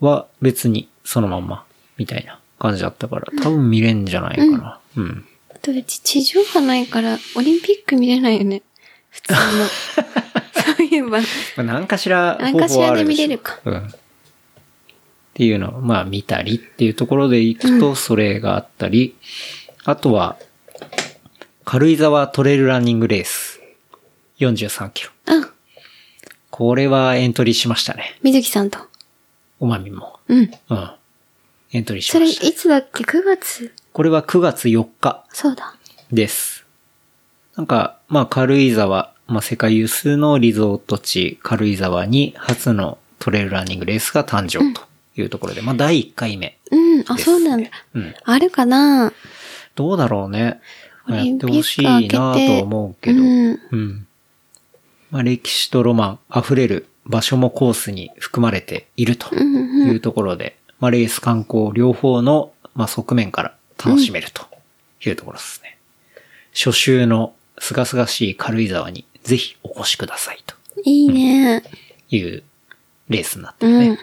Speaker 3: は別にそのまんま、みたいな感じだったから、多分見れんじゃないかな。うん。
Speaker 2: あとうち地上波ないから、オリンピック見れないよね。普 通の。そういえば。
Speaker 3: まあ何かしら方
Speaker 2: 何かし
Speaker 3: 法は
Speaker 2: ら
Speaker 3: あ
Speaker 2: で
Speaker 3: るで
Speaker 2: 見
Speaker 3: しょ
Speaker 2: れるか。
Speaker 3: うん。っていうのを、まあ見たりっていうところで行くと、それがあったり、あとは、軽井沢トレイルランニングレース。43キロ。
Speaker 2: あ、
Speaker 3: これはエントリーしましたね。
Speaker 2: 水木さんと。
Speaker 3: おまみも。
Speaker 2: うん。
Speaker 3: うん。エントリーし
Speaker 2: そ
Speaker 3: ま
Speaker 2: れ、
Speaker 3: した。
Speaker 2: いつだっけ ?9 月
Speaker 3: これは9月4日
Speaker 2: そうだ。
Speaker 3: です。なんか、まあ軽井沢、まあ世界有数のリゾート地、軽井沢に初のトレイルランニングレースが誕生というところで、まあ第1回目。
Speaker 2: うん。あ、
Speaker 3: です
Speaker 2: そうなんだ。
Speaker 3: うん。
Speaker 2: あるかな
Speaker 3: どうだろうね。
Speaker 2: オ
Speaker 3: まあ
Speaker 2: リ
Speaker 3: やっ
Speaker 2: ンピ
Speaker 3: て
Speaker 2: ック
Speaker 3: ほしいな
Speaker 2: 明け
Speaker 3: と
Speaker 2: て
Speaker 3: 思うけ
Speaker 2: う
Speaker 3: ど。
Speaker 2: ん。
Speaker 3: うん。まあ、歴史とロマン溢れる場所もコースに含まれていると
Speaker 2: うんうん
Speaker 3: いうところで、まあ、レース観光両方の、まあ、側面から楽しめるというところですね。初秋の清々しい軽井沢にぜひお越しくださいと
Speaker 2: いいね。
Speaker 3: いうレースになって
Speaker 2: う
Speaker 3: るね。
Speaker 2: ん。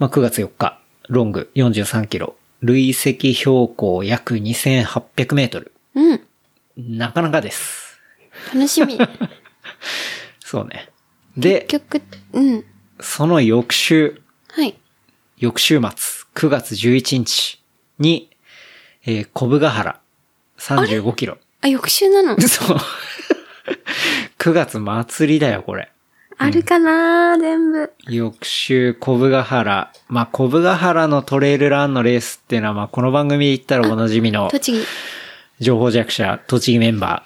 Speaker 3: まあ、9月4日、ロング43キロ、累積標高約2800メートル。
Speaker 2: うん。
Speaker 3: なかなかです。
Speaker 2: 楽しみ。
Speaker 3: そうね。 で、
Speaker 2: 結局、うん。
Speaker 3: その翌週、
Speaker 2: はい。
Speaker 3: 翌週末、9月11日に、えー、小部ヶ原、35キロ。
Speaker 2: あ、翌週なの
Speaker 3: そう。 9月祭りだよ、これ。
Speaker 2: あるかな、全部。
Speaker 3: 翌週、コブガハラ。まあ、コブガハラのトレイルランのレースっていうのは、まあ、この番組で言ったらおなじみの
Speaker 2: 栃木。
Speaker 3: 情報弱者、栃木メンバ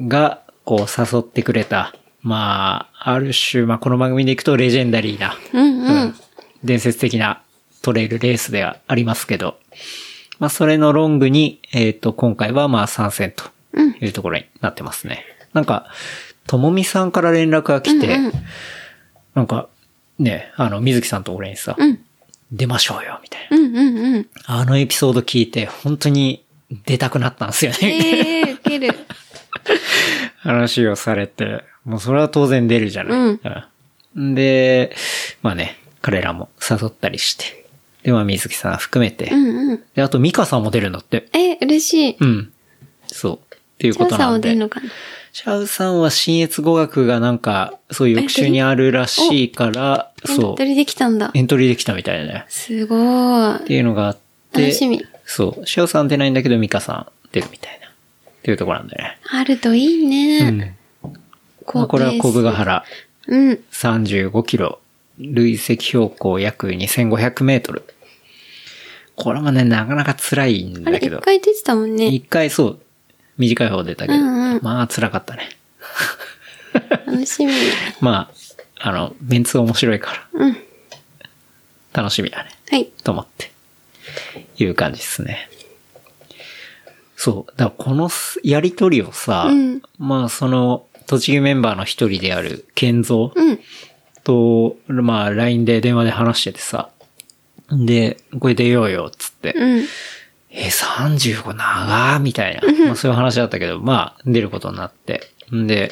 Speaker 3: ーが、こう、誘ってくれた。まあ、ある種、まあ、この番組で行くとレジェンダリーな、
Speaker 2: うんうん。
Speaker 3: 伝説的なトレイルレースではありますけど、まあ、それのロングに、えっ、と、今回はまあ参戦というところになってますね。なんか、ともみさんから連絡が来て、
Speaker 2: うんうん
Speaker 3: なんか、ね、あの、水木さんと俺にさ、
Speaker 2: うん
Speaker 3: 出ましょうよ、みたいな。
Speaker 2: うんうんうん。
Speaker 3: あのエピソード聞いて、本当に出たくなったんですよね。
Speaker 2: ええー、ウケる。
Speaker 3: 話をされて、もうそれは当然出るじゃない。
Speaker 2: うん
Speaker 3: うんで、まあね、彼らも誘ったりして。で、まあ水木さん含めて。
Speaker 2: うんうん。
Speaker 3: で、あとミカさんも出るんだって。
Speaker 2: え、嬉しい。
Speaker 3: うん。そう。っていう
Speaker 2: チャ
Speaker 3: こ
Speaker 2: ウ
Speaker 3: と
Speaker 2: さん
Speaker 3: な
Speaker 2: は
Speaker 3: ん
Speaker 2: 出る
Speaker 3: で。
Speaker 2: のかな
Speaker 3: シャウさんは新越語学がなんか、そういう翌週にあるらしいから、
Speaker 2: エント
Speaker 3: そう。
Speaker 2: リーできたんだ
Speaker 3: エ。ントリーできたみたいだね。
Speaker 2: すご
Speaker 3: っ
Speaker 2: い。
Speaker 3: ていうのがあって。
Speaker 2: 楽しみ。
Speaker 3: そう。シャウさん出ないんだけど、ミカさん出るみたいな。っていうところなんだよね。
Speaker 2: あるといいね。
Speaker 3: まあこれはコブ
Speaker 2: が
Speaker 3: ガハラ。
Speaker 2: うん。
Speaker 3: 35キロ。累積標高約2500メートル。これもね、なかなか辛いん
Speaker 2: あ
Speaker 3: だ
Speaker 2: れ、
Speaker 3: け
Speaker 2: 一
Speaker 3: ど。
Speaker 2: 回出てたもんね。
Speaker 3: 一回そう、短い方出たけ
Speaker 2: う
Speaker 3: ど。
Speaker 2: んうん
Speaker 3: まあ、辛かったね。
Speaker 2: 楽しみ。
Speaker 3: まあ、あの、メンツ面白いから。
Speaker 2: うん。
Speaker 3: 楽しみだね。
Speaker 2: はい。
Speaker 3: と思って。いう感じですね。そう。だからこのすやりとりをさ、
Speaker 2: うん
Speaker 3: まあその、栃木メンバーの一人である健三
Speaker 2: うん。
Speaker 3: と、まあ LINE で電話で話しててさ、で、これ出ようよ、っつって。
Speaker 2: うん。
Speaker 3: え、35長ーみたいな。まあ、そういう話だったけど、まあ、出ることになって。んで、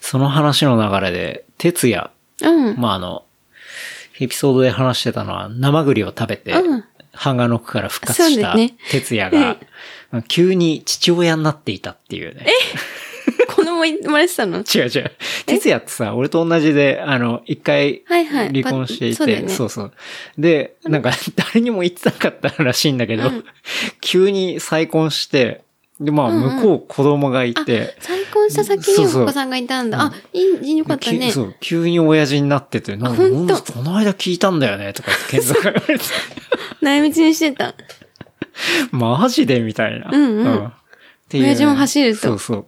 Speaker 3: その話の流れで、哲也、
Speaker 2: うん。
Speaker 3: まああの、エピソードで話してたのは、生栗を食べて、
Speaker 2: うん
Speaker 3: ハンガーノックから復活し
Speaker 2: そ
Speaker 3: た
Speaker 2: うですね
Speaker 3: 哲也 が、急に父親になっていたっていうね。
Speaker 2: 子供生まれてたの
Speaker 3: 違う違う。哲也ってさ、俺と同じで、あの、一回、
Speaker 2: はいはい
Speaker 3: 離婚してい
Speaker 2: ばそうだよ
Speaker 3: て、
Speaker 2: ね
Speaker 3: そうそう。で、なんか、誰にも言ってなかったらしいんだけど、急に再婚して、で、まあ、
Speaker 2: うんうん
Speaker 3: 向こう子供がいて、
Speaker 2: 再婚した先
Speaker 3: そ
Speaker 2: に
Speaker 3: うそう
Speaker 2: お子さんがいたんだ。あ、いい、よかった
Speaker 3: 急
Speaker 2: ね。
Speaker 3: そう、急に親父になってて、なんか、
Speaker 2: あほんと
Speaker 3: ほんとこの間聞いたんだよね、とか言って、検索が言われて。
Speaker 2: 内密にしてた。
Speaker 3: マジでみたいな。
Speaker 2: うんうん
Speaker 3: っていう
Speaker 2: 親父も走ると
Speaker 3: そうそう。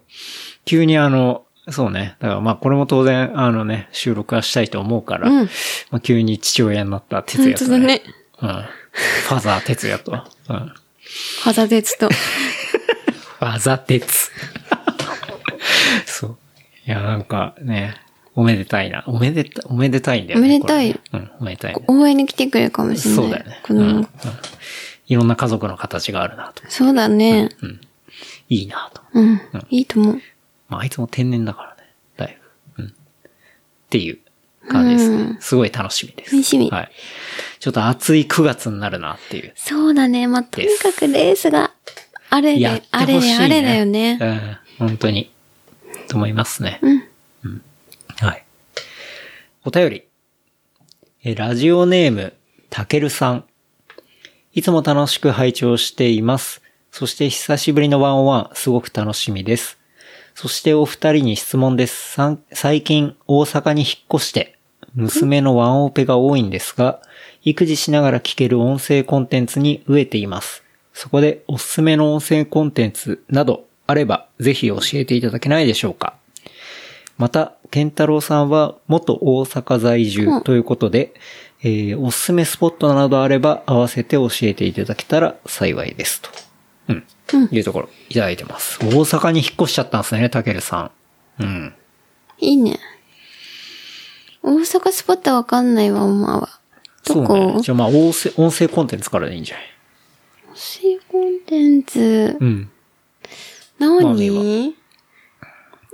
Speaker 3: 急にあの、そうね。だからまあこれも当然、あのね、収録はしたいと思うから、
Speaker 2: うん
Speaker 3: まあ急に父親になった哲
Speaker 2: 本
Speaker 3: 也
Speaker 2: 当
Speaker 3: と、
Speaker 2: だね。
Speaker 3: うん。ファザー哲也と。うん。
Speaker 2: 肌鉄と。
Speaker 3: ファザ鉄。 そう。いや、なんかね、おめでたいな。おめでた、おめでたいんだよね。
Speaker 2: おめでたい
Speaker 3: これねうん、おめでたいね、
Speaker 2: 応援に来てくれるかもしれない。
Speaker 3: そうだよね。
Speaker 2: 子供
Speaker 3: う
Speaker 2: が
Speaker 3: んうんいろんな家族の形があるなと。
Speaker 2: そうだね。
Speaker 3: いいなと。
Speaker 2: うん。いいと思う。
Speaker 3: まあ、あいつも天然だからね。だいぶ。うん。っていう感じですね。すごい楽しみです。
Speaker 2: 楽しみ
Speaker 3: はい。ちょっと暑い9月になるなっていう。
Speaker 2: そうだね。まあ、とにかくレースが、あれ
Speaker 3: やっ
Speaker 2: で
Speaker 3: て、
Speaker 2: あれ
Speaker 3: ほし
Speaker 2: で、
Speaker 3: い、ね。
Speaker 2: あれだよね。
Speaker 3: うん。本当に。と思いますね。
Speaker 2: うん。
Speaker 3: はい。お便り。え、ラジオネーム、たけるさん。いつも楽しく拝聴しています。そして久しぶりのワンオンワン、すごく楽しみです。そしてお二人に質問です。さん最近、大阪に引っ越して、娘のワンオペが多いんですが、育児しながら聞ける音声コンテンツに飢えています。そこでおすすめの音声コンテンツなどあれば、ぜひ教えていただけないでしょうか。また、健太郎さんは元大阪在住ということで、えーおすすめスポットなどあれば合わせて教えていただけたら幸いですと。うん。いうところ、いただいてます。大阪に引っ越しちゃったんですね、たけるさん。うん。
Speaker 2: いいね。大阪スポットわかんないわ、お前は。ど
Speaker 3: そう
Speaker 2: こ
Speaker 3: ね。じゃあまあ、音声音声コンテンツからでいいんじゃない
Speaker 2: 新コンテンツ
Speaker 3: う。ん。何
Speaker 2: 何
Speaker 3: は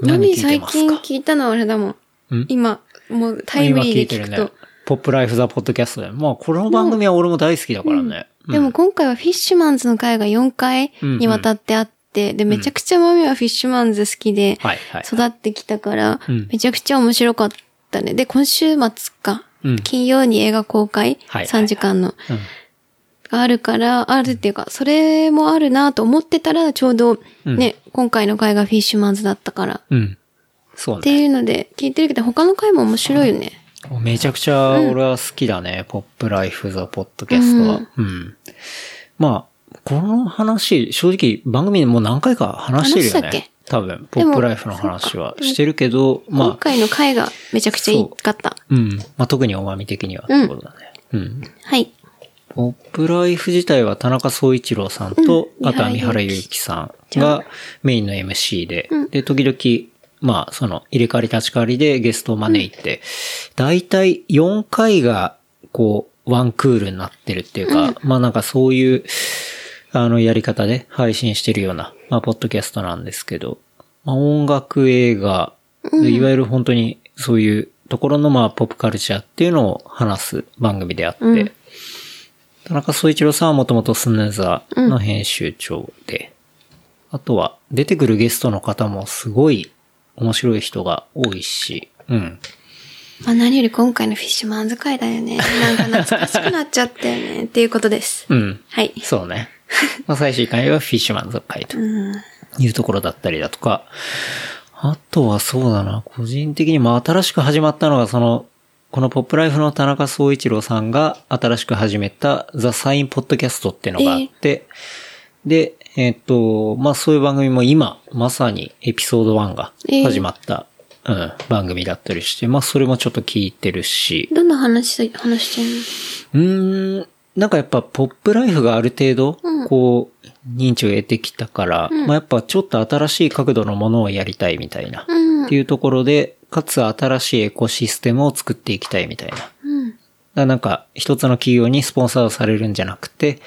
Speaker 2: 何
Speaker 3: 聞いて
Speaker 2: 最
Speaker 3: ます
Speaker 2: 近
Speaker 3: か
Speaker 2: 聞いたのはあれだもん。
Speaker 3: ん
Speaker 2: 今、もうタイムリーで聞く
Speaker 3: 今
Speaker 2: と。。
Speaker 3: ポップライフザポッドキャストで。まあ、この番組は俺も大好きだからね。うん
Speaker 2: でも今回はフィッシュマンズの回が4回にわたってあって、で、めちゃくちゃマミはフィッシュマンズ好きで
Speaker 3: はいはい、
Speaker 2: 育ってきたから
Speaker 3: うん、
Speaker 2: めちゃくちゃ面白かったね。で、今週末か
Speaker 3: うん、
Speaker 2: 金曜に映画公開、
Speaker 3: はい
Speaker 2: 3時間の
Speaker 3: うん、
Speaker 2: があるから、あるっていうか、それもあるなと思ってたら、ちょうどね、今回の回がフィッシュマンズだったから、
Speaker 3: うん。そう
Speaker 2: って
Speaker 3: ね。
Speaker 2: いうので聞いてるけど、他の回も面白いよね。
Speaker 3: めちゃくちゃ俺は好きだね。ポップライフザポッドキャストは。うん。まあ、この話、正直番組でもう何回か話してるよ
Speaker 2: 話したっ
Speaker 3: ね。多分、ポップライフの話はしてるけど、
Speaker 2: 今
Speaker 3: まあ、
Speaker 2: 回の回がめちゃくちゃいいかった。
Speaker 3: うん。まあ特におまみ的にはってことだね。うん
Speaker 2: はい。
Speaker 3: ポップライフ自体は田中総一郎さんと、
Speaker 2: うん
Speaker 3: あとは三原祐希さんがメインの MC で、で、時々、まあ、その、入れ替わり立ち替わりでゲストを招いて、大体4回が、こう、ワンクールになってるっていうか、まあなんかそういう、あの、やり方で配信してるような、まあ、ポッドキャストなんですけど、まあ、音楽映画、でいわゆる本当にそういうところの、まあ、ポップカルチャーっていうのを話す番組であって、
Speaker 2: うん
Speaker 3: 田中総一郎さんはもともとスヌーザーの編集長で、あとは出てくるゲストの方もすごい面白い人が多いし、うん。
Speaker 2: まあ何より今回のフィッシュマンズ会だよね。なんか懐かしくなっちゃったよね。っていうことです。
Speaker 3: うん。
Speaker 2: はい。
Speaker 3: そうね。まあ、最終回はフィッシュマンズ会というところだったりだとか、あとはそうだな、個人的にまあ新しく始まったのがその、このポップライフの田中総一郎さんが新しく始めたザ・サイン・ポッドキャストっていうのがあって、で、えっと、まあそういう番組も今、まさにエピソード1が始まった、うん、番組だったりして、まあそれもちょっと聞いてるし、
Speaker 2: どんな話し、話してんの
Speaker 3: うーん、なんかやっぱポップライフがある程度、こう、認知を得てきたから、まあやっぱちょっと新しい角度のものをやりたいみたいな、っていうところで、かつ新しいエコシステムを作っていきたいみたいな。だからなんか、一つの企業にスポンサーをされるんじゃなくて、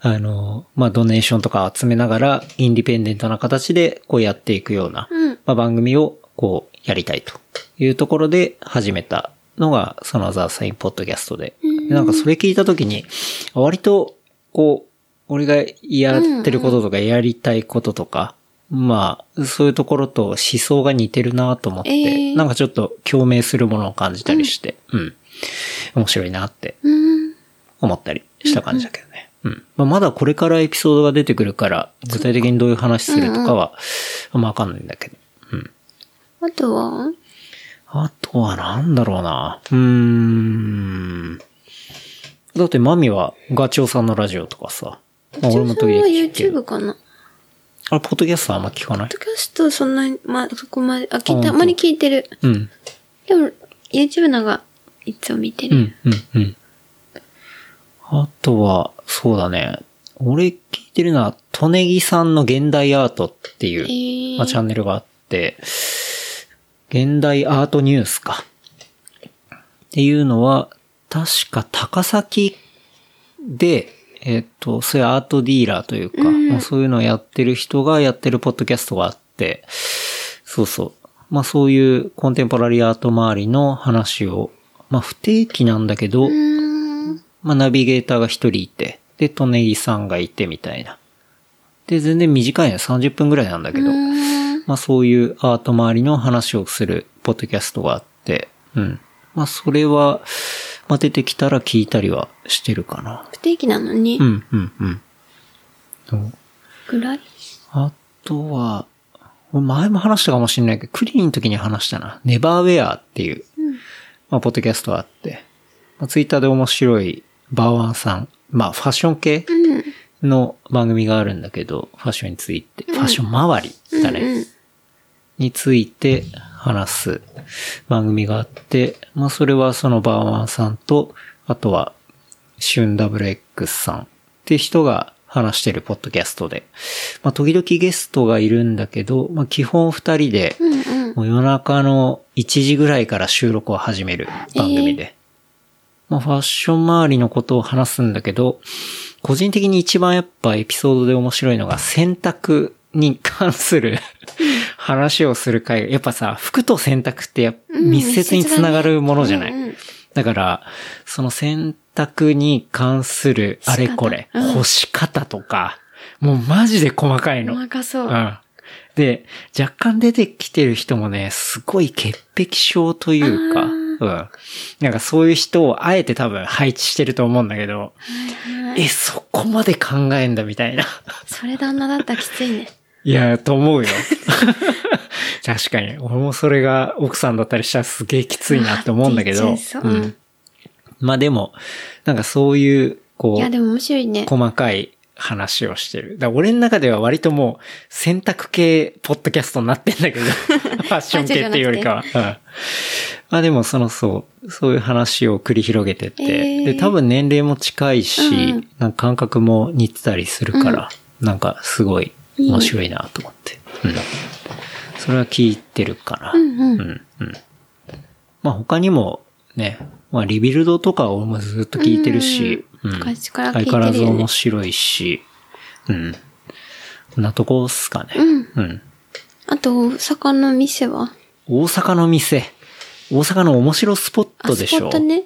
Speaker 3: あの、まあ、ドネーションとか集めながら、インディペンデントな形で、こうやっていくような、まあ、番組を、こう、やりたいというところで始めたのが、そのザ・サイン・ポッドキャストで。でなんか、それ聞いたときに、あ割と、こう、俺がやってることとか、やりたいこととか、まあ、そういうところと思想が似てるなと思って、
Speaker 2: えー
Speaker 3: なんかちょっと共鳴するものを感じたりして、うん面白いなって
Speaker 2: うん。
Speaker 3: 思ったりした感じだけどね。うん。まあ、まだこれからエピソードが出てくるから、具体的にどういう話するとかは、あんまわかんないんだけど。うん。
Speaker 2: あとは
Speaker 3: あとはなんだろうな。うーん。だってマミはガチョウさんのラジオとかさ。まあ、俺も
Speaker 2: そ
Speaker 3: 時
Speaker 2: れ
Speaker 3: 々
Speaker 2: は
Speaker 3: 聞くけど。
Speaker 2: YouTube かな。
Speaker 3: あれ、ポッドキャストあんま聞かない
Speaker 2: ポッドキャストそんなに、まあ、そこまで、あ、聞い
Speaker 3: あ本
Speaker 2: た、
Speaker 3: 当
Speaker 2: あんまり聞いてる。
Speaker 3: うん。
Speaker 2: でも、YouTube のが、いつも見て
Speaker 3: う
Speaker 2: る。
Speaker 3: ん、うん、うん。あとは、そうだね。俺聞いてるのは、トネギさんの現代アートっていう。
Speaker 2: えー
Speaker 3: まあ、チャンネルがあって、現代アートニュースか。っていうのは、確か高崎で、えっ、と、そういうアートディーラーというか、まあそういうのをやってる人がやってるポッドキャストがあって、そうそう。まあそういうコンテンポラリーアート周りの話を、まあ不定期なんだけど、
Speaker 2: うん。
Speaker 3: まあ、ナビゲーターが一人いて、で、トネギさんがいてみたいな。で、全然短いの30分ぐらいなんだけど、まあ、そういうアート周りの話をするポッドキャストがあって、うん。まあ、それは、まあ、出てきたら聞いたりはしてるかな。
Speaker 2: 不定期なのに
Speaker 3: う。ん、うん、うんそう。
Speaker 2: ぐらい
Speaker 3: あとは、前も話したかもしれないけど、クリーンの時に話したな。ネバーウェアっていう、まあ、ポッドキャストがあって、まあ、ツイッターで面白いバーワンさん、まあ、ファッション系
Speaker 2: うん。
Speaker 3: の番組があるんだけど、ファッションについて、ファッション周りだね。
Speaker 2: うん。
Speaker 3: について話す番組があって、まあそれはそのバーワンさんと、あとはシュン WX さんって人が話してるポッドキャストで、まあ時々ゲストがいるんだけど、まあ基本二人で、
Speaker 2: うんうん。
Speaker 3: もう夜中の1時ぐらいから収録を始める番組で。まあ、ファッション周りのことを話すんだけど、個人的に一番やっぱエピソードで面白いのが洗濯に関する話をする回。やっぱさ、服と洗濯ってやっ密接につながるものじゃない。
Speaker 2: うんうん
Speaker 3: だから、その洗濯に関するあれこれ、
Speaker 2: 仕方うん
Speaker 3: 干し方とか、もうマジで細かいの。
Speaker 2: 細かそう。
Speaker 3: うん。で、若干出てきてる人もね、すごい潔癖症というか、
Speaker 2: あー
Speaker 3: うん。なんかそういう人をあえて多分配置してると思うんだけど、え、そこまで考えんだみたいな。
Speaker 2: それ旦那だったらきついね。
Speaker 3: いや、と思うよ。 確かに。俺もそれが奥さんだったりしたらすげえきついなって思うんだ け
Speaker 2: うわ
Speaker 3: ど
Speaker 2: ーきつい。そう
Speaker 3: うん。まあでも、なんかそういう、こ
Speaker 2: いや、
Speaker 3: う、
Speaker 2: でも面白いね。
Speaker 3: 細かい話をしてる。だから俺の中では割ともう選択系ポッドキャストになってんだ けど、ファッション系っていうよりかは。うんまあでもそのそう、そういう話を繰り広げてって、
Speaker 2: えー
Speaker 3: で、多分年齢も近いし、
Speaker 2: うんうん
Speaker 3: なんか感覚も似てたりするから、なんかすごい面白いなと思って。うんそれは聞いてるかな。
Speaker 2: うんうん
Speaker 3: うんうんまあ他にもね、まあリビルドとかをもうずっと聞いてるし、
Speaker 2: うん昔から聞いてるよね
Speaker 3: 相変わらず面白いし、うん。こんなとこっすかね。
Speaker 2: うん。
Speaker 3: うん。
Speaker 2: あと、大阪の店は
Speaker 3: 大阪の店。大阪の面白スポッ
Speaker 2: あ、
Speaker 3: トで
Speaker 2: ス
Speaker 3: し
Speaker 2: ポ
Speaker 3: ょ
Speaker 2: ッ。トね。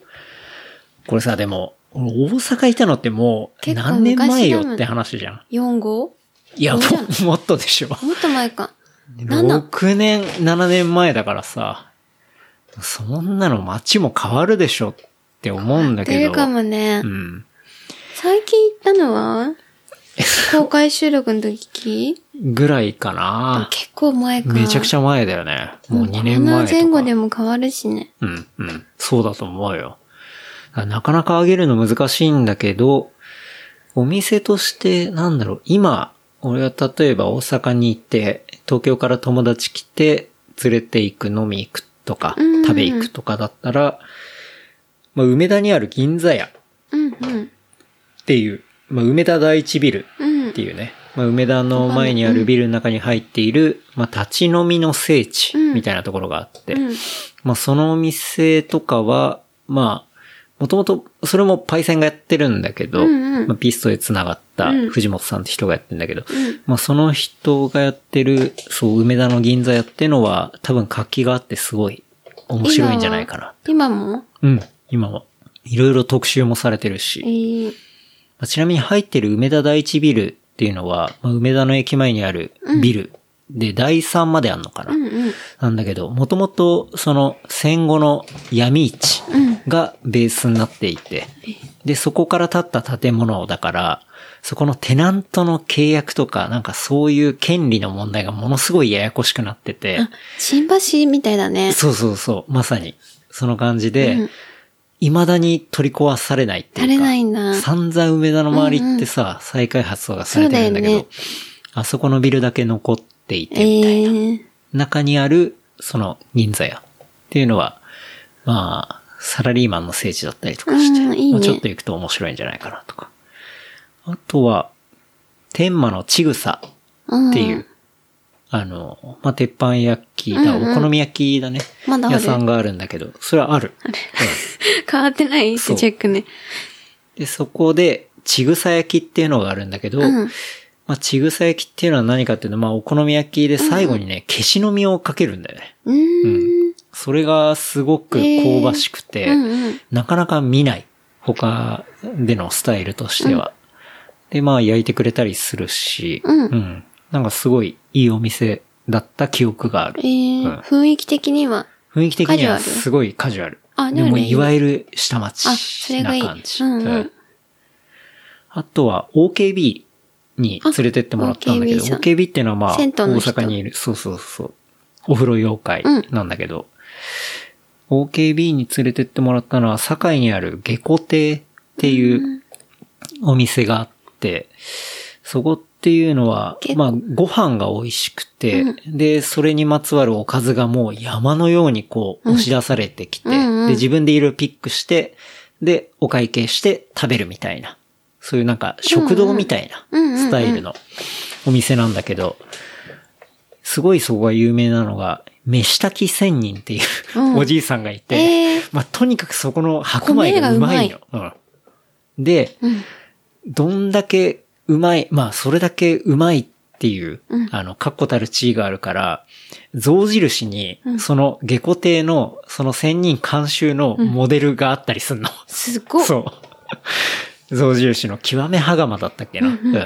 Speaker 3: これさ、でも、俺大阪いたのってもう
Speaker 2: 結構
Speaker 3: 何年前よ
Speaker 2: 昔だもん
Speaker 3: って話じゃん。
Speaker 2: 4号
Speaker 3: いや、も
Speaker 2: そうじ
Speaker 3: うもっとでしょ。
Speaker 2: もっと前か。7。
Speaker 3: 6年、7年前だからさ、そんなの街も変わるでしょって思うんだけど。
Speaker 2: 出るかもね。
Speaker 3: うん。
Speaker 2: 最近行ったの は公開収録の時
Speaker 3: ぐらいかな。
Speaker 2: 結構前か。
Speaker 3: めちゃくちゃ前だよね。もう2
Speaker 2: こん
Speaker 3: 年前
Speaker 2: な
Speaker 3: とか。
Speaker 2: 前後でも変わるしね。
Speaker 3: うん、うん。そうだと思うよ。だからなかなか上げるの難しいんだけど、お店として、なんだろう、今、俺は例えば大阪に行って、東京から友達来て、連れて行く、飲み行くとか、
Speaker 2: うん
Speaker 3: 食べ行くとかだったら、まあ、梅田にある銀座屋っ
Speaker 2: うんうん。
Speaker 3: ていう、まあ、梅田第一ビル
Speaker 2: うん。
Speaker 3: っていうね、まあ、梅田の前にあるビルの中に入っている、まあ、立ち飲みの聖地みたいなところがあって、
Speaker 2: うん。
Speaker 3: まあ、そのお店とかは、まあ、もともと、それもパイセンがやってるんだけど、
Speaker 2: うんうん
Speaker 3: まあ、ピストで繋がった
Speaker 2: うん
Speaker 3: 藤本さんって人がやってんだけど、
Speaker 2: ん
Speaker 3: まあ、その人がやってる、そう、梅田の銀座やってのは、多分活気があってすごい面白いんじゃないかな。
Speaker 2: 今も
Speaker 3: うん、今も。いろいろ特集もされてるし
Speaker 2: え。ー、
Speaker 3: まあちなみに入ってる梅田第一ビルっていうのは、まあ、梅田の駅前にあるビルで、第3まであんのかな。
Speaker 2: うんうん。
Speaker 3: なんだけど、もともとその戦後の闇市がベースになっていて、で、そこから建った建物だから、そこのテナントの契約とか、なんかそういう権利の問題がものすごいややこしくなってて、
Speaker 2: あ、新橋みたいだね。
Speaker 3: そうそうそう、まさに、その感じで、
Speaker 2: うん
Speaker 3: 未だに取り壊されないっていう
Speaker 2: 垂
Speaker 3: か。
Speaker 2: れないんだ。
Speaker 3: 散々梅田の周りってさ、再開発とかされてるんだけど、
Speaker 2: そうだよね
Speaker 3: あそこのビルだけ残ってい
Speaker 2: え
Speaker 3: て、
Speaker 2: ー、
Speaker 3: 中にある、その銀座屋っていうのは、まあ、サラリーマンの聖地だったりとかして、
Speaker 2: うんいいね
Speaker 3: もうちょっと行くと面白いんじゃないかなとか。あとは、天満のちぐさ
Speaker 2: うん。
Speaker 3: っていう、あの、まあ、鉄板焼きだ、
Speaker 2: うんうん
Speaker 3: お好み焼きだね、
Speaker 2: まだある
Speaker 3: 屋さんがあるんだけど、それはある。
Speaker 2: 変わってないって
Speaker 3: そう
Speaker 2: チェックね。
Speaker 3: で、そこで、ちぐさ焼きっていうのがあるんだけど、
Speaker 2: うん。
Speaker 3: まあ、ちぐさ焼きっていうのは何かっていうのは、まあ、お好み焼きで最後にね、消しの実をかけるんだよね。
Speaker 2: うーん。
Speaker 3: それがすごく香ばしくて、
Speaker 2: うんうん。
Speaker 3: なかなか見ない。他でのスタイルとしては。で、まあ、焼いてくれたりするし、
Speaker 2: うん
Speaker 3: なんかすごいいいお店だった記憶がある
Speaker 2: え。ー
Speaker 3: うん
Speaker 2: 雰囲気的には。
Speaker 3: 雰囲気的には
Speaker 2: カジュアル
Speaker 3: すごいカジュアル。
Speaker 2: あ
Speaker 3: で
Speaker 2: でも
Speaker 3: も、
Speaker 2: ね
Speaker 3: いわゆる下町
Speaker 2: あそれ
Speaker 3: な
Speaker 2: がいい
Speaker 3: 感じ。
Speaker 2: うんうん
Speaker 3: はいあとは OKB に連れてってもらったんだけど、
Speaker 2: あ
Speaker 3: OKB,
Speaker 2: OKB
Speaker 3: っていうのはまあ、大
Speaker 2: 銭湯の人
Speaker 3: 阪にいる、そうそうそう、お風呂妖怪なんだけど、OKB に連れてってもらったのは、堺にある下戸亭っていうお店があって、そこっていうのは
Speaker 2: げ、
Speaker 3: まあ、ご飯が美味しくて、で、それにまつわるおかずがもう山のようにこう、押し出されてきて、
Speaker 2: うんうん
Speaker 3: で、自分でいろいろピックして、で、お会計して食べるみたいな。そういうなんか食堂みたいな
Speaker 2: うんうん
Speaker 3: スタイルのお店なんだけど、すごいそこが有名なのが、飯炊き仙人っていううん おじいさんがいて、
Speaker 2: えー
Speaker 3: まあ、とにかくそこの白米がうまいの。うん、で、
Speaker 2: うん。
Speaker 3: どんだけうまい、まあ、それだけうまいっていう、
Speaker 2: うん
Speaker 3: あの、確固たる地位があるから、象印に、その下戸亭の、その仙人監修のモデルがあったりすんの。
Speaker 2: す ごい。
Speaker 3: そう。象印の極め羽釜だったっけな。うん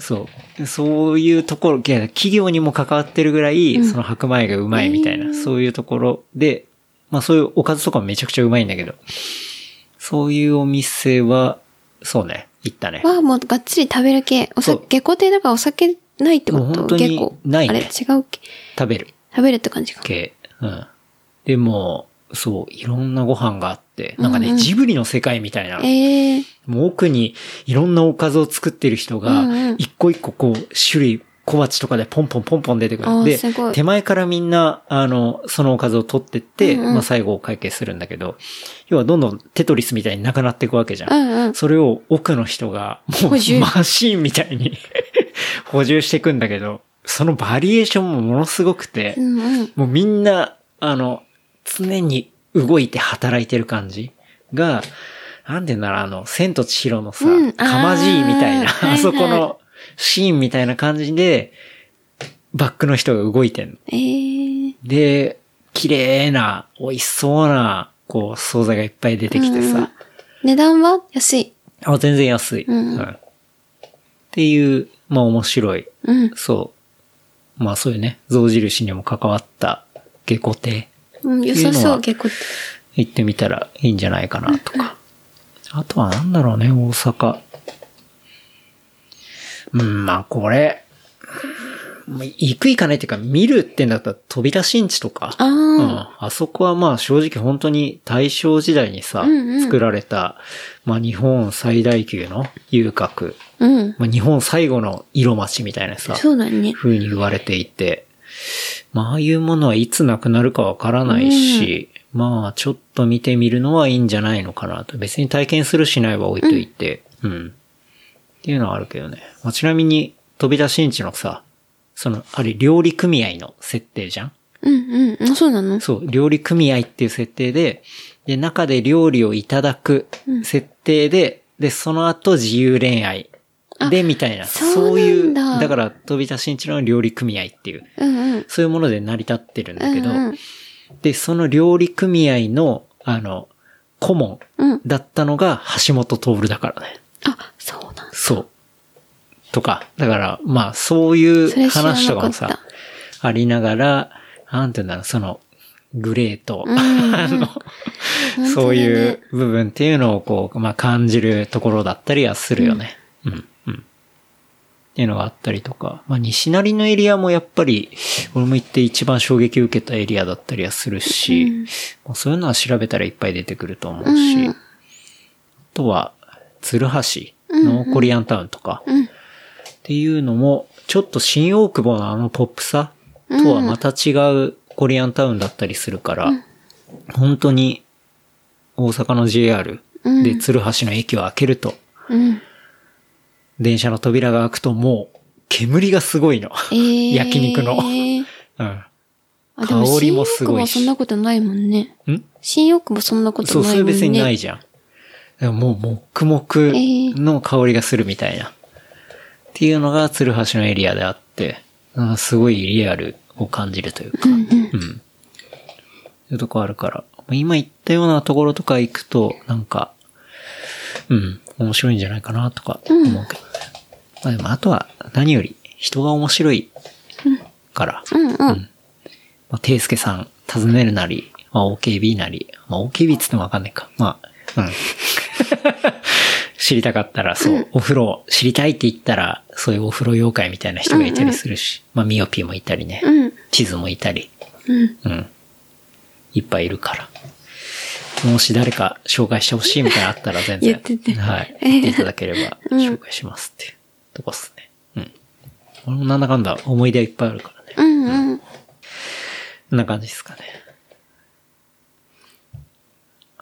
Speaker 3: そう。そういうところ、いや企業にも関わってるぐらい、その白米がうまいみたいな、そういうところで、まあそういうおかずとかもめちゃくちゃうまいんだけど、そういうお店は、そうね、行ったね。
Speaker 2: わあ、もうがっつり食べる系。お
Speaker 3: そう
Speaker 2: 酒、下校亭だからお酒ないってこ
Speaker 3: もう
Speaker 2: と
Speaker 3: 本当に
Speaker 2: 下校
Speaker 3: ない
Speaker 2: あ
Speaker 3: ね
Speaker 2: れ違うっけ
Speaker 3: 食べる。
Speaker 2: 食べるって感じか。
Speaker 3: 系。うん。でもう、そう、いろんなご飯があって、なんかね、
Speaker 2: うんうん
Speaker 3: ジブリの世界みたいな、
Speaker 2: ええー。
Speaker 3: もう奥にいろんなおかずを作ってる人
Speaker 2: うんう
Speaker 3: が
Speaker 2: ん、
Speaker 3: 一個一個こう、種類、小鉢とかでポンポンポンポン出てく
Speaker 2: あ
Speaker 3: る。
Speaker 2: ー
Speaker 3: です
Speaker 2: ごい、
Speaker 3: 手前からみんな、あの、そのおかずを取ってって、
Speaker 2: うんうん
Speaker 3: まあ最後お会計するんだけど、要はどんどんテトリスみたいになくなっていくわけじゃ
Speaker 2: うんうん。
Speaker 3: それを奥の人が、もう
Speaker 2: 補充
Speaker 3: マシーンみたいに 補充していくんだけど、そのバリエーションもものすごくて、
Speaker 2: うんうん。
Speaker 3: もうみんな、あの、常に動いて働いてる感じが、なんでならあの、千と千尋のさ、
Speaker 2: うんあー
Speaker 3: かまじいみたいな、
Speaker 2: はいはい
Speaker 3: あそこのシーンみたいな感じで、バックの人が動いてんの。
Speaker 2: ええー。
Speaker 3: で、綺麗な、美味しそうな、こう、惣菜がいっぱい出てきてさ、
Speaker 2: うんうん値段は安い。
Speaker 3: あ、全然安い。
Speaker 2: うん
Speaker 3: っていう、まあ面白い、
Speaker 2: うん。
Speaker 3: そう。まあそういうね、象印にも関わった下戸亭
Speaker 2: うん、良さそう、結構。
Speaker 3: 行ってみたらいいんじゃないかなとか。あとはなんだろうね、大阪。うん、まあこれ、もう行く行かないっていうか見るってんだったら飛び出しんちとか。
Speaker 2: ああ、
Speaker 3: うん、あそこはまあ正直本当に大正時代にさ、
Speaker 2: うんうん
Speaker 3: 作られた、まあ日本最大級の遊郭、
Speaker 2: うん。
Speaker 3: まあ、日本最後の色町みたいなさ、
Speaker 2: そうだね。
Speaker 3: 風に言われていて、まあああいうものはいつなくなるかわからないし、まあちょっと見てみるのはいいんじゃないのかなと。別に体験するしないは置いといて、うん。っていうのはあるけどね。まあ、ちなみに、飛び出しんちのさ、その、あれ、料理組合の設定じゃん
Speaker 2: うんうん。あそうなの
Speaker 3: そう、料理組合っていう設定で、で、中で料理をいただく設定で、で、その後自由恋愛で、みたいな、
Speaker 2: そうなんだ
Speaker 3: いう、だから、飛び出しんちの料理組合っていう、
Speaker 2: うんうん。
Speaker 3: そういうもので成り立ってるんだけど、
Speaker 2: うんうん
Speaker 3: で、その料理組合の、あの、顧問
Speaker 2: うん。
Speaker 3: だったのが橋本徹だからね。
Speaker 2: あ、そうなん
Speaker 3: そう。とか、だから、まあ、そういう話とかも
Speaker 2: それ知ら
Speaker 3: さ
Speaker 2: なか、
Speaker 3: ありながら、なんて言うんだろう、その、グレーと、 あの、
Speaker 2: だね
Speaker 3: そういう部分っていうのをこう、まあ、感じるところだったりはするよね。うん、うん。っていうのがあったりとか、まあ、西成のエリアもやっぱり、俺も行って一番衝撃を受けたエリアだったりはするし、もうそういうのは調べたらいっぱい出てくると思うし、
Speaker 2: うん
Speaker 3: あとは、鶴橋のコリアンタウンとか、
Speaker 2: うん
Speaker 3: っていうのも、ちょっと新大久保のあのポップさとはまた違うコリアンタウンだったりするから、本当に大阪の JR
Speaker 2: うん
Speaker 3: で鶴橋の駅を開けると、
Speaker 2: うん。
Speaker 3: 電車の扉が開くともう煙がすごいの。
Speaker 2: えー、
Speaker 3: 焼肉のうん。
Speaker 2: あでも
Speaker 3: 香りもすごい
Speaker 2: 新大久保そ
Speaker 3: し
Speaker 2: んなことないもんね。
Speaker 3: ん
Speaker 2: 新大久保そんなこと
Speaker 3: そ
Speaker 2: な
Speaker 3: う、
Speaker 2: いもんね。
Speaker 3: それ別にないじゃん。でももう、黙々の香りがするみたいな。っていうのが、鶴橋のエリアであって、なんかすごいリアルを感じるというか、うん。そういうとこあるから、今言ったようなところとか行くと、なんか、うん、面白いんじゃないかなとか思うけどね。まあでも、あとは、何より、人が面白いから、
Speaker 2: うんうん。
Speaker 3: まあ、ていすけさん、尋ねるなり、まあ、OKB なり、まあ、OKB っつってもわかんないか。まあ、うん。 知りたかったら、そう、お風呂、知りたいって言ったら、そういうお風呂妖怪みたいな人がいたりするし、まあ、ミオピーもいたりね、
Speaker 2: うん。
Speaker 3: 地図もいたり、
Speaker 2: うん。
Speaker 3: うん。いっぱいいるから。もし誰か紹介してほしいみたいなのあったら全然。
Speaker 2: 言ってて
Speaker 3: はい。言っていただければ紹介しますっていうとこっすね。うん。俺もなんだかんだ思い出いっぱいあるからね。
Speaker 2: うんうん。
Speaker 3: こんな感じですかね。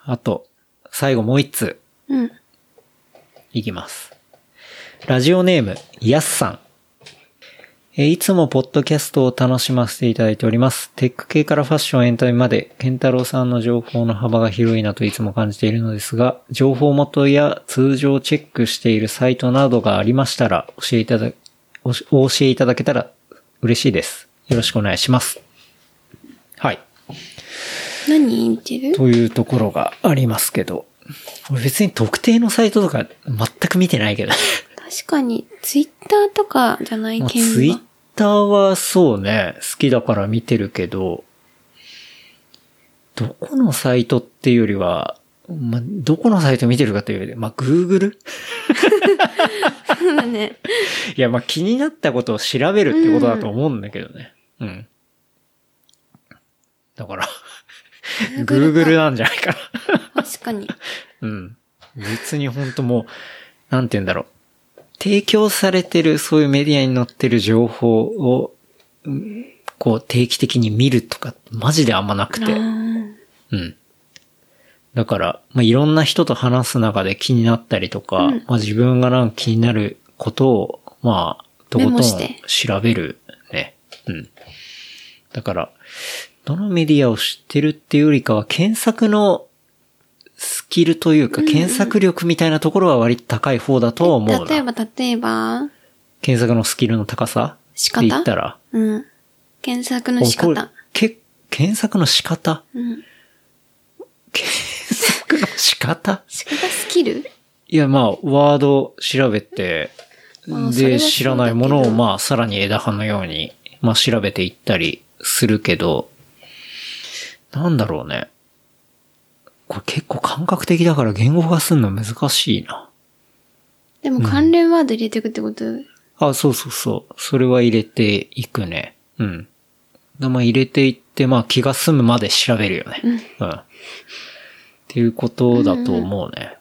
Speaker 3: あと、最後もう一通
Speaker 2: うん。
Speaker 3: いきます。ラジオネーム、やすさん。えーいつもポッドキャストを楽しませていただいております。テック系からファッション、エンタメまで、ケンタロウさんの情報の幅が広いなといつも感じているのですが、情報元や通常チェックしているサイトなどがありましたら、教えいただ、おしお教えいただけたら嬉しいです。よろしくお願いします。はい。
Speaker 2: 何言ってる
Speaker 3: というところがありますけど。俺別に特定のサイトとか全く見てないけど。
Speaker 2: 確かに、ツイッターとかじゃない
Speaker 3: まあ
Speaker 2: けん
Speaker 3: ツイッターはそうね、好きだから見てるけど、どこのサイトっていうよりは、まあ、どこのサイト見てるかというより、まあ、Google?
Speaker 2: そうだね。
Speaker 3: いや、まあ、気になったことを調べるってことだと思うんだけどね。うん。だから、
Speaker 2: Google か
Speaker 3: Google なんじゃないか
Speaker 2: 確かに。
Speaker 3: な。うん。実に本当もう、なんて言うんだろう。提供されてる、そういうメディアに載ってる情報を、うんこう定期的に見るとか、マジであんまなくて。
Speaker 2: うん
Speaker 3: うん。だから、まあ、いろんな人と話す中で気になったりとか、
Speaker 2: うん
Speaker 3: まあ、自分がなんか気になることを、まあ、と
Speaker 2: メ
Speaker 3: こと
Speaker 2: モ
Speaker 3: ん
Speaker 2: して
Speaker 3: 調べるね。うん。だから、どのメディアを知ってるっていうよりかは、検索のスキルというか、検索力みたいなところは割と高い方だとは思うな。
Speaker 2: 例えば、例えば、
Speaker 3: 検索のスキルの高さ
Speaker 2: 仕
Speaker 3: って
Speaker 2: 方
Speaker 3: 言ったら、
Speaker 2: うん。検索の仕
Speaker 3: おこれ
Speaker 2: 方。
Speaker 3: け検索の仕方
Speaker 2: うん。
Speaker 3: 検索の仕方
Speaker 2: 仕方スキル
Speaker 3: いや、まあ、ワード調べて、
Speaker 2: まあそれ
Speaker 3: で、
Speaker 2: はそうだけど
Speaker 3: 知らないものを、まあ、さらに枝葉のように、まあ、調べていったりするけど、なんだろうね。これ結構感覚的だから言語化するの難しいな。
Speaker 2: でも関連ワード入れていくってこと、
Speaker 3: あ、そうそうそう。それは入れていくね。うん。でまあ、入れていって、まあ、気が済むまで調べるよね。うん。っていうことだと思うね。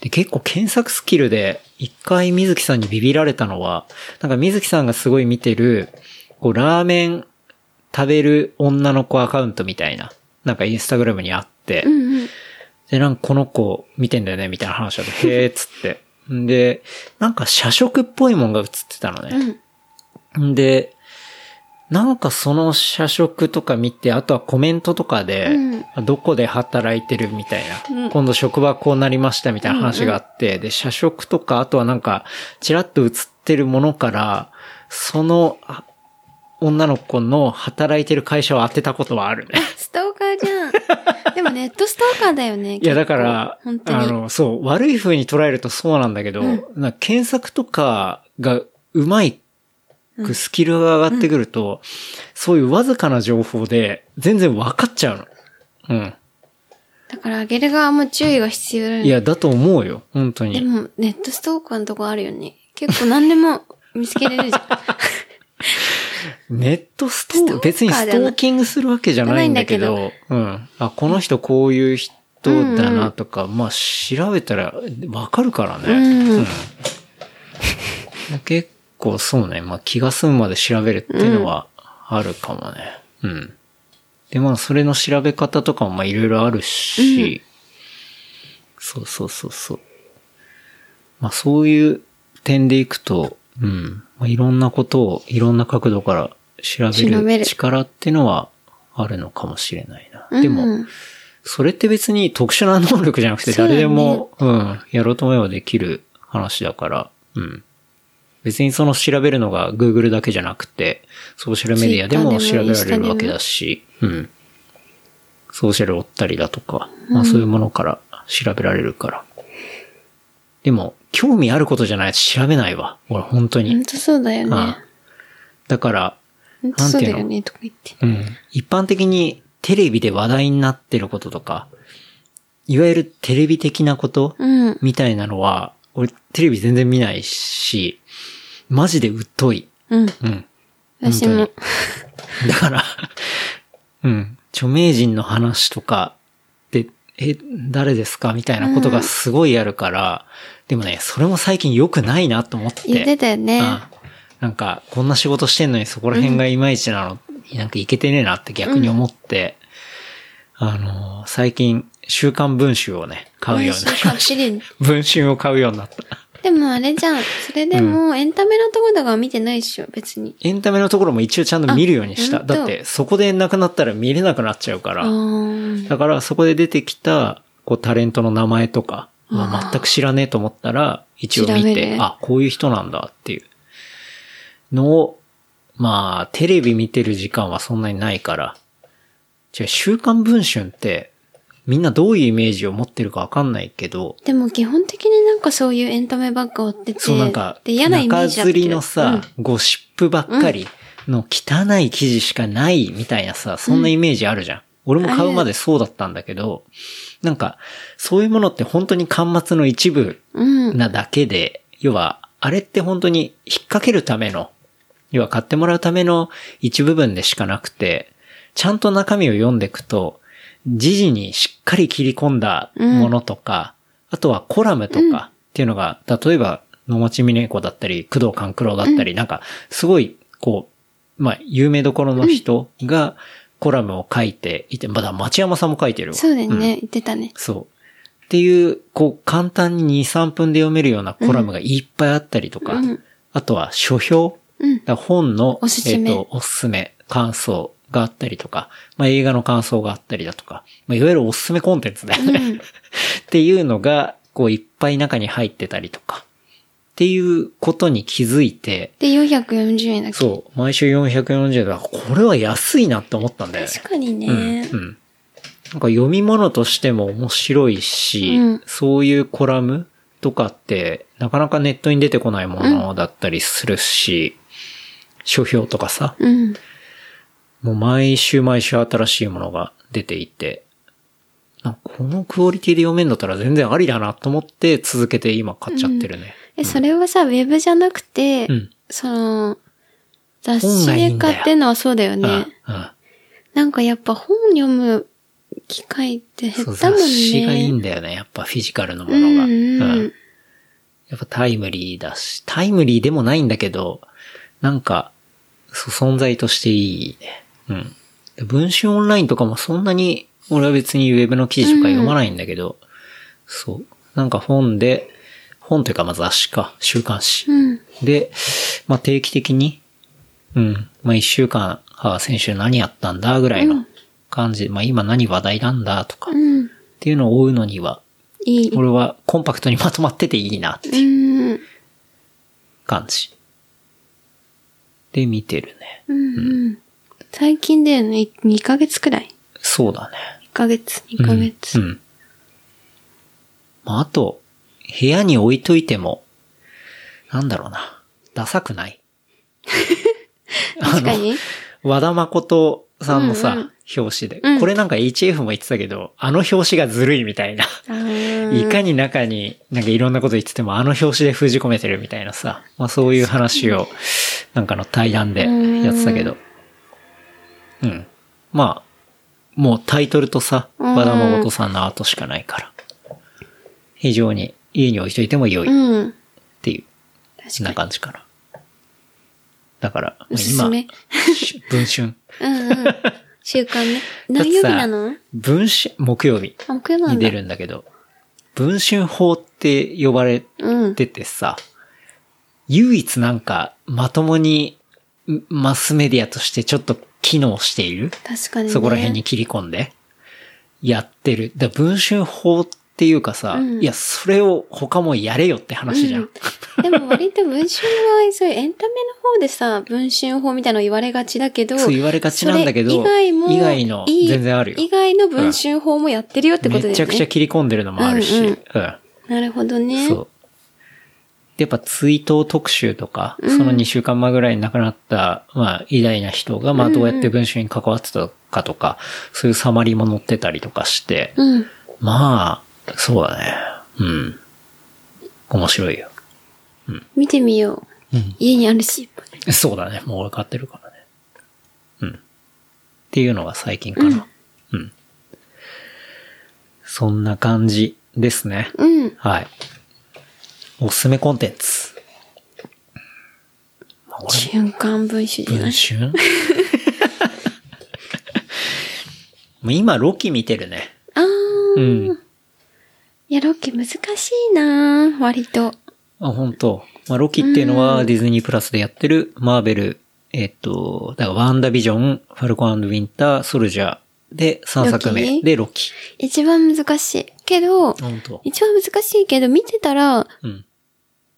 Speaker 3: で、結構検索スキルで、一回水木さんにビビられたのは、なんか水木さんがすごい見てる、こう、ラーメン食べる女の子アカウントみたいな、なんかインスタグラムにあって、
Speaker 2: うんうん。
Speaker 3: で、なんかこの子見てんだよね、みたいな話だと、へーっつって。んで、なんか社食っぽいもんが映ってたのね。
Speaker 2: うん。
Speaker 3: んで、なんかその社食とか見て、あとはコメントとかで、どこで働いてるみたいな、今度職場こうなりましたみたいな話があって、で、社食とか、あとはなんか、ちらっと映ってるものから、その、あ女の子の働いてる会社を当てたことはあるね。
Speaker 2: ストーカーじゃ ん。でもネットストーカーだよね。
Speaker 3: いや、だから
Speaker 2: 結構本、当
Speaker 3: あ
Speaker 2: に。
Speaker 3: の、そう、悪い風に捉えるとそうなんだけど、なんか検索とかがうまいくスキルが上がってくると、そういうわずかな情報で全然分かっちゃうの。うん。
Speaker 2: だから、あげる側も注意が必要だよ
Speaker 3: い
Speaker 2: ね。
Speaker 3: や、だと思うよ、本当
Speaker 2: で
Speaker 3: に。
Speaker 2: も、ネットストーカーのとこあるよね。結構何で も見つけれるじゃん。
Speaker 3: ネットストー
Speaker 2: ストーカー
Speaker 3: 別にストーキングするわけじゃないんだけど、
Speaker 2: じゃな
Speaker 3: うん。あ、この人こういう人だなとか、まあ調べたらわかるからね。
Speaker 2: うん
Speaker 3: 結構そうね、まあ気が済むまで調べるっていうのはあるかもね。うん。で、まあそれの調べ方とかもまあいろいろあるし、そうそうそうそう。まあそういう点でいくと、うん。まあ、いろんなことをいろんな角度から調べ
Speaker 2: 調べ
Speaker 3: る
Speaker 2: る
Speaker 3: 力っていうのはあるのかもしれないな。
Speaker 2: うん
Speaker 3: でも、それって別に特殊な能力じゃなくて
Speaker 2: そうだね
Speaker 3: 誰でも、うん、やろうと思えばできる話だから、うん。別にその調べるのが Google だけじゃなくて、ソーシャルメディアでも
Speaker 2: Twitter で
Speaker 3: 調
Speaker 2: も
Speaker 3: べられるわけだし、うん。ソーシャル追ったりだとか、まあそういうものから調べられるから。でも、興味あることじゃないと調べないわ。俺、本当に。
Speaker 2: 本当そうだよ
Speaker 3: う
Speaker 2: ね
Speaker 3: ん。だから、
Speaker 2: 本当そうだよね、とか言って。
Speaker 3: うん。一般的にテレビで話題になってることとか、いわゆるテレビ的なこと
Speaker 2: うん。
Speaker 3: みたいなのは、俺テレビ全然見ないし、マジで疎い。
Speaker 2: うん。
Speaker 3: うん。
Speaker 2: 私も。
Speaker 3: だから、うん。著名人の話とかで、え、誰ですかみたいなことがすごいあるから、でもね、それも最近良くないなと思って。
Speaker 2: 言ってたよね。
Speaker 3: うん、なんか、こんな仕事してんのにそこら辺がいまいちなの、なんかいけてねえなって逆に思って、あのー、最近、週刊文集をね、買うようにな
Speaker 2: 毎
Speaker 3: り
Speaker 2: 週
Speaker 3: ま
Speaker 2: 買っ
Speaker 3: して
Speaker 2: るよね
Speaker 3: た。 文集を買うようになった。
Speaker 2: でもあれじゃん。それでも、エンタメのところとかは見てないっしょ、別に。
Speaker 3: エンタメのところも一応ちゃんと見るようにし
Speaker 2: あ
Speaker 3: た。
Speaker 2: 本当
Speaker 3: だって、そこでなくなったら見れなくなっちゃうから。
Speaker 2: あー
Speaker 3: だからそこで出てきた、こうタレントの名前とか、まあ全く知らねえと思ったら、一応見
Speaker 2: 調べ
Speaker 3: て、
Speaker 2: る
Speaker 3: あ、こういう人なんだっていうのを、まあ、テレビ見てる時間はそんなにないから、じゃあ週刊文春って、みんなどういうイメージを持ってるかわかんないけど、
Speaker 2: でも基本的になんかそういうエンタメばっか追ってて。
Speaker 3: そうなんか、
Speaker 2: で、嫌なイメー
Speaker 3: 中
Speaker 2: ジだった
Speaker 3: 吊
Speaker 2: けど
Speaker 3: りのさ、ゴシップばっかりの汚い記事しかないみたいなさ、そんなイメージあるじゃん。俺も買うまでそうだったんだけど、なんか、そういうものって本当に端末の一部
Speaker 2: うん。うん。
Speaker 3: なだけで、要は、あれって本当に引っ掛けるための、要は買ってもらうための一部分でしかなくて、ちゃんと中身を読んでいくと、時事にしっかり切り込んだものとか、あとはコラムと
Speaker 2: うん
Speaker 3: かっていうのが、例えば、野持峰子だったり、工藤官九郎だったり、なんか、すごい、こう、まあ、有名どころの人がコラムを書いていて、まだ町山さんも書いてるわ。
Speaker 2: そうだよ
Speaker 3: ん
Speaker 2: ね。言ってたね。
Speaker 3: そう。っていう、こう、簡単に2、3分で読めるようなコラムがいっぱいあったりとか、
Speaker 2: うん
Speaker 3: あとは書評、
Speaker 2: うん。
Speaker 3: だから本の、
Speaker 2: おすすめ
Speaker 3: えっと、おすすめ、感想があったりとか、まあ、映画の感想があったりだとか、まあ、いわゆるおすすめコンテンツだよね。
Speaker 2: うん
Speaker 3: っていうのが、こう、いっぱい中に入ってたりとか、っていうことに気づいて、
Speaker 2: で、440円だっけ
Speaker 3: そう、毎週440円だから、これは安いなって思ったんだよね。
Speaker 2: 確かにね。
Speaker 3: うんうん。なんか読み物としても面白いし、
Speaker 2: うん
Speaker 3: そういうコラムとかって、なかなかネットに出てこないものだったりするし、書評とかさ、
Speaker 2: うん。
Speaker 3: もう毎週毎週新しいものが出ていて、なんかこのクオリティで読めんだったら全然ありだなと思って続けて今買っちゃってるね。
Speaker 2: え、それはさ、ウェブじゃなくて、
Speaker 3: うん。
Speaker 2: その、雑誌で買ってんのはそうだよ
Speaker 3: うん。
Speaker 2: ね。
Speaker 3: うん
Speaker 2: なんかやっぱ本読む機会って減
Speaker 3: そう
Speaker 2: ったもんね。
Speaker 3: 雑誌がいいんだよね。やっぱフィジカルのものが。
Speaker 2: うんうん
Speaker 3: うんやっぱタイムリーだし、タイムリーでもないんだけど、なんか、そう存在としていいね。うん。で文春オンラインとかもそんなに、俺は別にウェブの記事とか読まないんだけど、そう。なんか本で、本というかまあ雑誌か、週刊誌。
Speaker 2: うん。
Speaker 3: で、まあ、定期的に、うん、まあ、一週間、ああ、先週何やったんだ、ぐらいうの
Speaker 2: ん
Speaker 3: 感じ、まあ、今何話題なんだ、とか、っ
Speaker 2: うん。
Speaker 3: ていうのを追うのには、
Speaker 2: いい。
Speaker 3: 俺はコンパクトにまとまってていいな、っていう
Speaker 2: うん。
Speaker 3: 感じ。で、見てるね。
Speaker 2: うんうん。最近だよね。2ヶ月くらい。
Speaker 3: そうだね。
Speaker 2: 1ヶ月、2ヶ月。
Speaker 3: うん。うんまあ、あと、部屋に置いといても、なんだろうな、ダサくない
Speaker 2: 確かに。
Speaker 3: 和田誠さんのさ、
Speaker 2: うんうん
Speaker 3: 表紙で、
Speaker 2: うん
Speaker 3: これなんか HF も言ってたけど、あの表紙がずるいみたいな。
Speaker 2: あー
Speaker 3: いかに中になんかいろんなこと言ってても、あの表紙で封じ込めてるみたいなさ。まあそういう話を、なんかの対談でやってたけど。うん。まあ、もうタイトルとさ、
Speaker 2: うん
Speaker 3: 和田誠さんのアートしかないから。非常に家に置いといても良いっ
Speaker 2: うん。
Speaker 3: ていう。そんな
Speaker 2: 確か
Speaker 3: 感じかな。だから、まあ
Speaker 2: おすすめ
Speaker 3: し文春。
Speaker 2: に。うん うん。週間ね。何曜日なの
Speaker 3: 文春、木曜日
Speaker 2: あ、木曜な
Speaker 3: に
Speaker 2: んだ
Speaker 3: 出。るんだけど、文春法って呼ばれ
Speaker 2: うん。
Speaker 3: ててさ、唯一なんかまともにんマスメディアとしてちょっと機能している、
Speaker 2: 確かに、ね。
Speaker 3: そこら辺に。切り込んでやってる。だから文春法っていうかさ、
Speaker 2: うん
Speaker 3: いや、それを他もやれよって話じゃん。
Speaker 2: でも割と文春は、そういうエンタメの方でさ、文春法みたいなの言われがちだけど、
Speaker 3: そう言われがちなんだけど、
Speaker 2: それ以外も、
Speaker 3: 以外の
Speaker 2: いい
Speaker 3: 全然あるよ。
Speaker 2: 以外の文春法もやってるよってことだよね。
Speaker 3: めちゃくちゃ切り込んでるのもあるし、
Speaker 2: うんうん
Speaker 3: うん
Speaker 2: なるほどね。
Speaker 3: そう。でやっぱ追悼特集とか、その2週間前ぐらいに亡くなった、まあ、偉大な人が、まあ、どうやって文春に関わってたかとか、そういうサマリーも載ってたりとかして、
Speaker 2: うん。
Speaker 3: まあ、そうだね。うん。面白いよ。
Speaker 2: 見てみよう。
Speaker 3: うん
Speaker 2: 家にあるし。
Speaker 3: そうだね。もう俺買ってるからね。うん。っていうのが最近かな。うん。そんな感じですね。
Speaker 2: うん。
Speaker 3: はい。おすすめコンテンツ。まあ、俺
Speaker 2: 瞬間文春じゃな
Speaker 3: 文
Speaker 2: い。
Speaker 3: 春 もう今、ロキ見てるね。
Speaker 2: あー。
Speaker 3: うん。
Speaker 2: いや、ロケ難しいなー割と。
Speaker 3: あ、本当まあ、ロキっていうのはディズニープラスでやってる、マーベル、えっと、だからワンダビジョン、ファルコンウィンター、ソルジャーで3作
Speaker 2: ロ
Speaker 3: 目
Speaker 2: キ
Speaker 3: でロキ。
Speaker 2: 一番難しい。けど、
Speaker 3: 本当
Speaker 2: 一番難しいけど、見てたら、
Speaker 3: うん。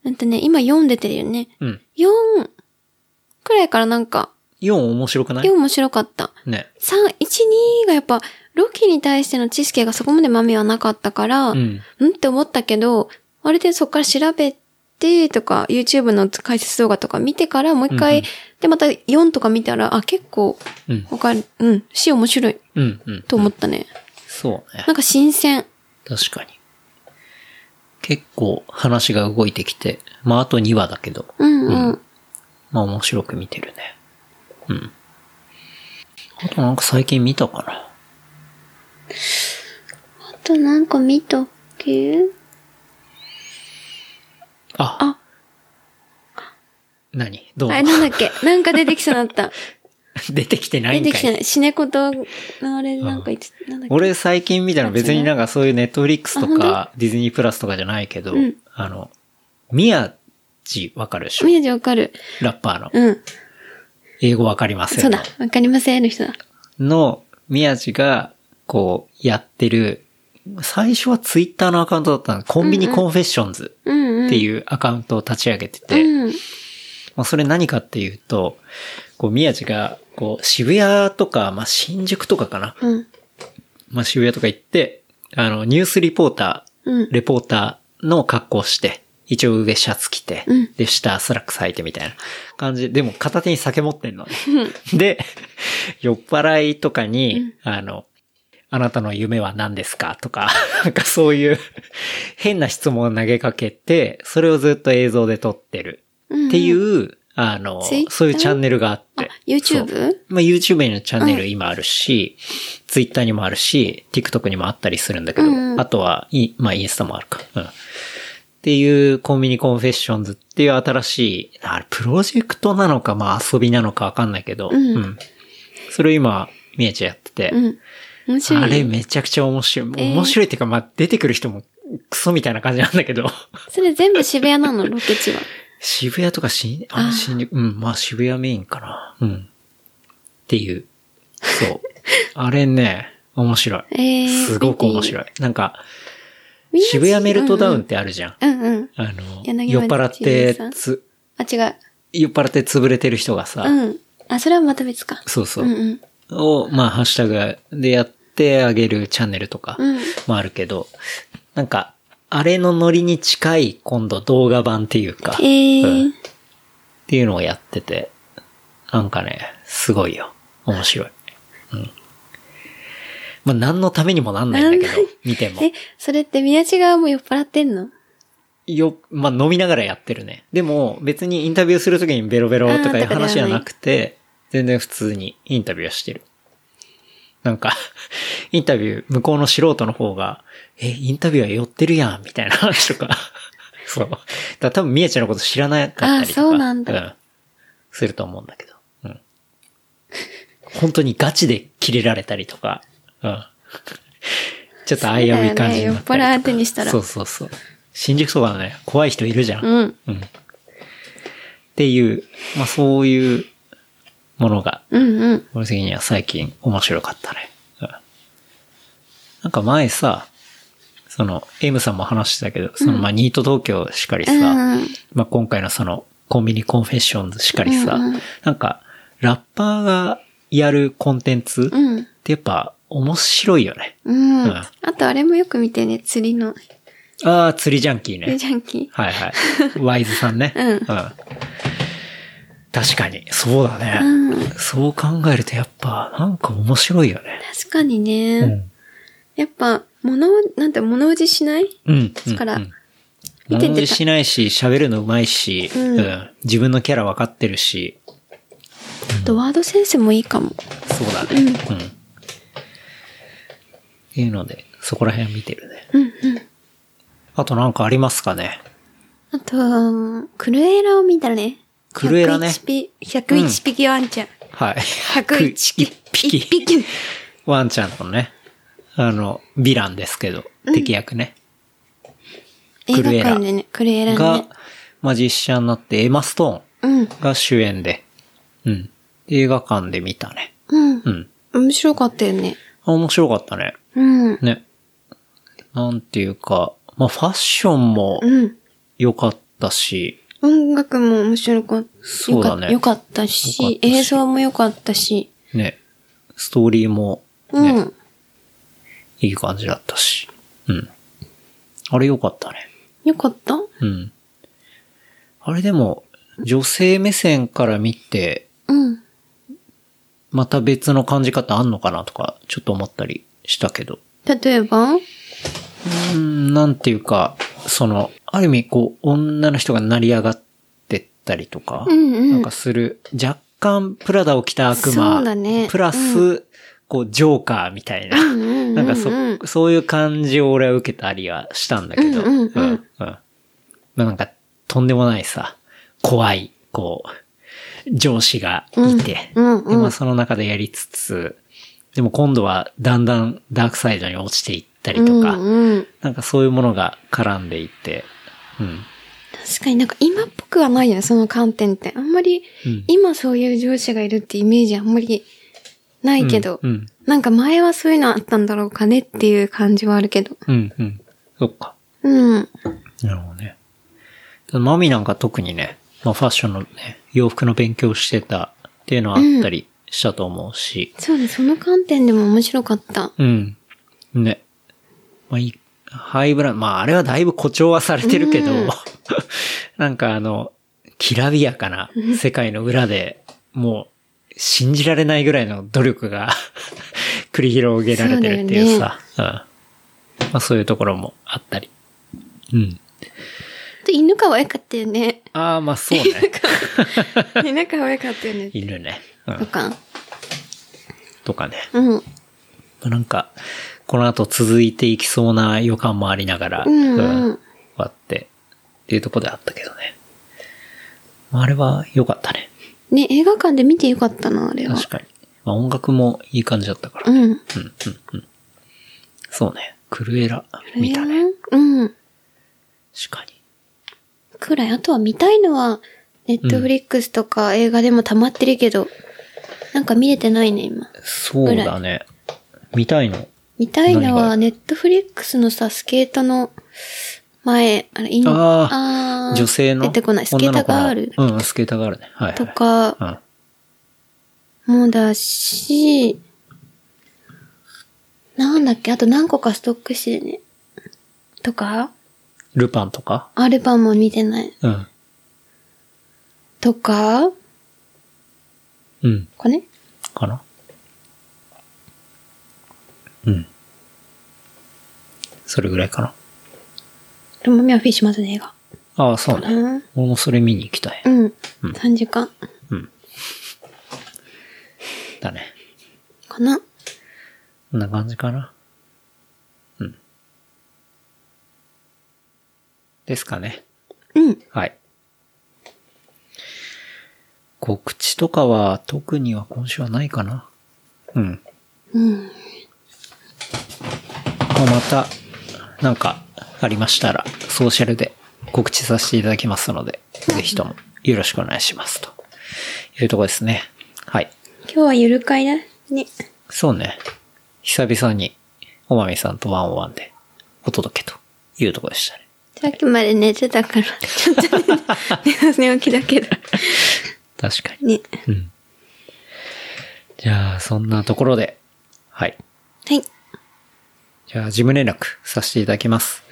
Speaker 2: うんとね、今4出てるよね。
Speaker 3: うん。
Speaker 2: 4くらいからなんか、
Speaker 3: 4面白くない
Speaker 2: 4面白かった。
Speaker 3: ね。
Speaker 2: 3、1、2がやっぱ、ロキに対しての知識がそこまで豆はなかったから、
Speaker 3: う
Speaker 2: うん、
Speaker 3: ん。
Speaker 2: って思ったけど、あれでそこから調べてとか、YouTube の解説動画とか見てから、もう一回、
Speaker 3: うん
Speaker 2: でまた4とか見たら、あ、結構、
Speaker 3: うん。
Speaker 2: 他、うん、し面白い
Speaker 3: うん。うん。
Speaker 2: と思ったね。
Speaker 3: そうね
Speaker 2: な。んか新鮮。
Speaker 3: 確かに。結構話が動いてきて、まああと2話だけど、
Speaker 2: うんうん。
Speaker 3: まあ面白く見てるね。うん。あとなんか最近見たかな。
Speaker 2: あとなんか見たっけ
Speaker 3: あ。
Speaker 2: あ
Speaker 3: 何どう
Speaker 2: あれなんだっけなんか出てきそうになった。
Speaker 3: 出てきてな
Speaker 2: 出
Speaker 3: いん
Speaker 2: て
Speaker 3: か
Speaker 2: きて
Speaker 3: い。
Speaker 2: ない。死猫と、あれなんか言って、なんだっけ
Speaker 3: 俺最近見たの別になんかそういうネットフリックスと
Speaker 2: あ
Speaker 3: かディズニープラスとかじゃないけど、
Speaker 2: うん
Speaker 3: あの、宮地わかるでしょ
Speaker 2: 宮地わかる。
Speaker 3: ラッパーの。
Speaker 2: うん。
Speaker 3: 英語わかりません。
Speaker 2: そうだ。わかりませんの人だ。
Speaker 3: の宮地が、こう、やってる、最初はツイッターのアカウントだったの。コンビニコンフェッションズ
Speaker 2: うんうん。
Speaker 3: って
Speaker 2: う。
Speaker 3: いうアカウントを立ち上げてて、
Speaker 2: うん。
Speaker 3: まあ、それ何かっていうと、こう、宮地が、こう、渋谷とか、まあ、新宿とかかな。
Speaker 2: うん。
Speaker 3: まあ、渋谷とか行って、あの、ニュースリポータ
Speaker 2: うん
Speaker 3: ー、レポーターの格好をして、一応上シャツ着て、
Speaker 2: うん
Speaker 3: で、下スラックス履いてみたいな感じで、でも片手に酒持って んのね。で、酔っ払いとかに、あの、あなたの夢は何ですかとか、 なんかそういう変な質問を投げかけて、それをずっと映像で撮ってる
Speaker 2: うん。
Speaker 3: っていう、あの、
Speaker 2: Twitter？
Speaker 3: そういうチャンネルがあっ
Speaker 2: あ
Speaker 3: て。、そう
Speaker 2: YouTube?
Speaker 3: まあ、YouTube のチャンネル今あるし、Twitter にもあるし、TikTok にもあったりするんだけど、
Speaker 2: うんうん
Speaker 3: あとは、いまあ、インスタもあるか。うん。っていう、コンビニコンフェッションズっていう新しい、あれ、プロジェクトなのか、まあ、遊びなのかわかんないけど、
Speaker 2: うん
Speaker 3: それを今、みえちゃんやってて、
Speaker 2: うん。面白い。
Speaker 3: あれめちゃくちゃ面白い。
Speaker 2: えー
Speaker 3: 面白いっていうか、まあ、出てくる人もクソみたいな感じなんだけど。
Speaker 2: それ全部渋谷な の、ロケ地は。
Speaker 3: 渋谷とか新、
Speaker 2: あ
Speaker 3: あ
Speaker 2: ー
Speaker 3: 新宿、うん、まあ渋谷メインかな。うん。っていう。 そう。あれね、面白い。
Speaker 2: えー、
Speaker 3: すごく面白
Speaker 2: い。
Speaker 3: い。なんか、
Speaker 2: みんな
Speaker 3: 渋谷メルトダウンってあるじゃん。
Speaker 2: うんうん。
Speaker 3: あの、
Speaker 2: 柳
Speaker 3: 酔っ
Speaker 2: 原
Speaker 3: 払っ
Speaker 2: ジュニアさ
Speaker 3: て
Speaker 2: ん
Speaker 3: つ、
Speaker 2: あ、違う。
Speaker 3: 酔っ払って潰れてる人がさ、
Speaker 2: うん。あ、それはまた別か。
Speaker 3: そうそうう、
Speaker 2: んうん。
Speaker 3: を、まあ、ハッシュタグでやってあげるチャンネルとか
Speaker 2: うん
Speaker 3: もあるけど、なんか、あれのノリに近い今度動画版っていうか、
Speaker 2: えー、
Speaker 3: っていうのをやってて、なんかね、すごいよ。面白い。うん。まあ、何のためにもなんない んだけど、見ても。
Speaker 2: え、それって宮地側も酔っ払ってんの
Speaker 3: よ、まあ、飲みながらやってるね。でも、別にインタビューするときにベロベロとかいう
Speaker 2: あーとかではない
Speaker 3: 話じゃなくて、全然普通にインタビューしてる。なんか、 インタビュー、向こうの素人の方が、え、インタビューは寄ってるやん、みたいな話と か。そう。だから多分、みえちゃんのこと知らなかったりとか。
Speaker 2: あーそうなんだ
Speaker 3: んすると思うんだけど。うん。本当にガチでキレられたりとか。うん。ちょっと危うい感じになったりとか
Speaker 2: そうだよね酔っ払い当てにしたら
Speaker 3: そうそうそう。新宿とかのね、怖い人いるじゃん。
Speaker 2: うん。
Speaker 3: うん。っていう、まあそういうものが、
Speaker 2: うんうん。
Speaker 3: 俺的には最近面白かったね。うん。なんか前さ、その、エムさんも話してたけど、その、まあニート東京しかりさ、
Speaker 2: うんうん
Speaker 3: まあ今回のその、コンビニコンフェッションズしかりさ、
Speaker 2: うんうん
Speaker 3: なんか、ラッパーがやるコンテンツっ
Speaker 2: うん。
Speaker 3: てやっぱ面白いよね。
Speaker 2: うん。
Speaker 3: うん
Speaker 2: あとあれもよく見てね、釣りの、
Speaker 3: ああ、釣りジャンキーね。
Speaker 2: ジャンキ
Speaker 3: はいはい。ワイズさんね。
Speaker 2: うん
Speaker 3: 確かに、そうだね、
Speaker 2: ー。うん。
Speaker 3: そう考えるとやっぱ、なんか面白いよね。
Speaker 2: 確かにね。
Speaker 3: うん。
Speaker 2: やっぱ、物を、なんて物おじしない
Speaker 3: うん。
Speaker 2: だから
Speaker 3: うん
Speaker 2: 見てて
Speaker 3: 物おじしないし、喋るのうまいし、
Speaker 2: うん
Speaker 3: 自分のキャラ分かってるし、
Speaker 2: あとワードセンスもいいかも。
Speaker 3: そうだね。うん。っていうので、そこら辺見てるね。
Speaker 2: うんうん。
Speaker 3: あとなんかありますかね
Speaker 2: あと、クルエラを見たね。
Speaker 3: クルエラね
Speaker 2: 101匹、101匹ワンちゃん。
Speaker 3: はい。
Speaker 2: 101匹。
Speaker 3: 匹
Speaker 2: 1匹。
Speaker 3: ワンちゃんのね、あの、ヴィランですけど、敵役ね。
Speaker 2: 映
Speaker 3: ク
Speaker 2: 画
Speaker 3: ルエラ
Speaker 2: 館でね、クルエラ
Speaker 3: が
Speaker 2: ね。、
Speaker 3: マジシャンになって、エマ・スト
Speaker 2: うん。
Speaker 3: ーンが主演で、うん。映画館で見たね。
Speaker 2: うん
Speaker 3: う。ん。
Speaker 2: 面白かったよね。
Speaker 3: あ面白かったね。
Speaker 2: うん。
Speaker 3: ね。なんていうか、まあファッションも
Speaker 2: うん。
Speaker 3: 良かったし、
Speaker 2: 音楽も面白かった。
Speaker 3: そうだね
Speaker 2: よかった
Speaker 3: よか
Speaker 2: し
Speaker 3: っ、たし
Speaker 2: 映像も良かったし。
Speaker 3: ね。ストーリーも、ね、
Speaker 2: うん。
Speaker 3: いい感じだったし。うん。あれ良かったね。
Speaker 2: 良かった
Speaker 3: うん。あれでも、女性目線から見て、
Speaker 2: うん。
Speaker 3: また別の感じ方あんのかなとか、ちょっと思ったりしたけど。
Speaker 2: 例えば
Speaker 3: うーん、なんていうか、その、ある意味、こう、女の人が成り上がってったりとか、
Speaker 2: うんうん
Speaker 3: なんかする、若干プラダを着た悪魔、
Speaker 2: そうだね
Speaker 3: プラス、こう、ジョーカーみたいな、
Speaker 2: うんうんうんうん
Speaker 3: なんかそ、そういう感じを俺は受けたりはしたんだけ
Speaker 2: う
Speaker 3: ど、
Speaker 2: んうんうん
Speaker 3: まあなんか、とんでもないさ、怖い、こう、上司がいて、
Speaker 2: うんうん
Speaker 3: でまあその中でやりつつ、でも今度はだんだんダークサイドに落ちていったりとか、
Speaker 2: うんうん。
Speaker 3: なんかそういうものが絡んでいて、うん。
Speaker 2: 確かになんか今っぽくはないよね、その観点って。あんまり
Speaker 3: うん、
Speaker 2: 今そういう上司がいるってイメージあんまりないけど、
Speaker 3: うんうん
Speaker 2: なんか前はそういうのあったんだろうかねっていう感じはあるけど。
Speaker 3: うん、うん。そっか。
Speaker 2: うん。
Speaker 3: なるほどね。マミなんか特にね、まあファッションのね、洋服の勉強してたっていうのはあったりしたと思うし、
Speaker 2: そうね、その観点でも面白かった。
Speaker 3: うん。ね。まあいい、ハイブランド、まああれはだいぶ誇張はされてるけど、
Speaker 2: うん
Speaker 3: なんかあの、きらびやかな世界の裏で、もう、信じられないぐらいの努力が 繰り広げられてるっていうさ、うん。まあそういうところもあったり。うん。
Speaker 2: あと犬可愛かったよね。
Speaker 3: ああ、まあそう ね。
Speaker 2: 犬可愛かったよね。
Speaker 3: いるね。う
Speaker 2: と
Speaker 3: ん。
Speaker 2: か。
Speaker 3: とかね。
Speaker 2: うん。
Speaker 3: なんか、この後続いていきそうな予感もありながら、
Speaker 2: うんうん
Speaker 3: あって、っていうとこであったけどね。まあ、あれは良かったね。
Speaker 2: ね、映画館で見てよかったな、あれは。
Speaker 3: 確かに。まあ音楽もいい感じだったから。
Speaker 2: うん。
Speaker 3: うん、うん、うん。そうね。クルエラ、見たね。
Speaker 2: うん。
Speaker 3: 確かに。
Speaker 2: くらい。あとは見たいのは、ネットフリックスとか映画でも溜まってるけど、なんか見れてないね、今。
Speaker 3: そうだね。見たいの。
Speaker 2: 見たいの
Speaker 3: 何が
Speaker 2: は、ネットフリックスのさ、スケートの前、あれ、イン
Speaker 3: あ
Speaker 2: あー
Speaker 3: 女性の。
Speaker 2: 出てこない。スケーターガール
Speaker 3: 女の子のうん、スケーターガールね。はい、はい。
Speaker 2: とか
Speaker 3: うん。
Speaker 2: もだし、なんだっけ、あと何個かストックしてね。とか、
Speaker 3: ルパンとか
Speaker 2: アルバムも見てない。
Speaker 3: うん。
Speaker 2: とか、
Speaker 3: うん。
Speaker 2: これね
Speaker 3: かなうん。それぐらいかな。
Speaker 2: でもミアフィッシュまずね、映画。
Speaker 3: ああ、そうね。
Speaker 2: うん。
Speaker 3: 俺もそれ見に行きたい。
Speaker 2: うん。3時間
Speaker 3: うん。だね。
Speaker 2: かな。
Speaker 3: こんな感じかな。うん。ですかね。
Speaker 2: うん。
Speaker 3: はい。告知とかは特には今週はないかな。うん。
Speaker 2: うん。
Speaker 3: まあまた、なんか、ありましたら、ソーシャルで告知させていただきますので、ぜひともよろしくお願いします。というとこですね。はい。
Speaker 2: 今日はゆるかいだね。
Speaker 3: そうね。久々に、おまみさんとワンオンワンでお届けというとこでしたね。
Speaker 2: さっきまで寝てたから、ちょっとね寝起きだけど。
Speaker 3: 確かに。
Speaker 2: ね。
Speaker 3: うん。じゃあ、そんなところで、はい。
Speaker 2: はい。
Speaker 3: じゃあ、事務連絡させていただきます。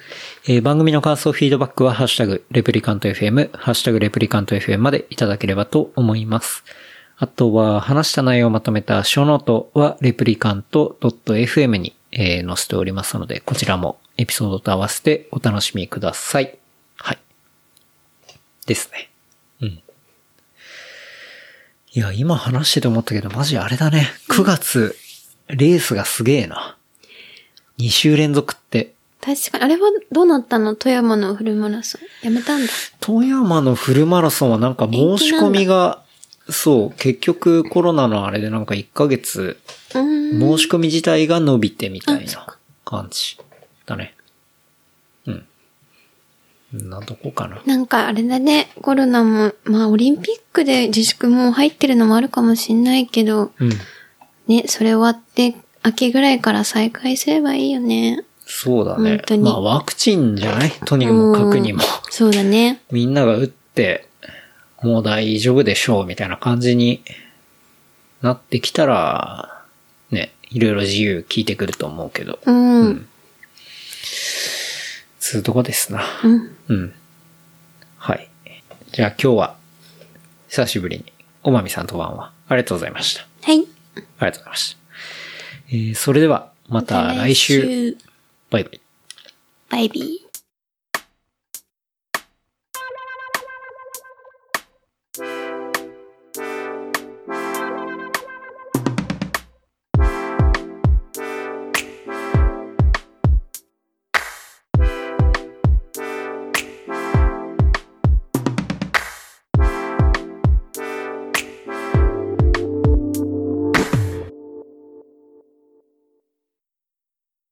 Speaker 3: えー番組の感想、フィードバックは、ハッシュタグ、レプリカント FM、ハッシュタグ、レプリカント FM までいただければと思います。あとは、話した内容をまとめた小ノートは、レプリカント .fm に、えー載せておりますので、こちらもエピソードと合わせてお楽しみください。はい。ですね。うん。いや、今話してて思ったけど、マジあれだね。9月、レースがすげえな。2週連続って、
Speaker 2: 確かに、あれはどうなったの富山のフルマラソン。やめたんだ。
Speaker 3: 富山のフルマラソンはなんか申し込みが、そう、結局コロナのあれでなんか1ヶ月、
Speaker 2: うーん。
Speaker 3: 申し込み自体が伸びてみたい
Speaker 2: あそっ
Speaker 3: な感じだね。うん。な、どこかな。
Speaker 2: なんかあれだね、コロナも、まあオリンピックで自粛も入ってるのもあるかもしんないけど、
Speaker 3: うん。
Speaker 2: ね、それ終わって、秋ぐらいから再開すればいいよね。
Speaker 3: そうだね
Speaker 2: 本当。に
Speaker 3: まあワクチンじゃないとにもかくにも。
Speaker 2: うんそうだね。
Speaker 3: みんなが打って、もう大丈夫でしょうみたいな感じになってきたら、ね、いろいろ自由聞いてくると思うけど。
Speaker 2: うん。
Speaker 3: んつうとこですな。
Speaker 2: うん。
Speaker 3: うん。はい。じゃあ今日は、久しぶりに、おまみさんとワンは、ありがとうございました。
Speaker 2: はい。
Speaker 3: ありがとうございました。えー、それでは、また来週、
Speaker 2: 来週
Speaker 3: バイバイ。
Speaker 2: バイビー。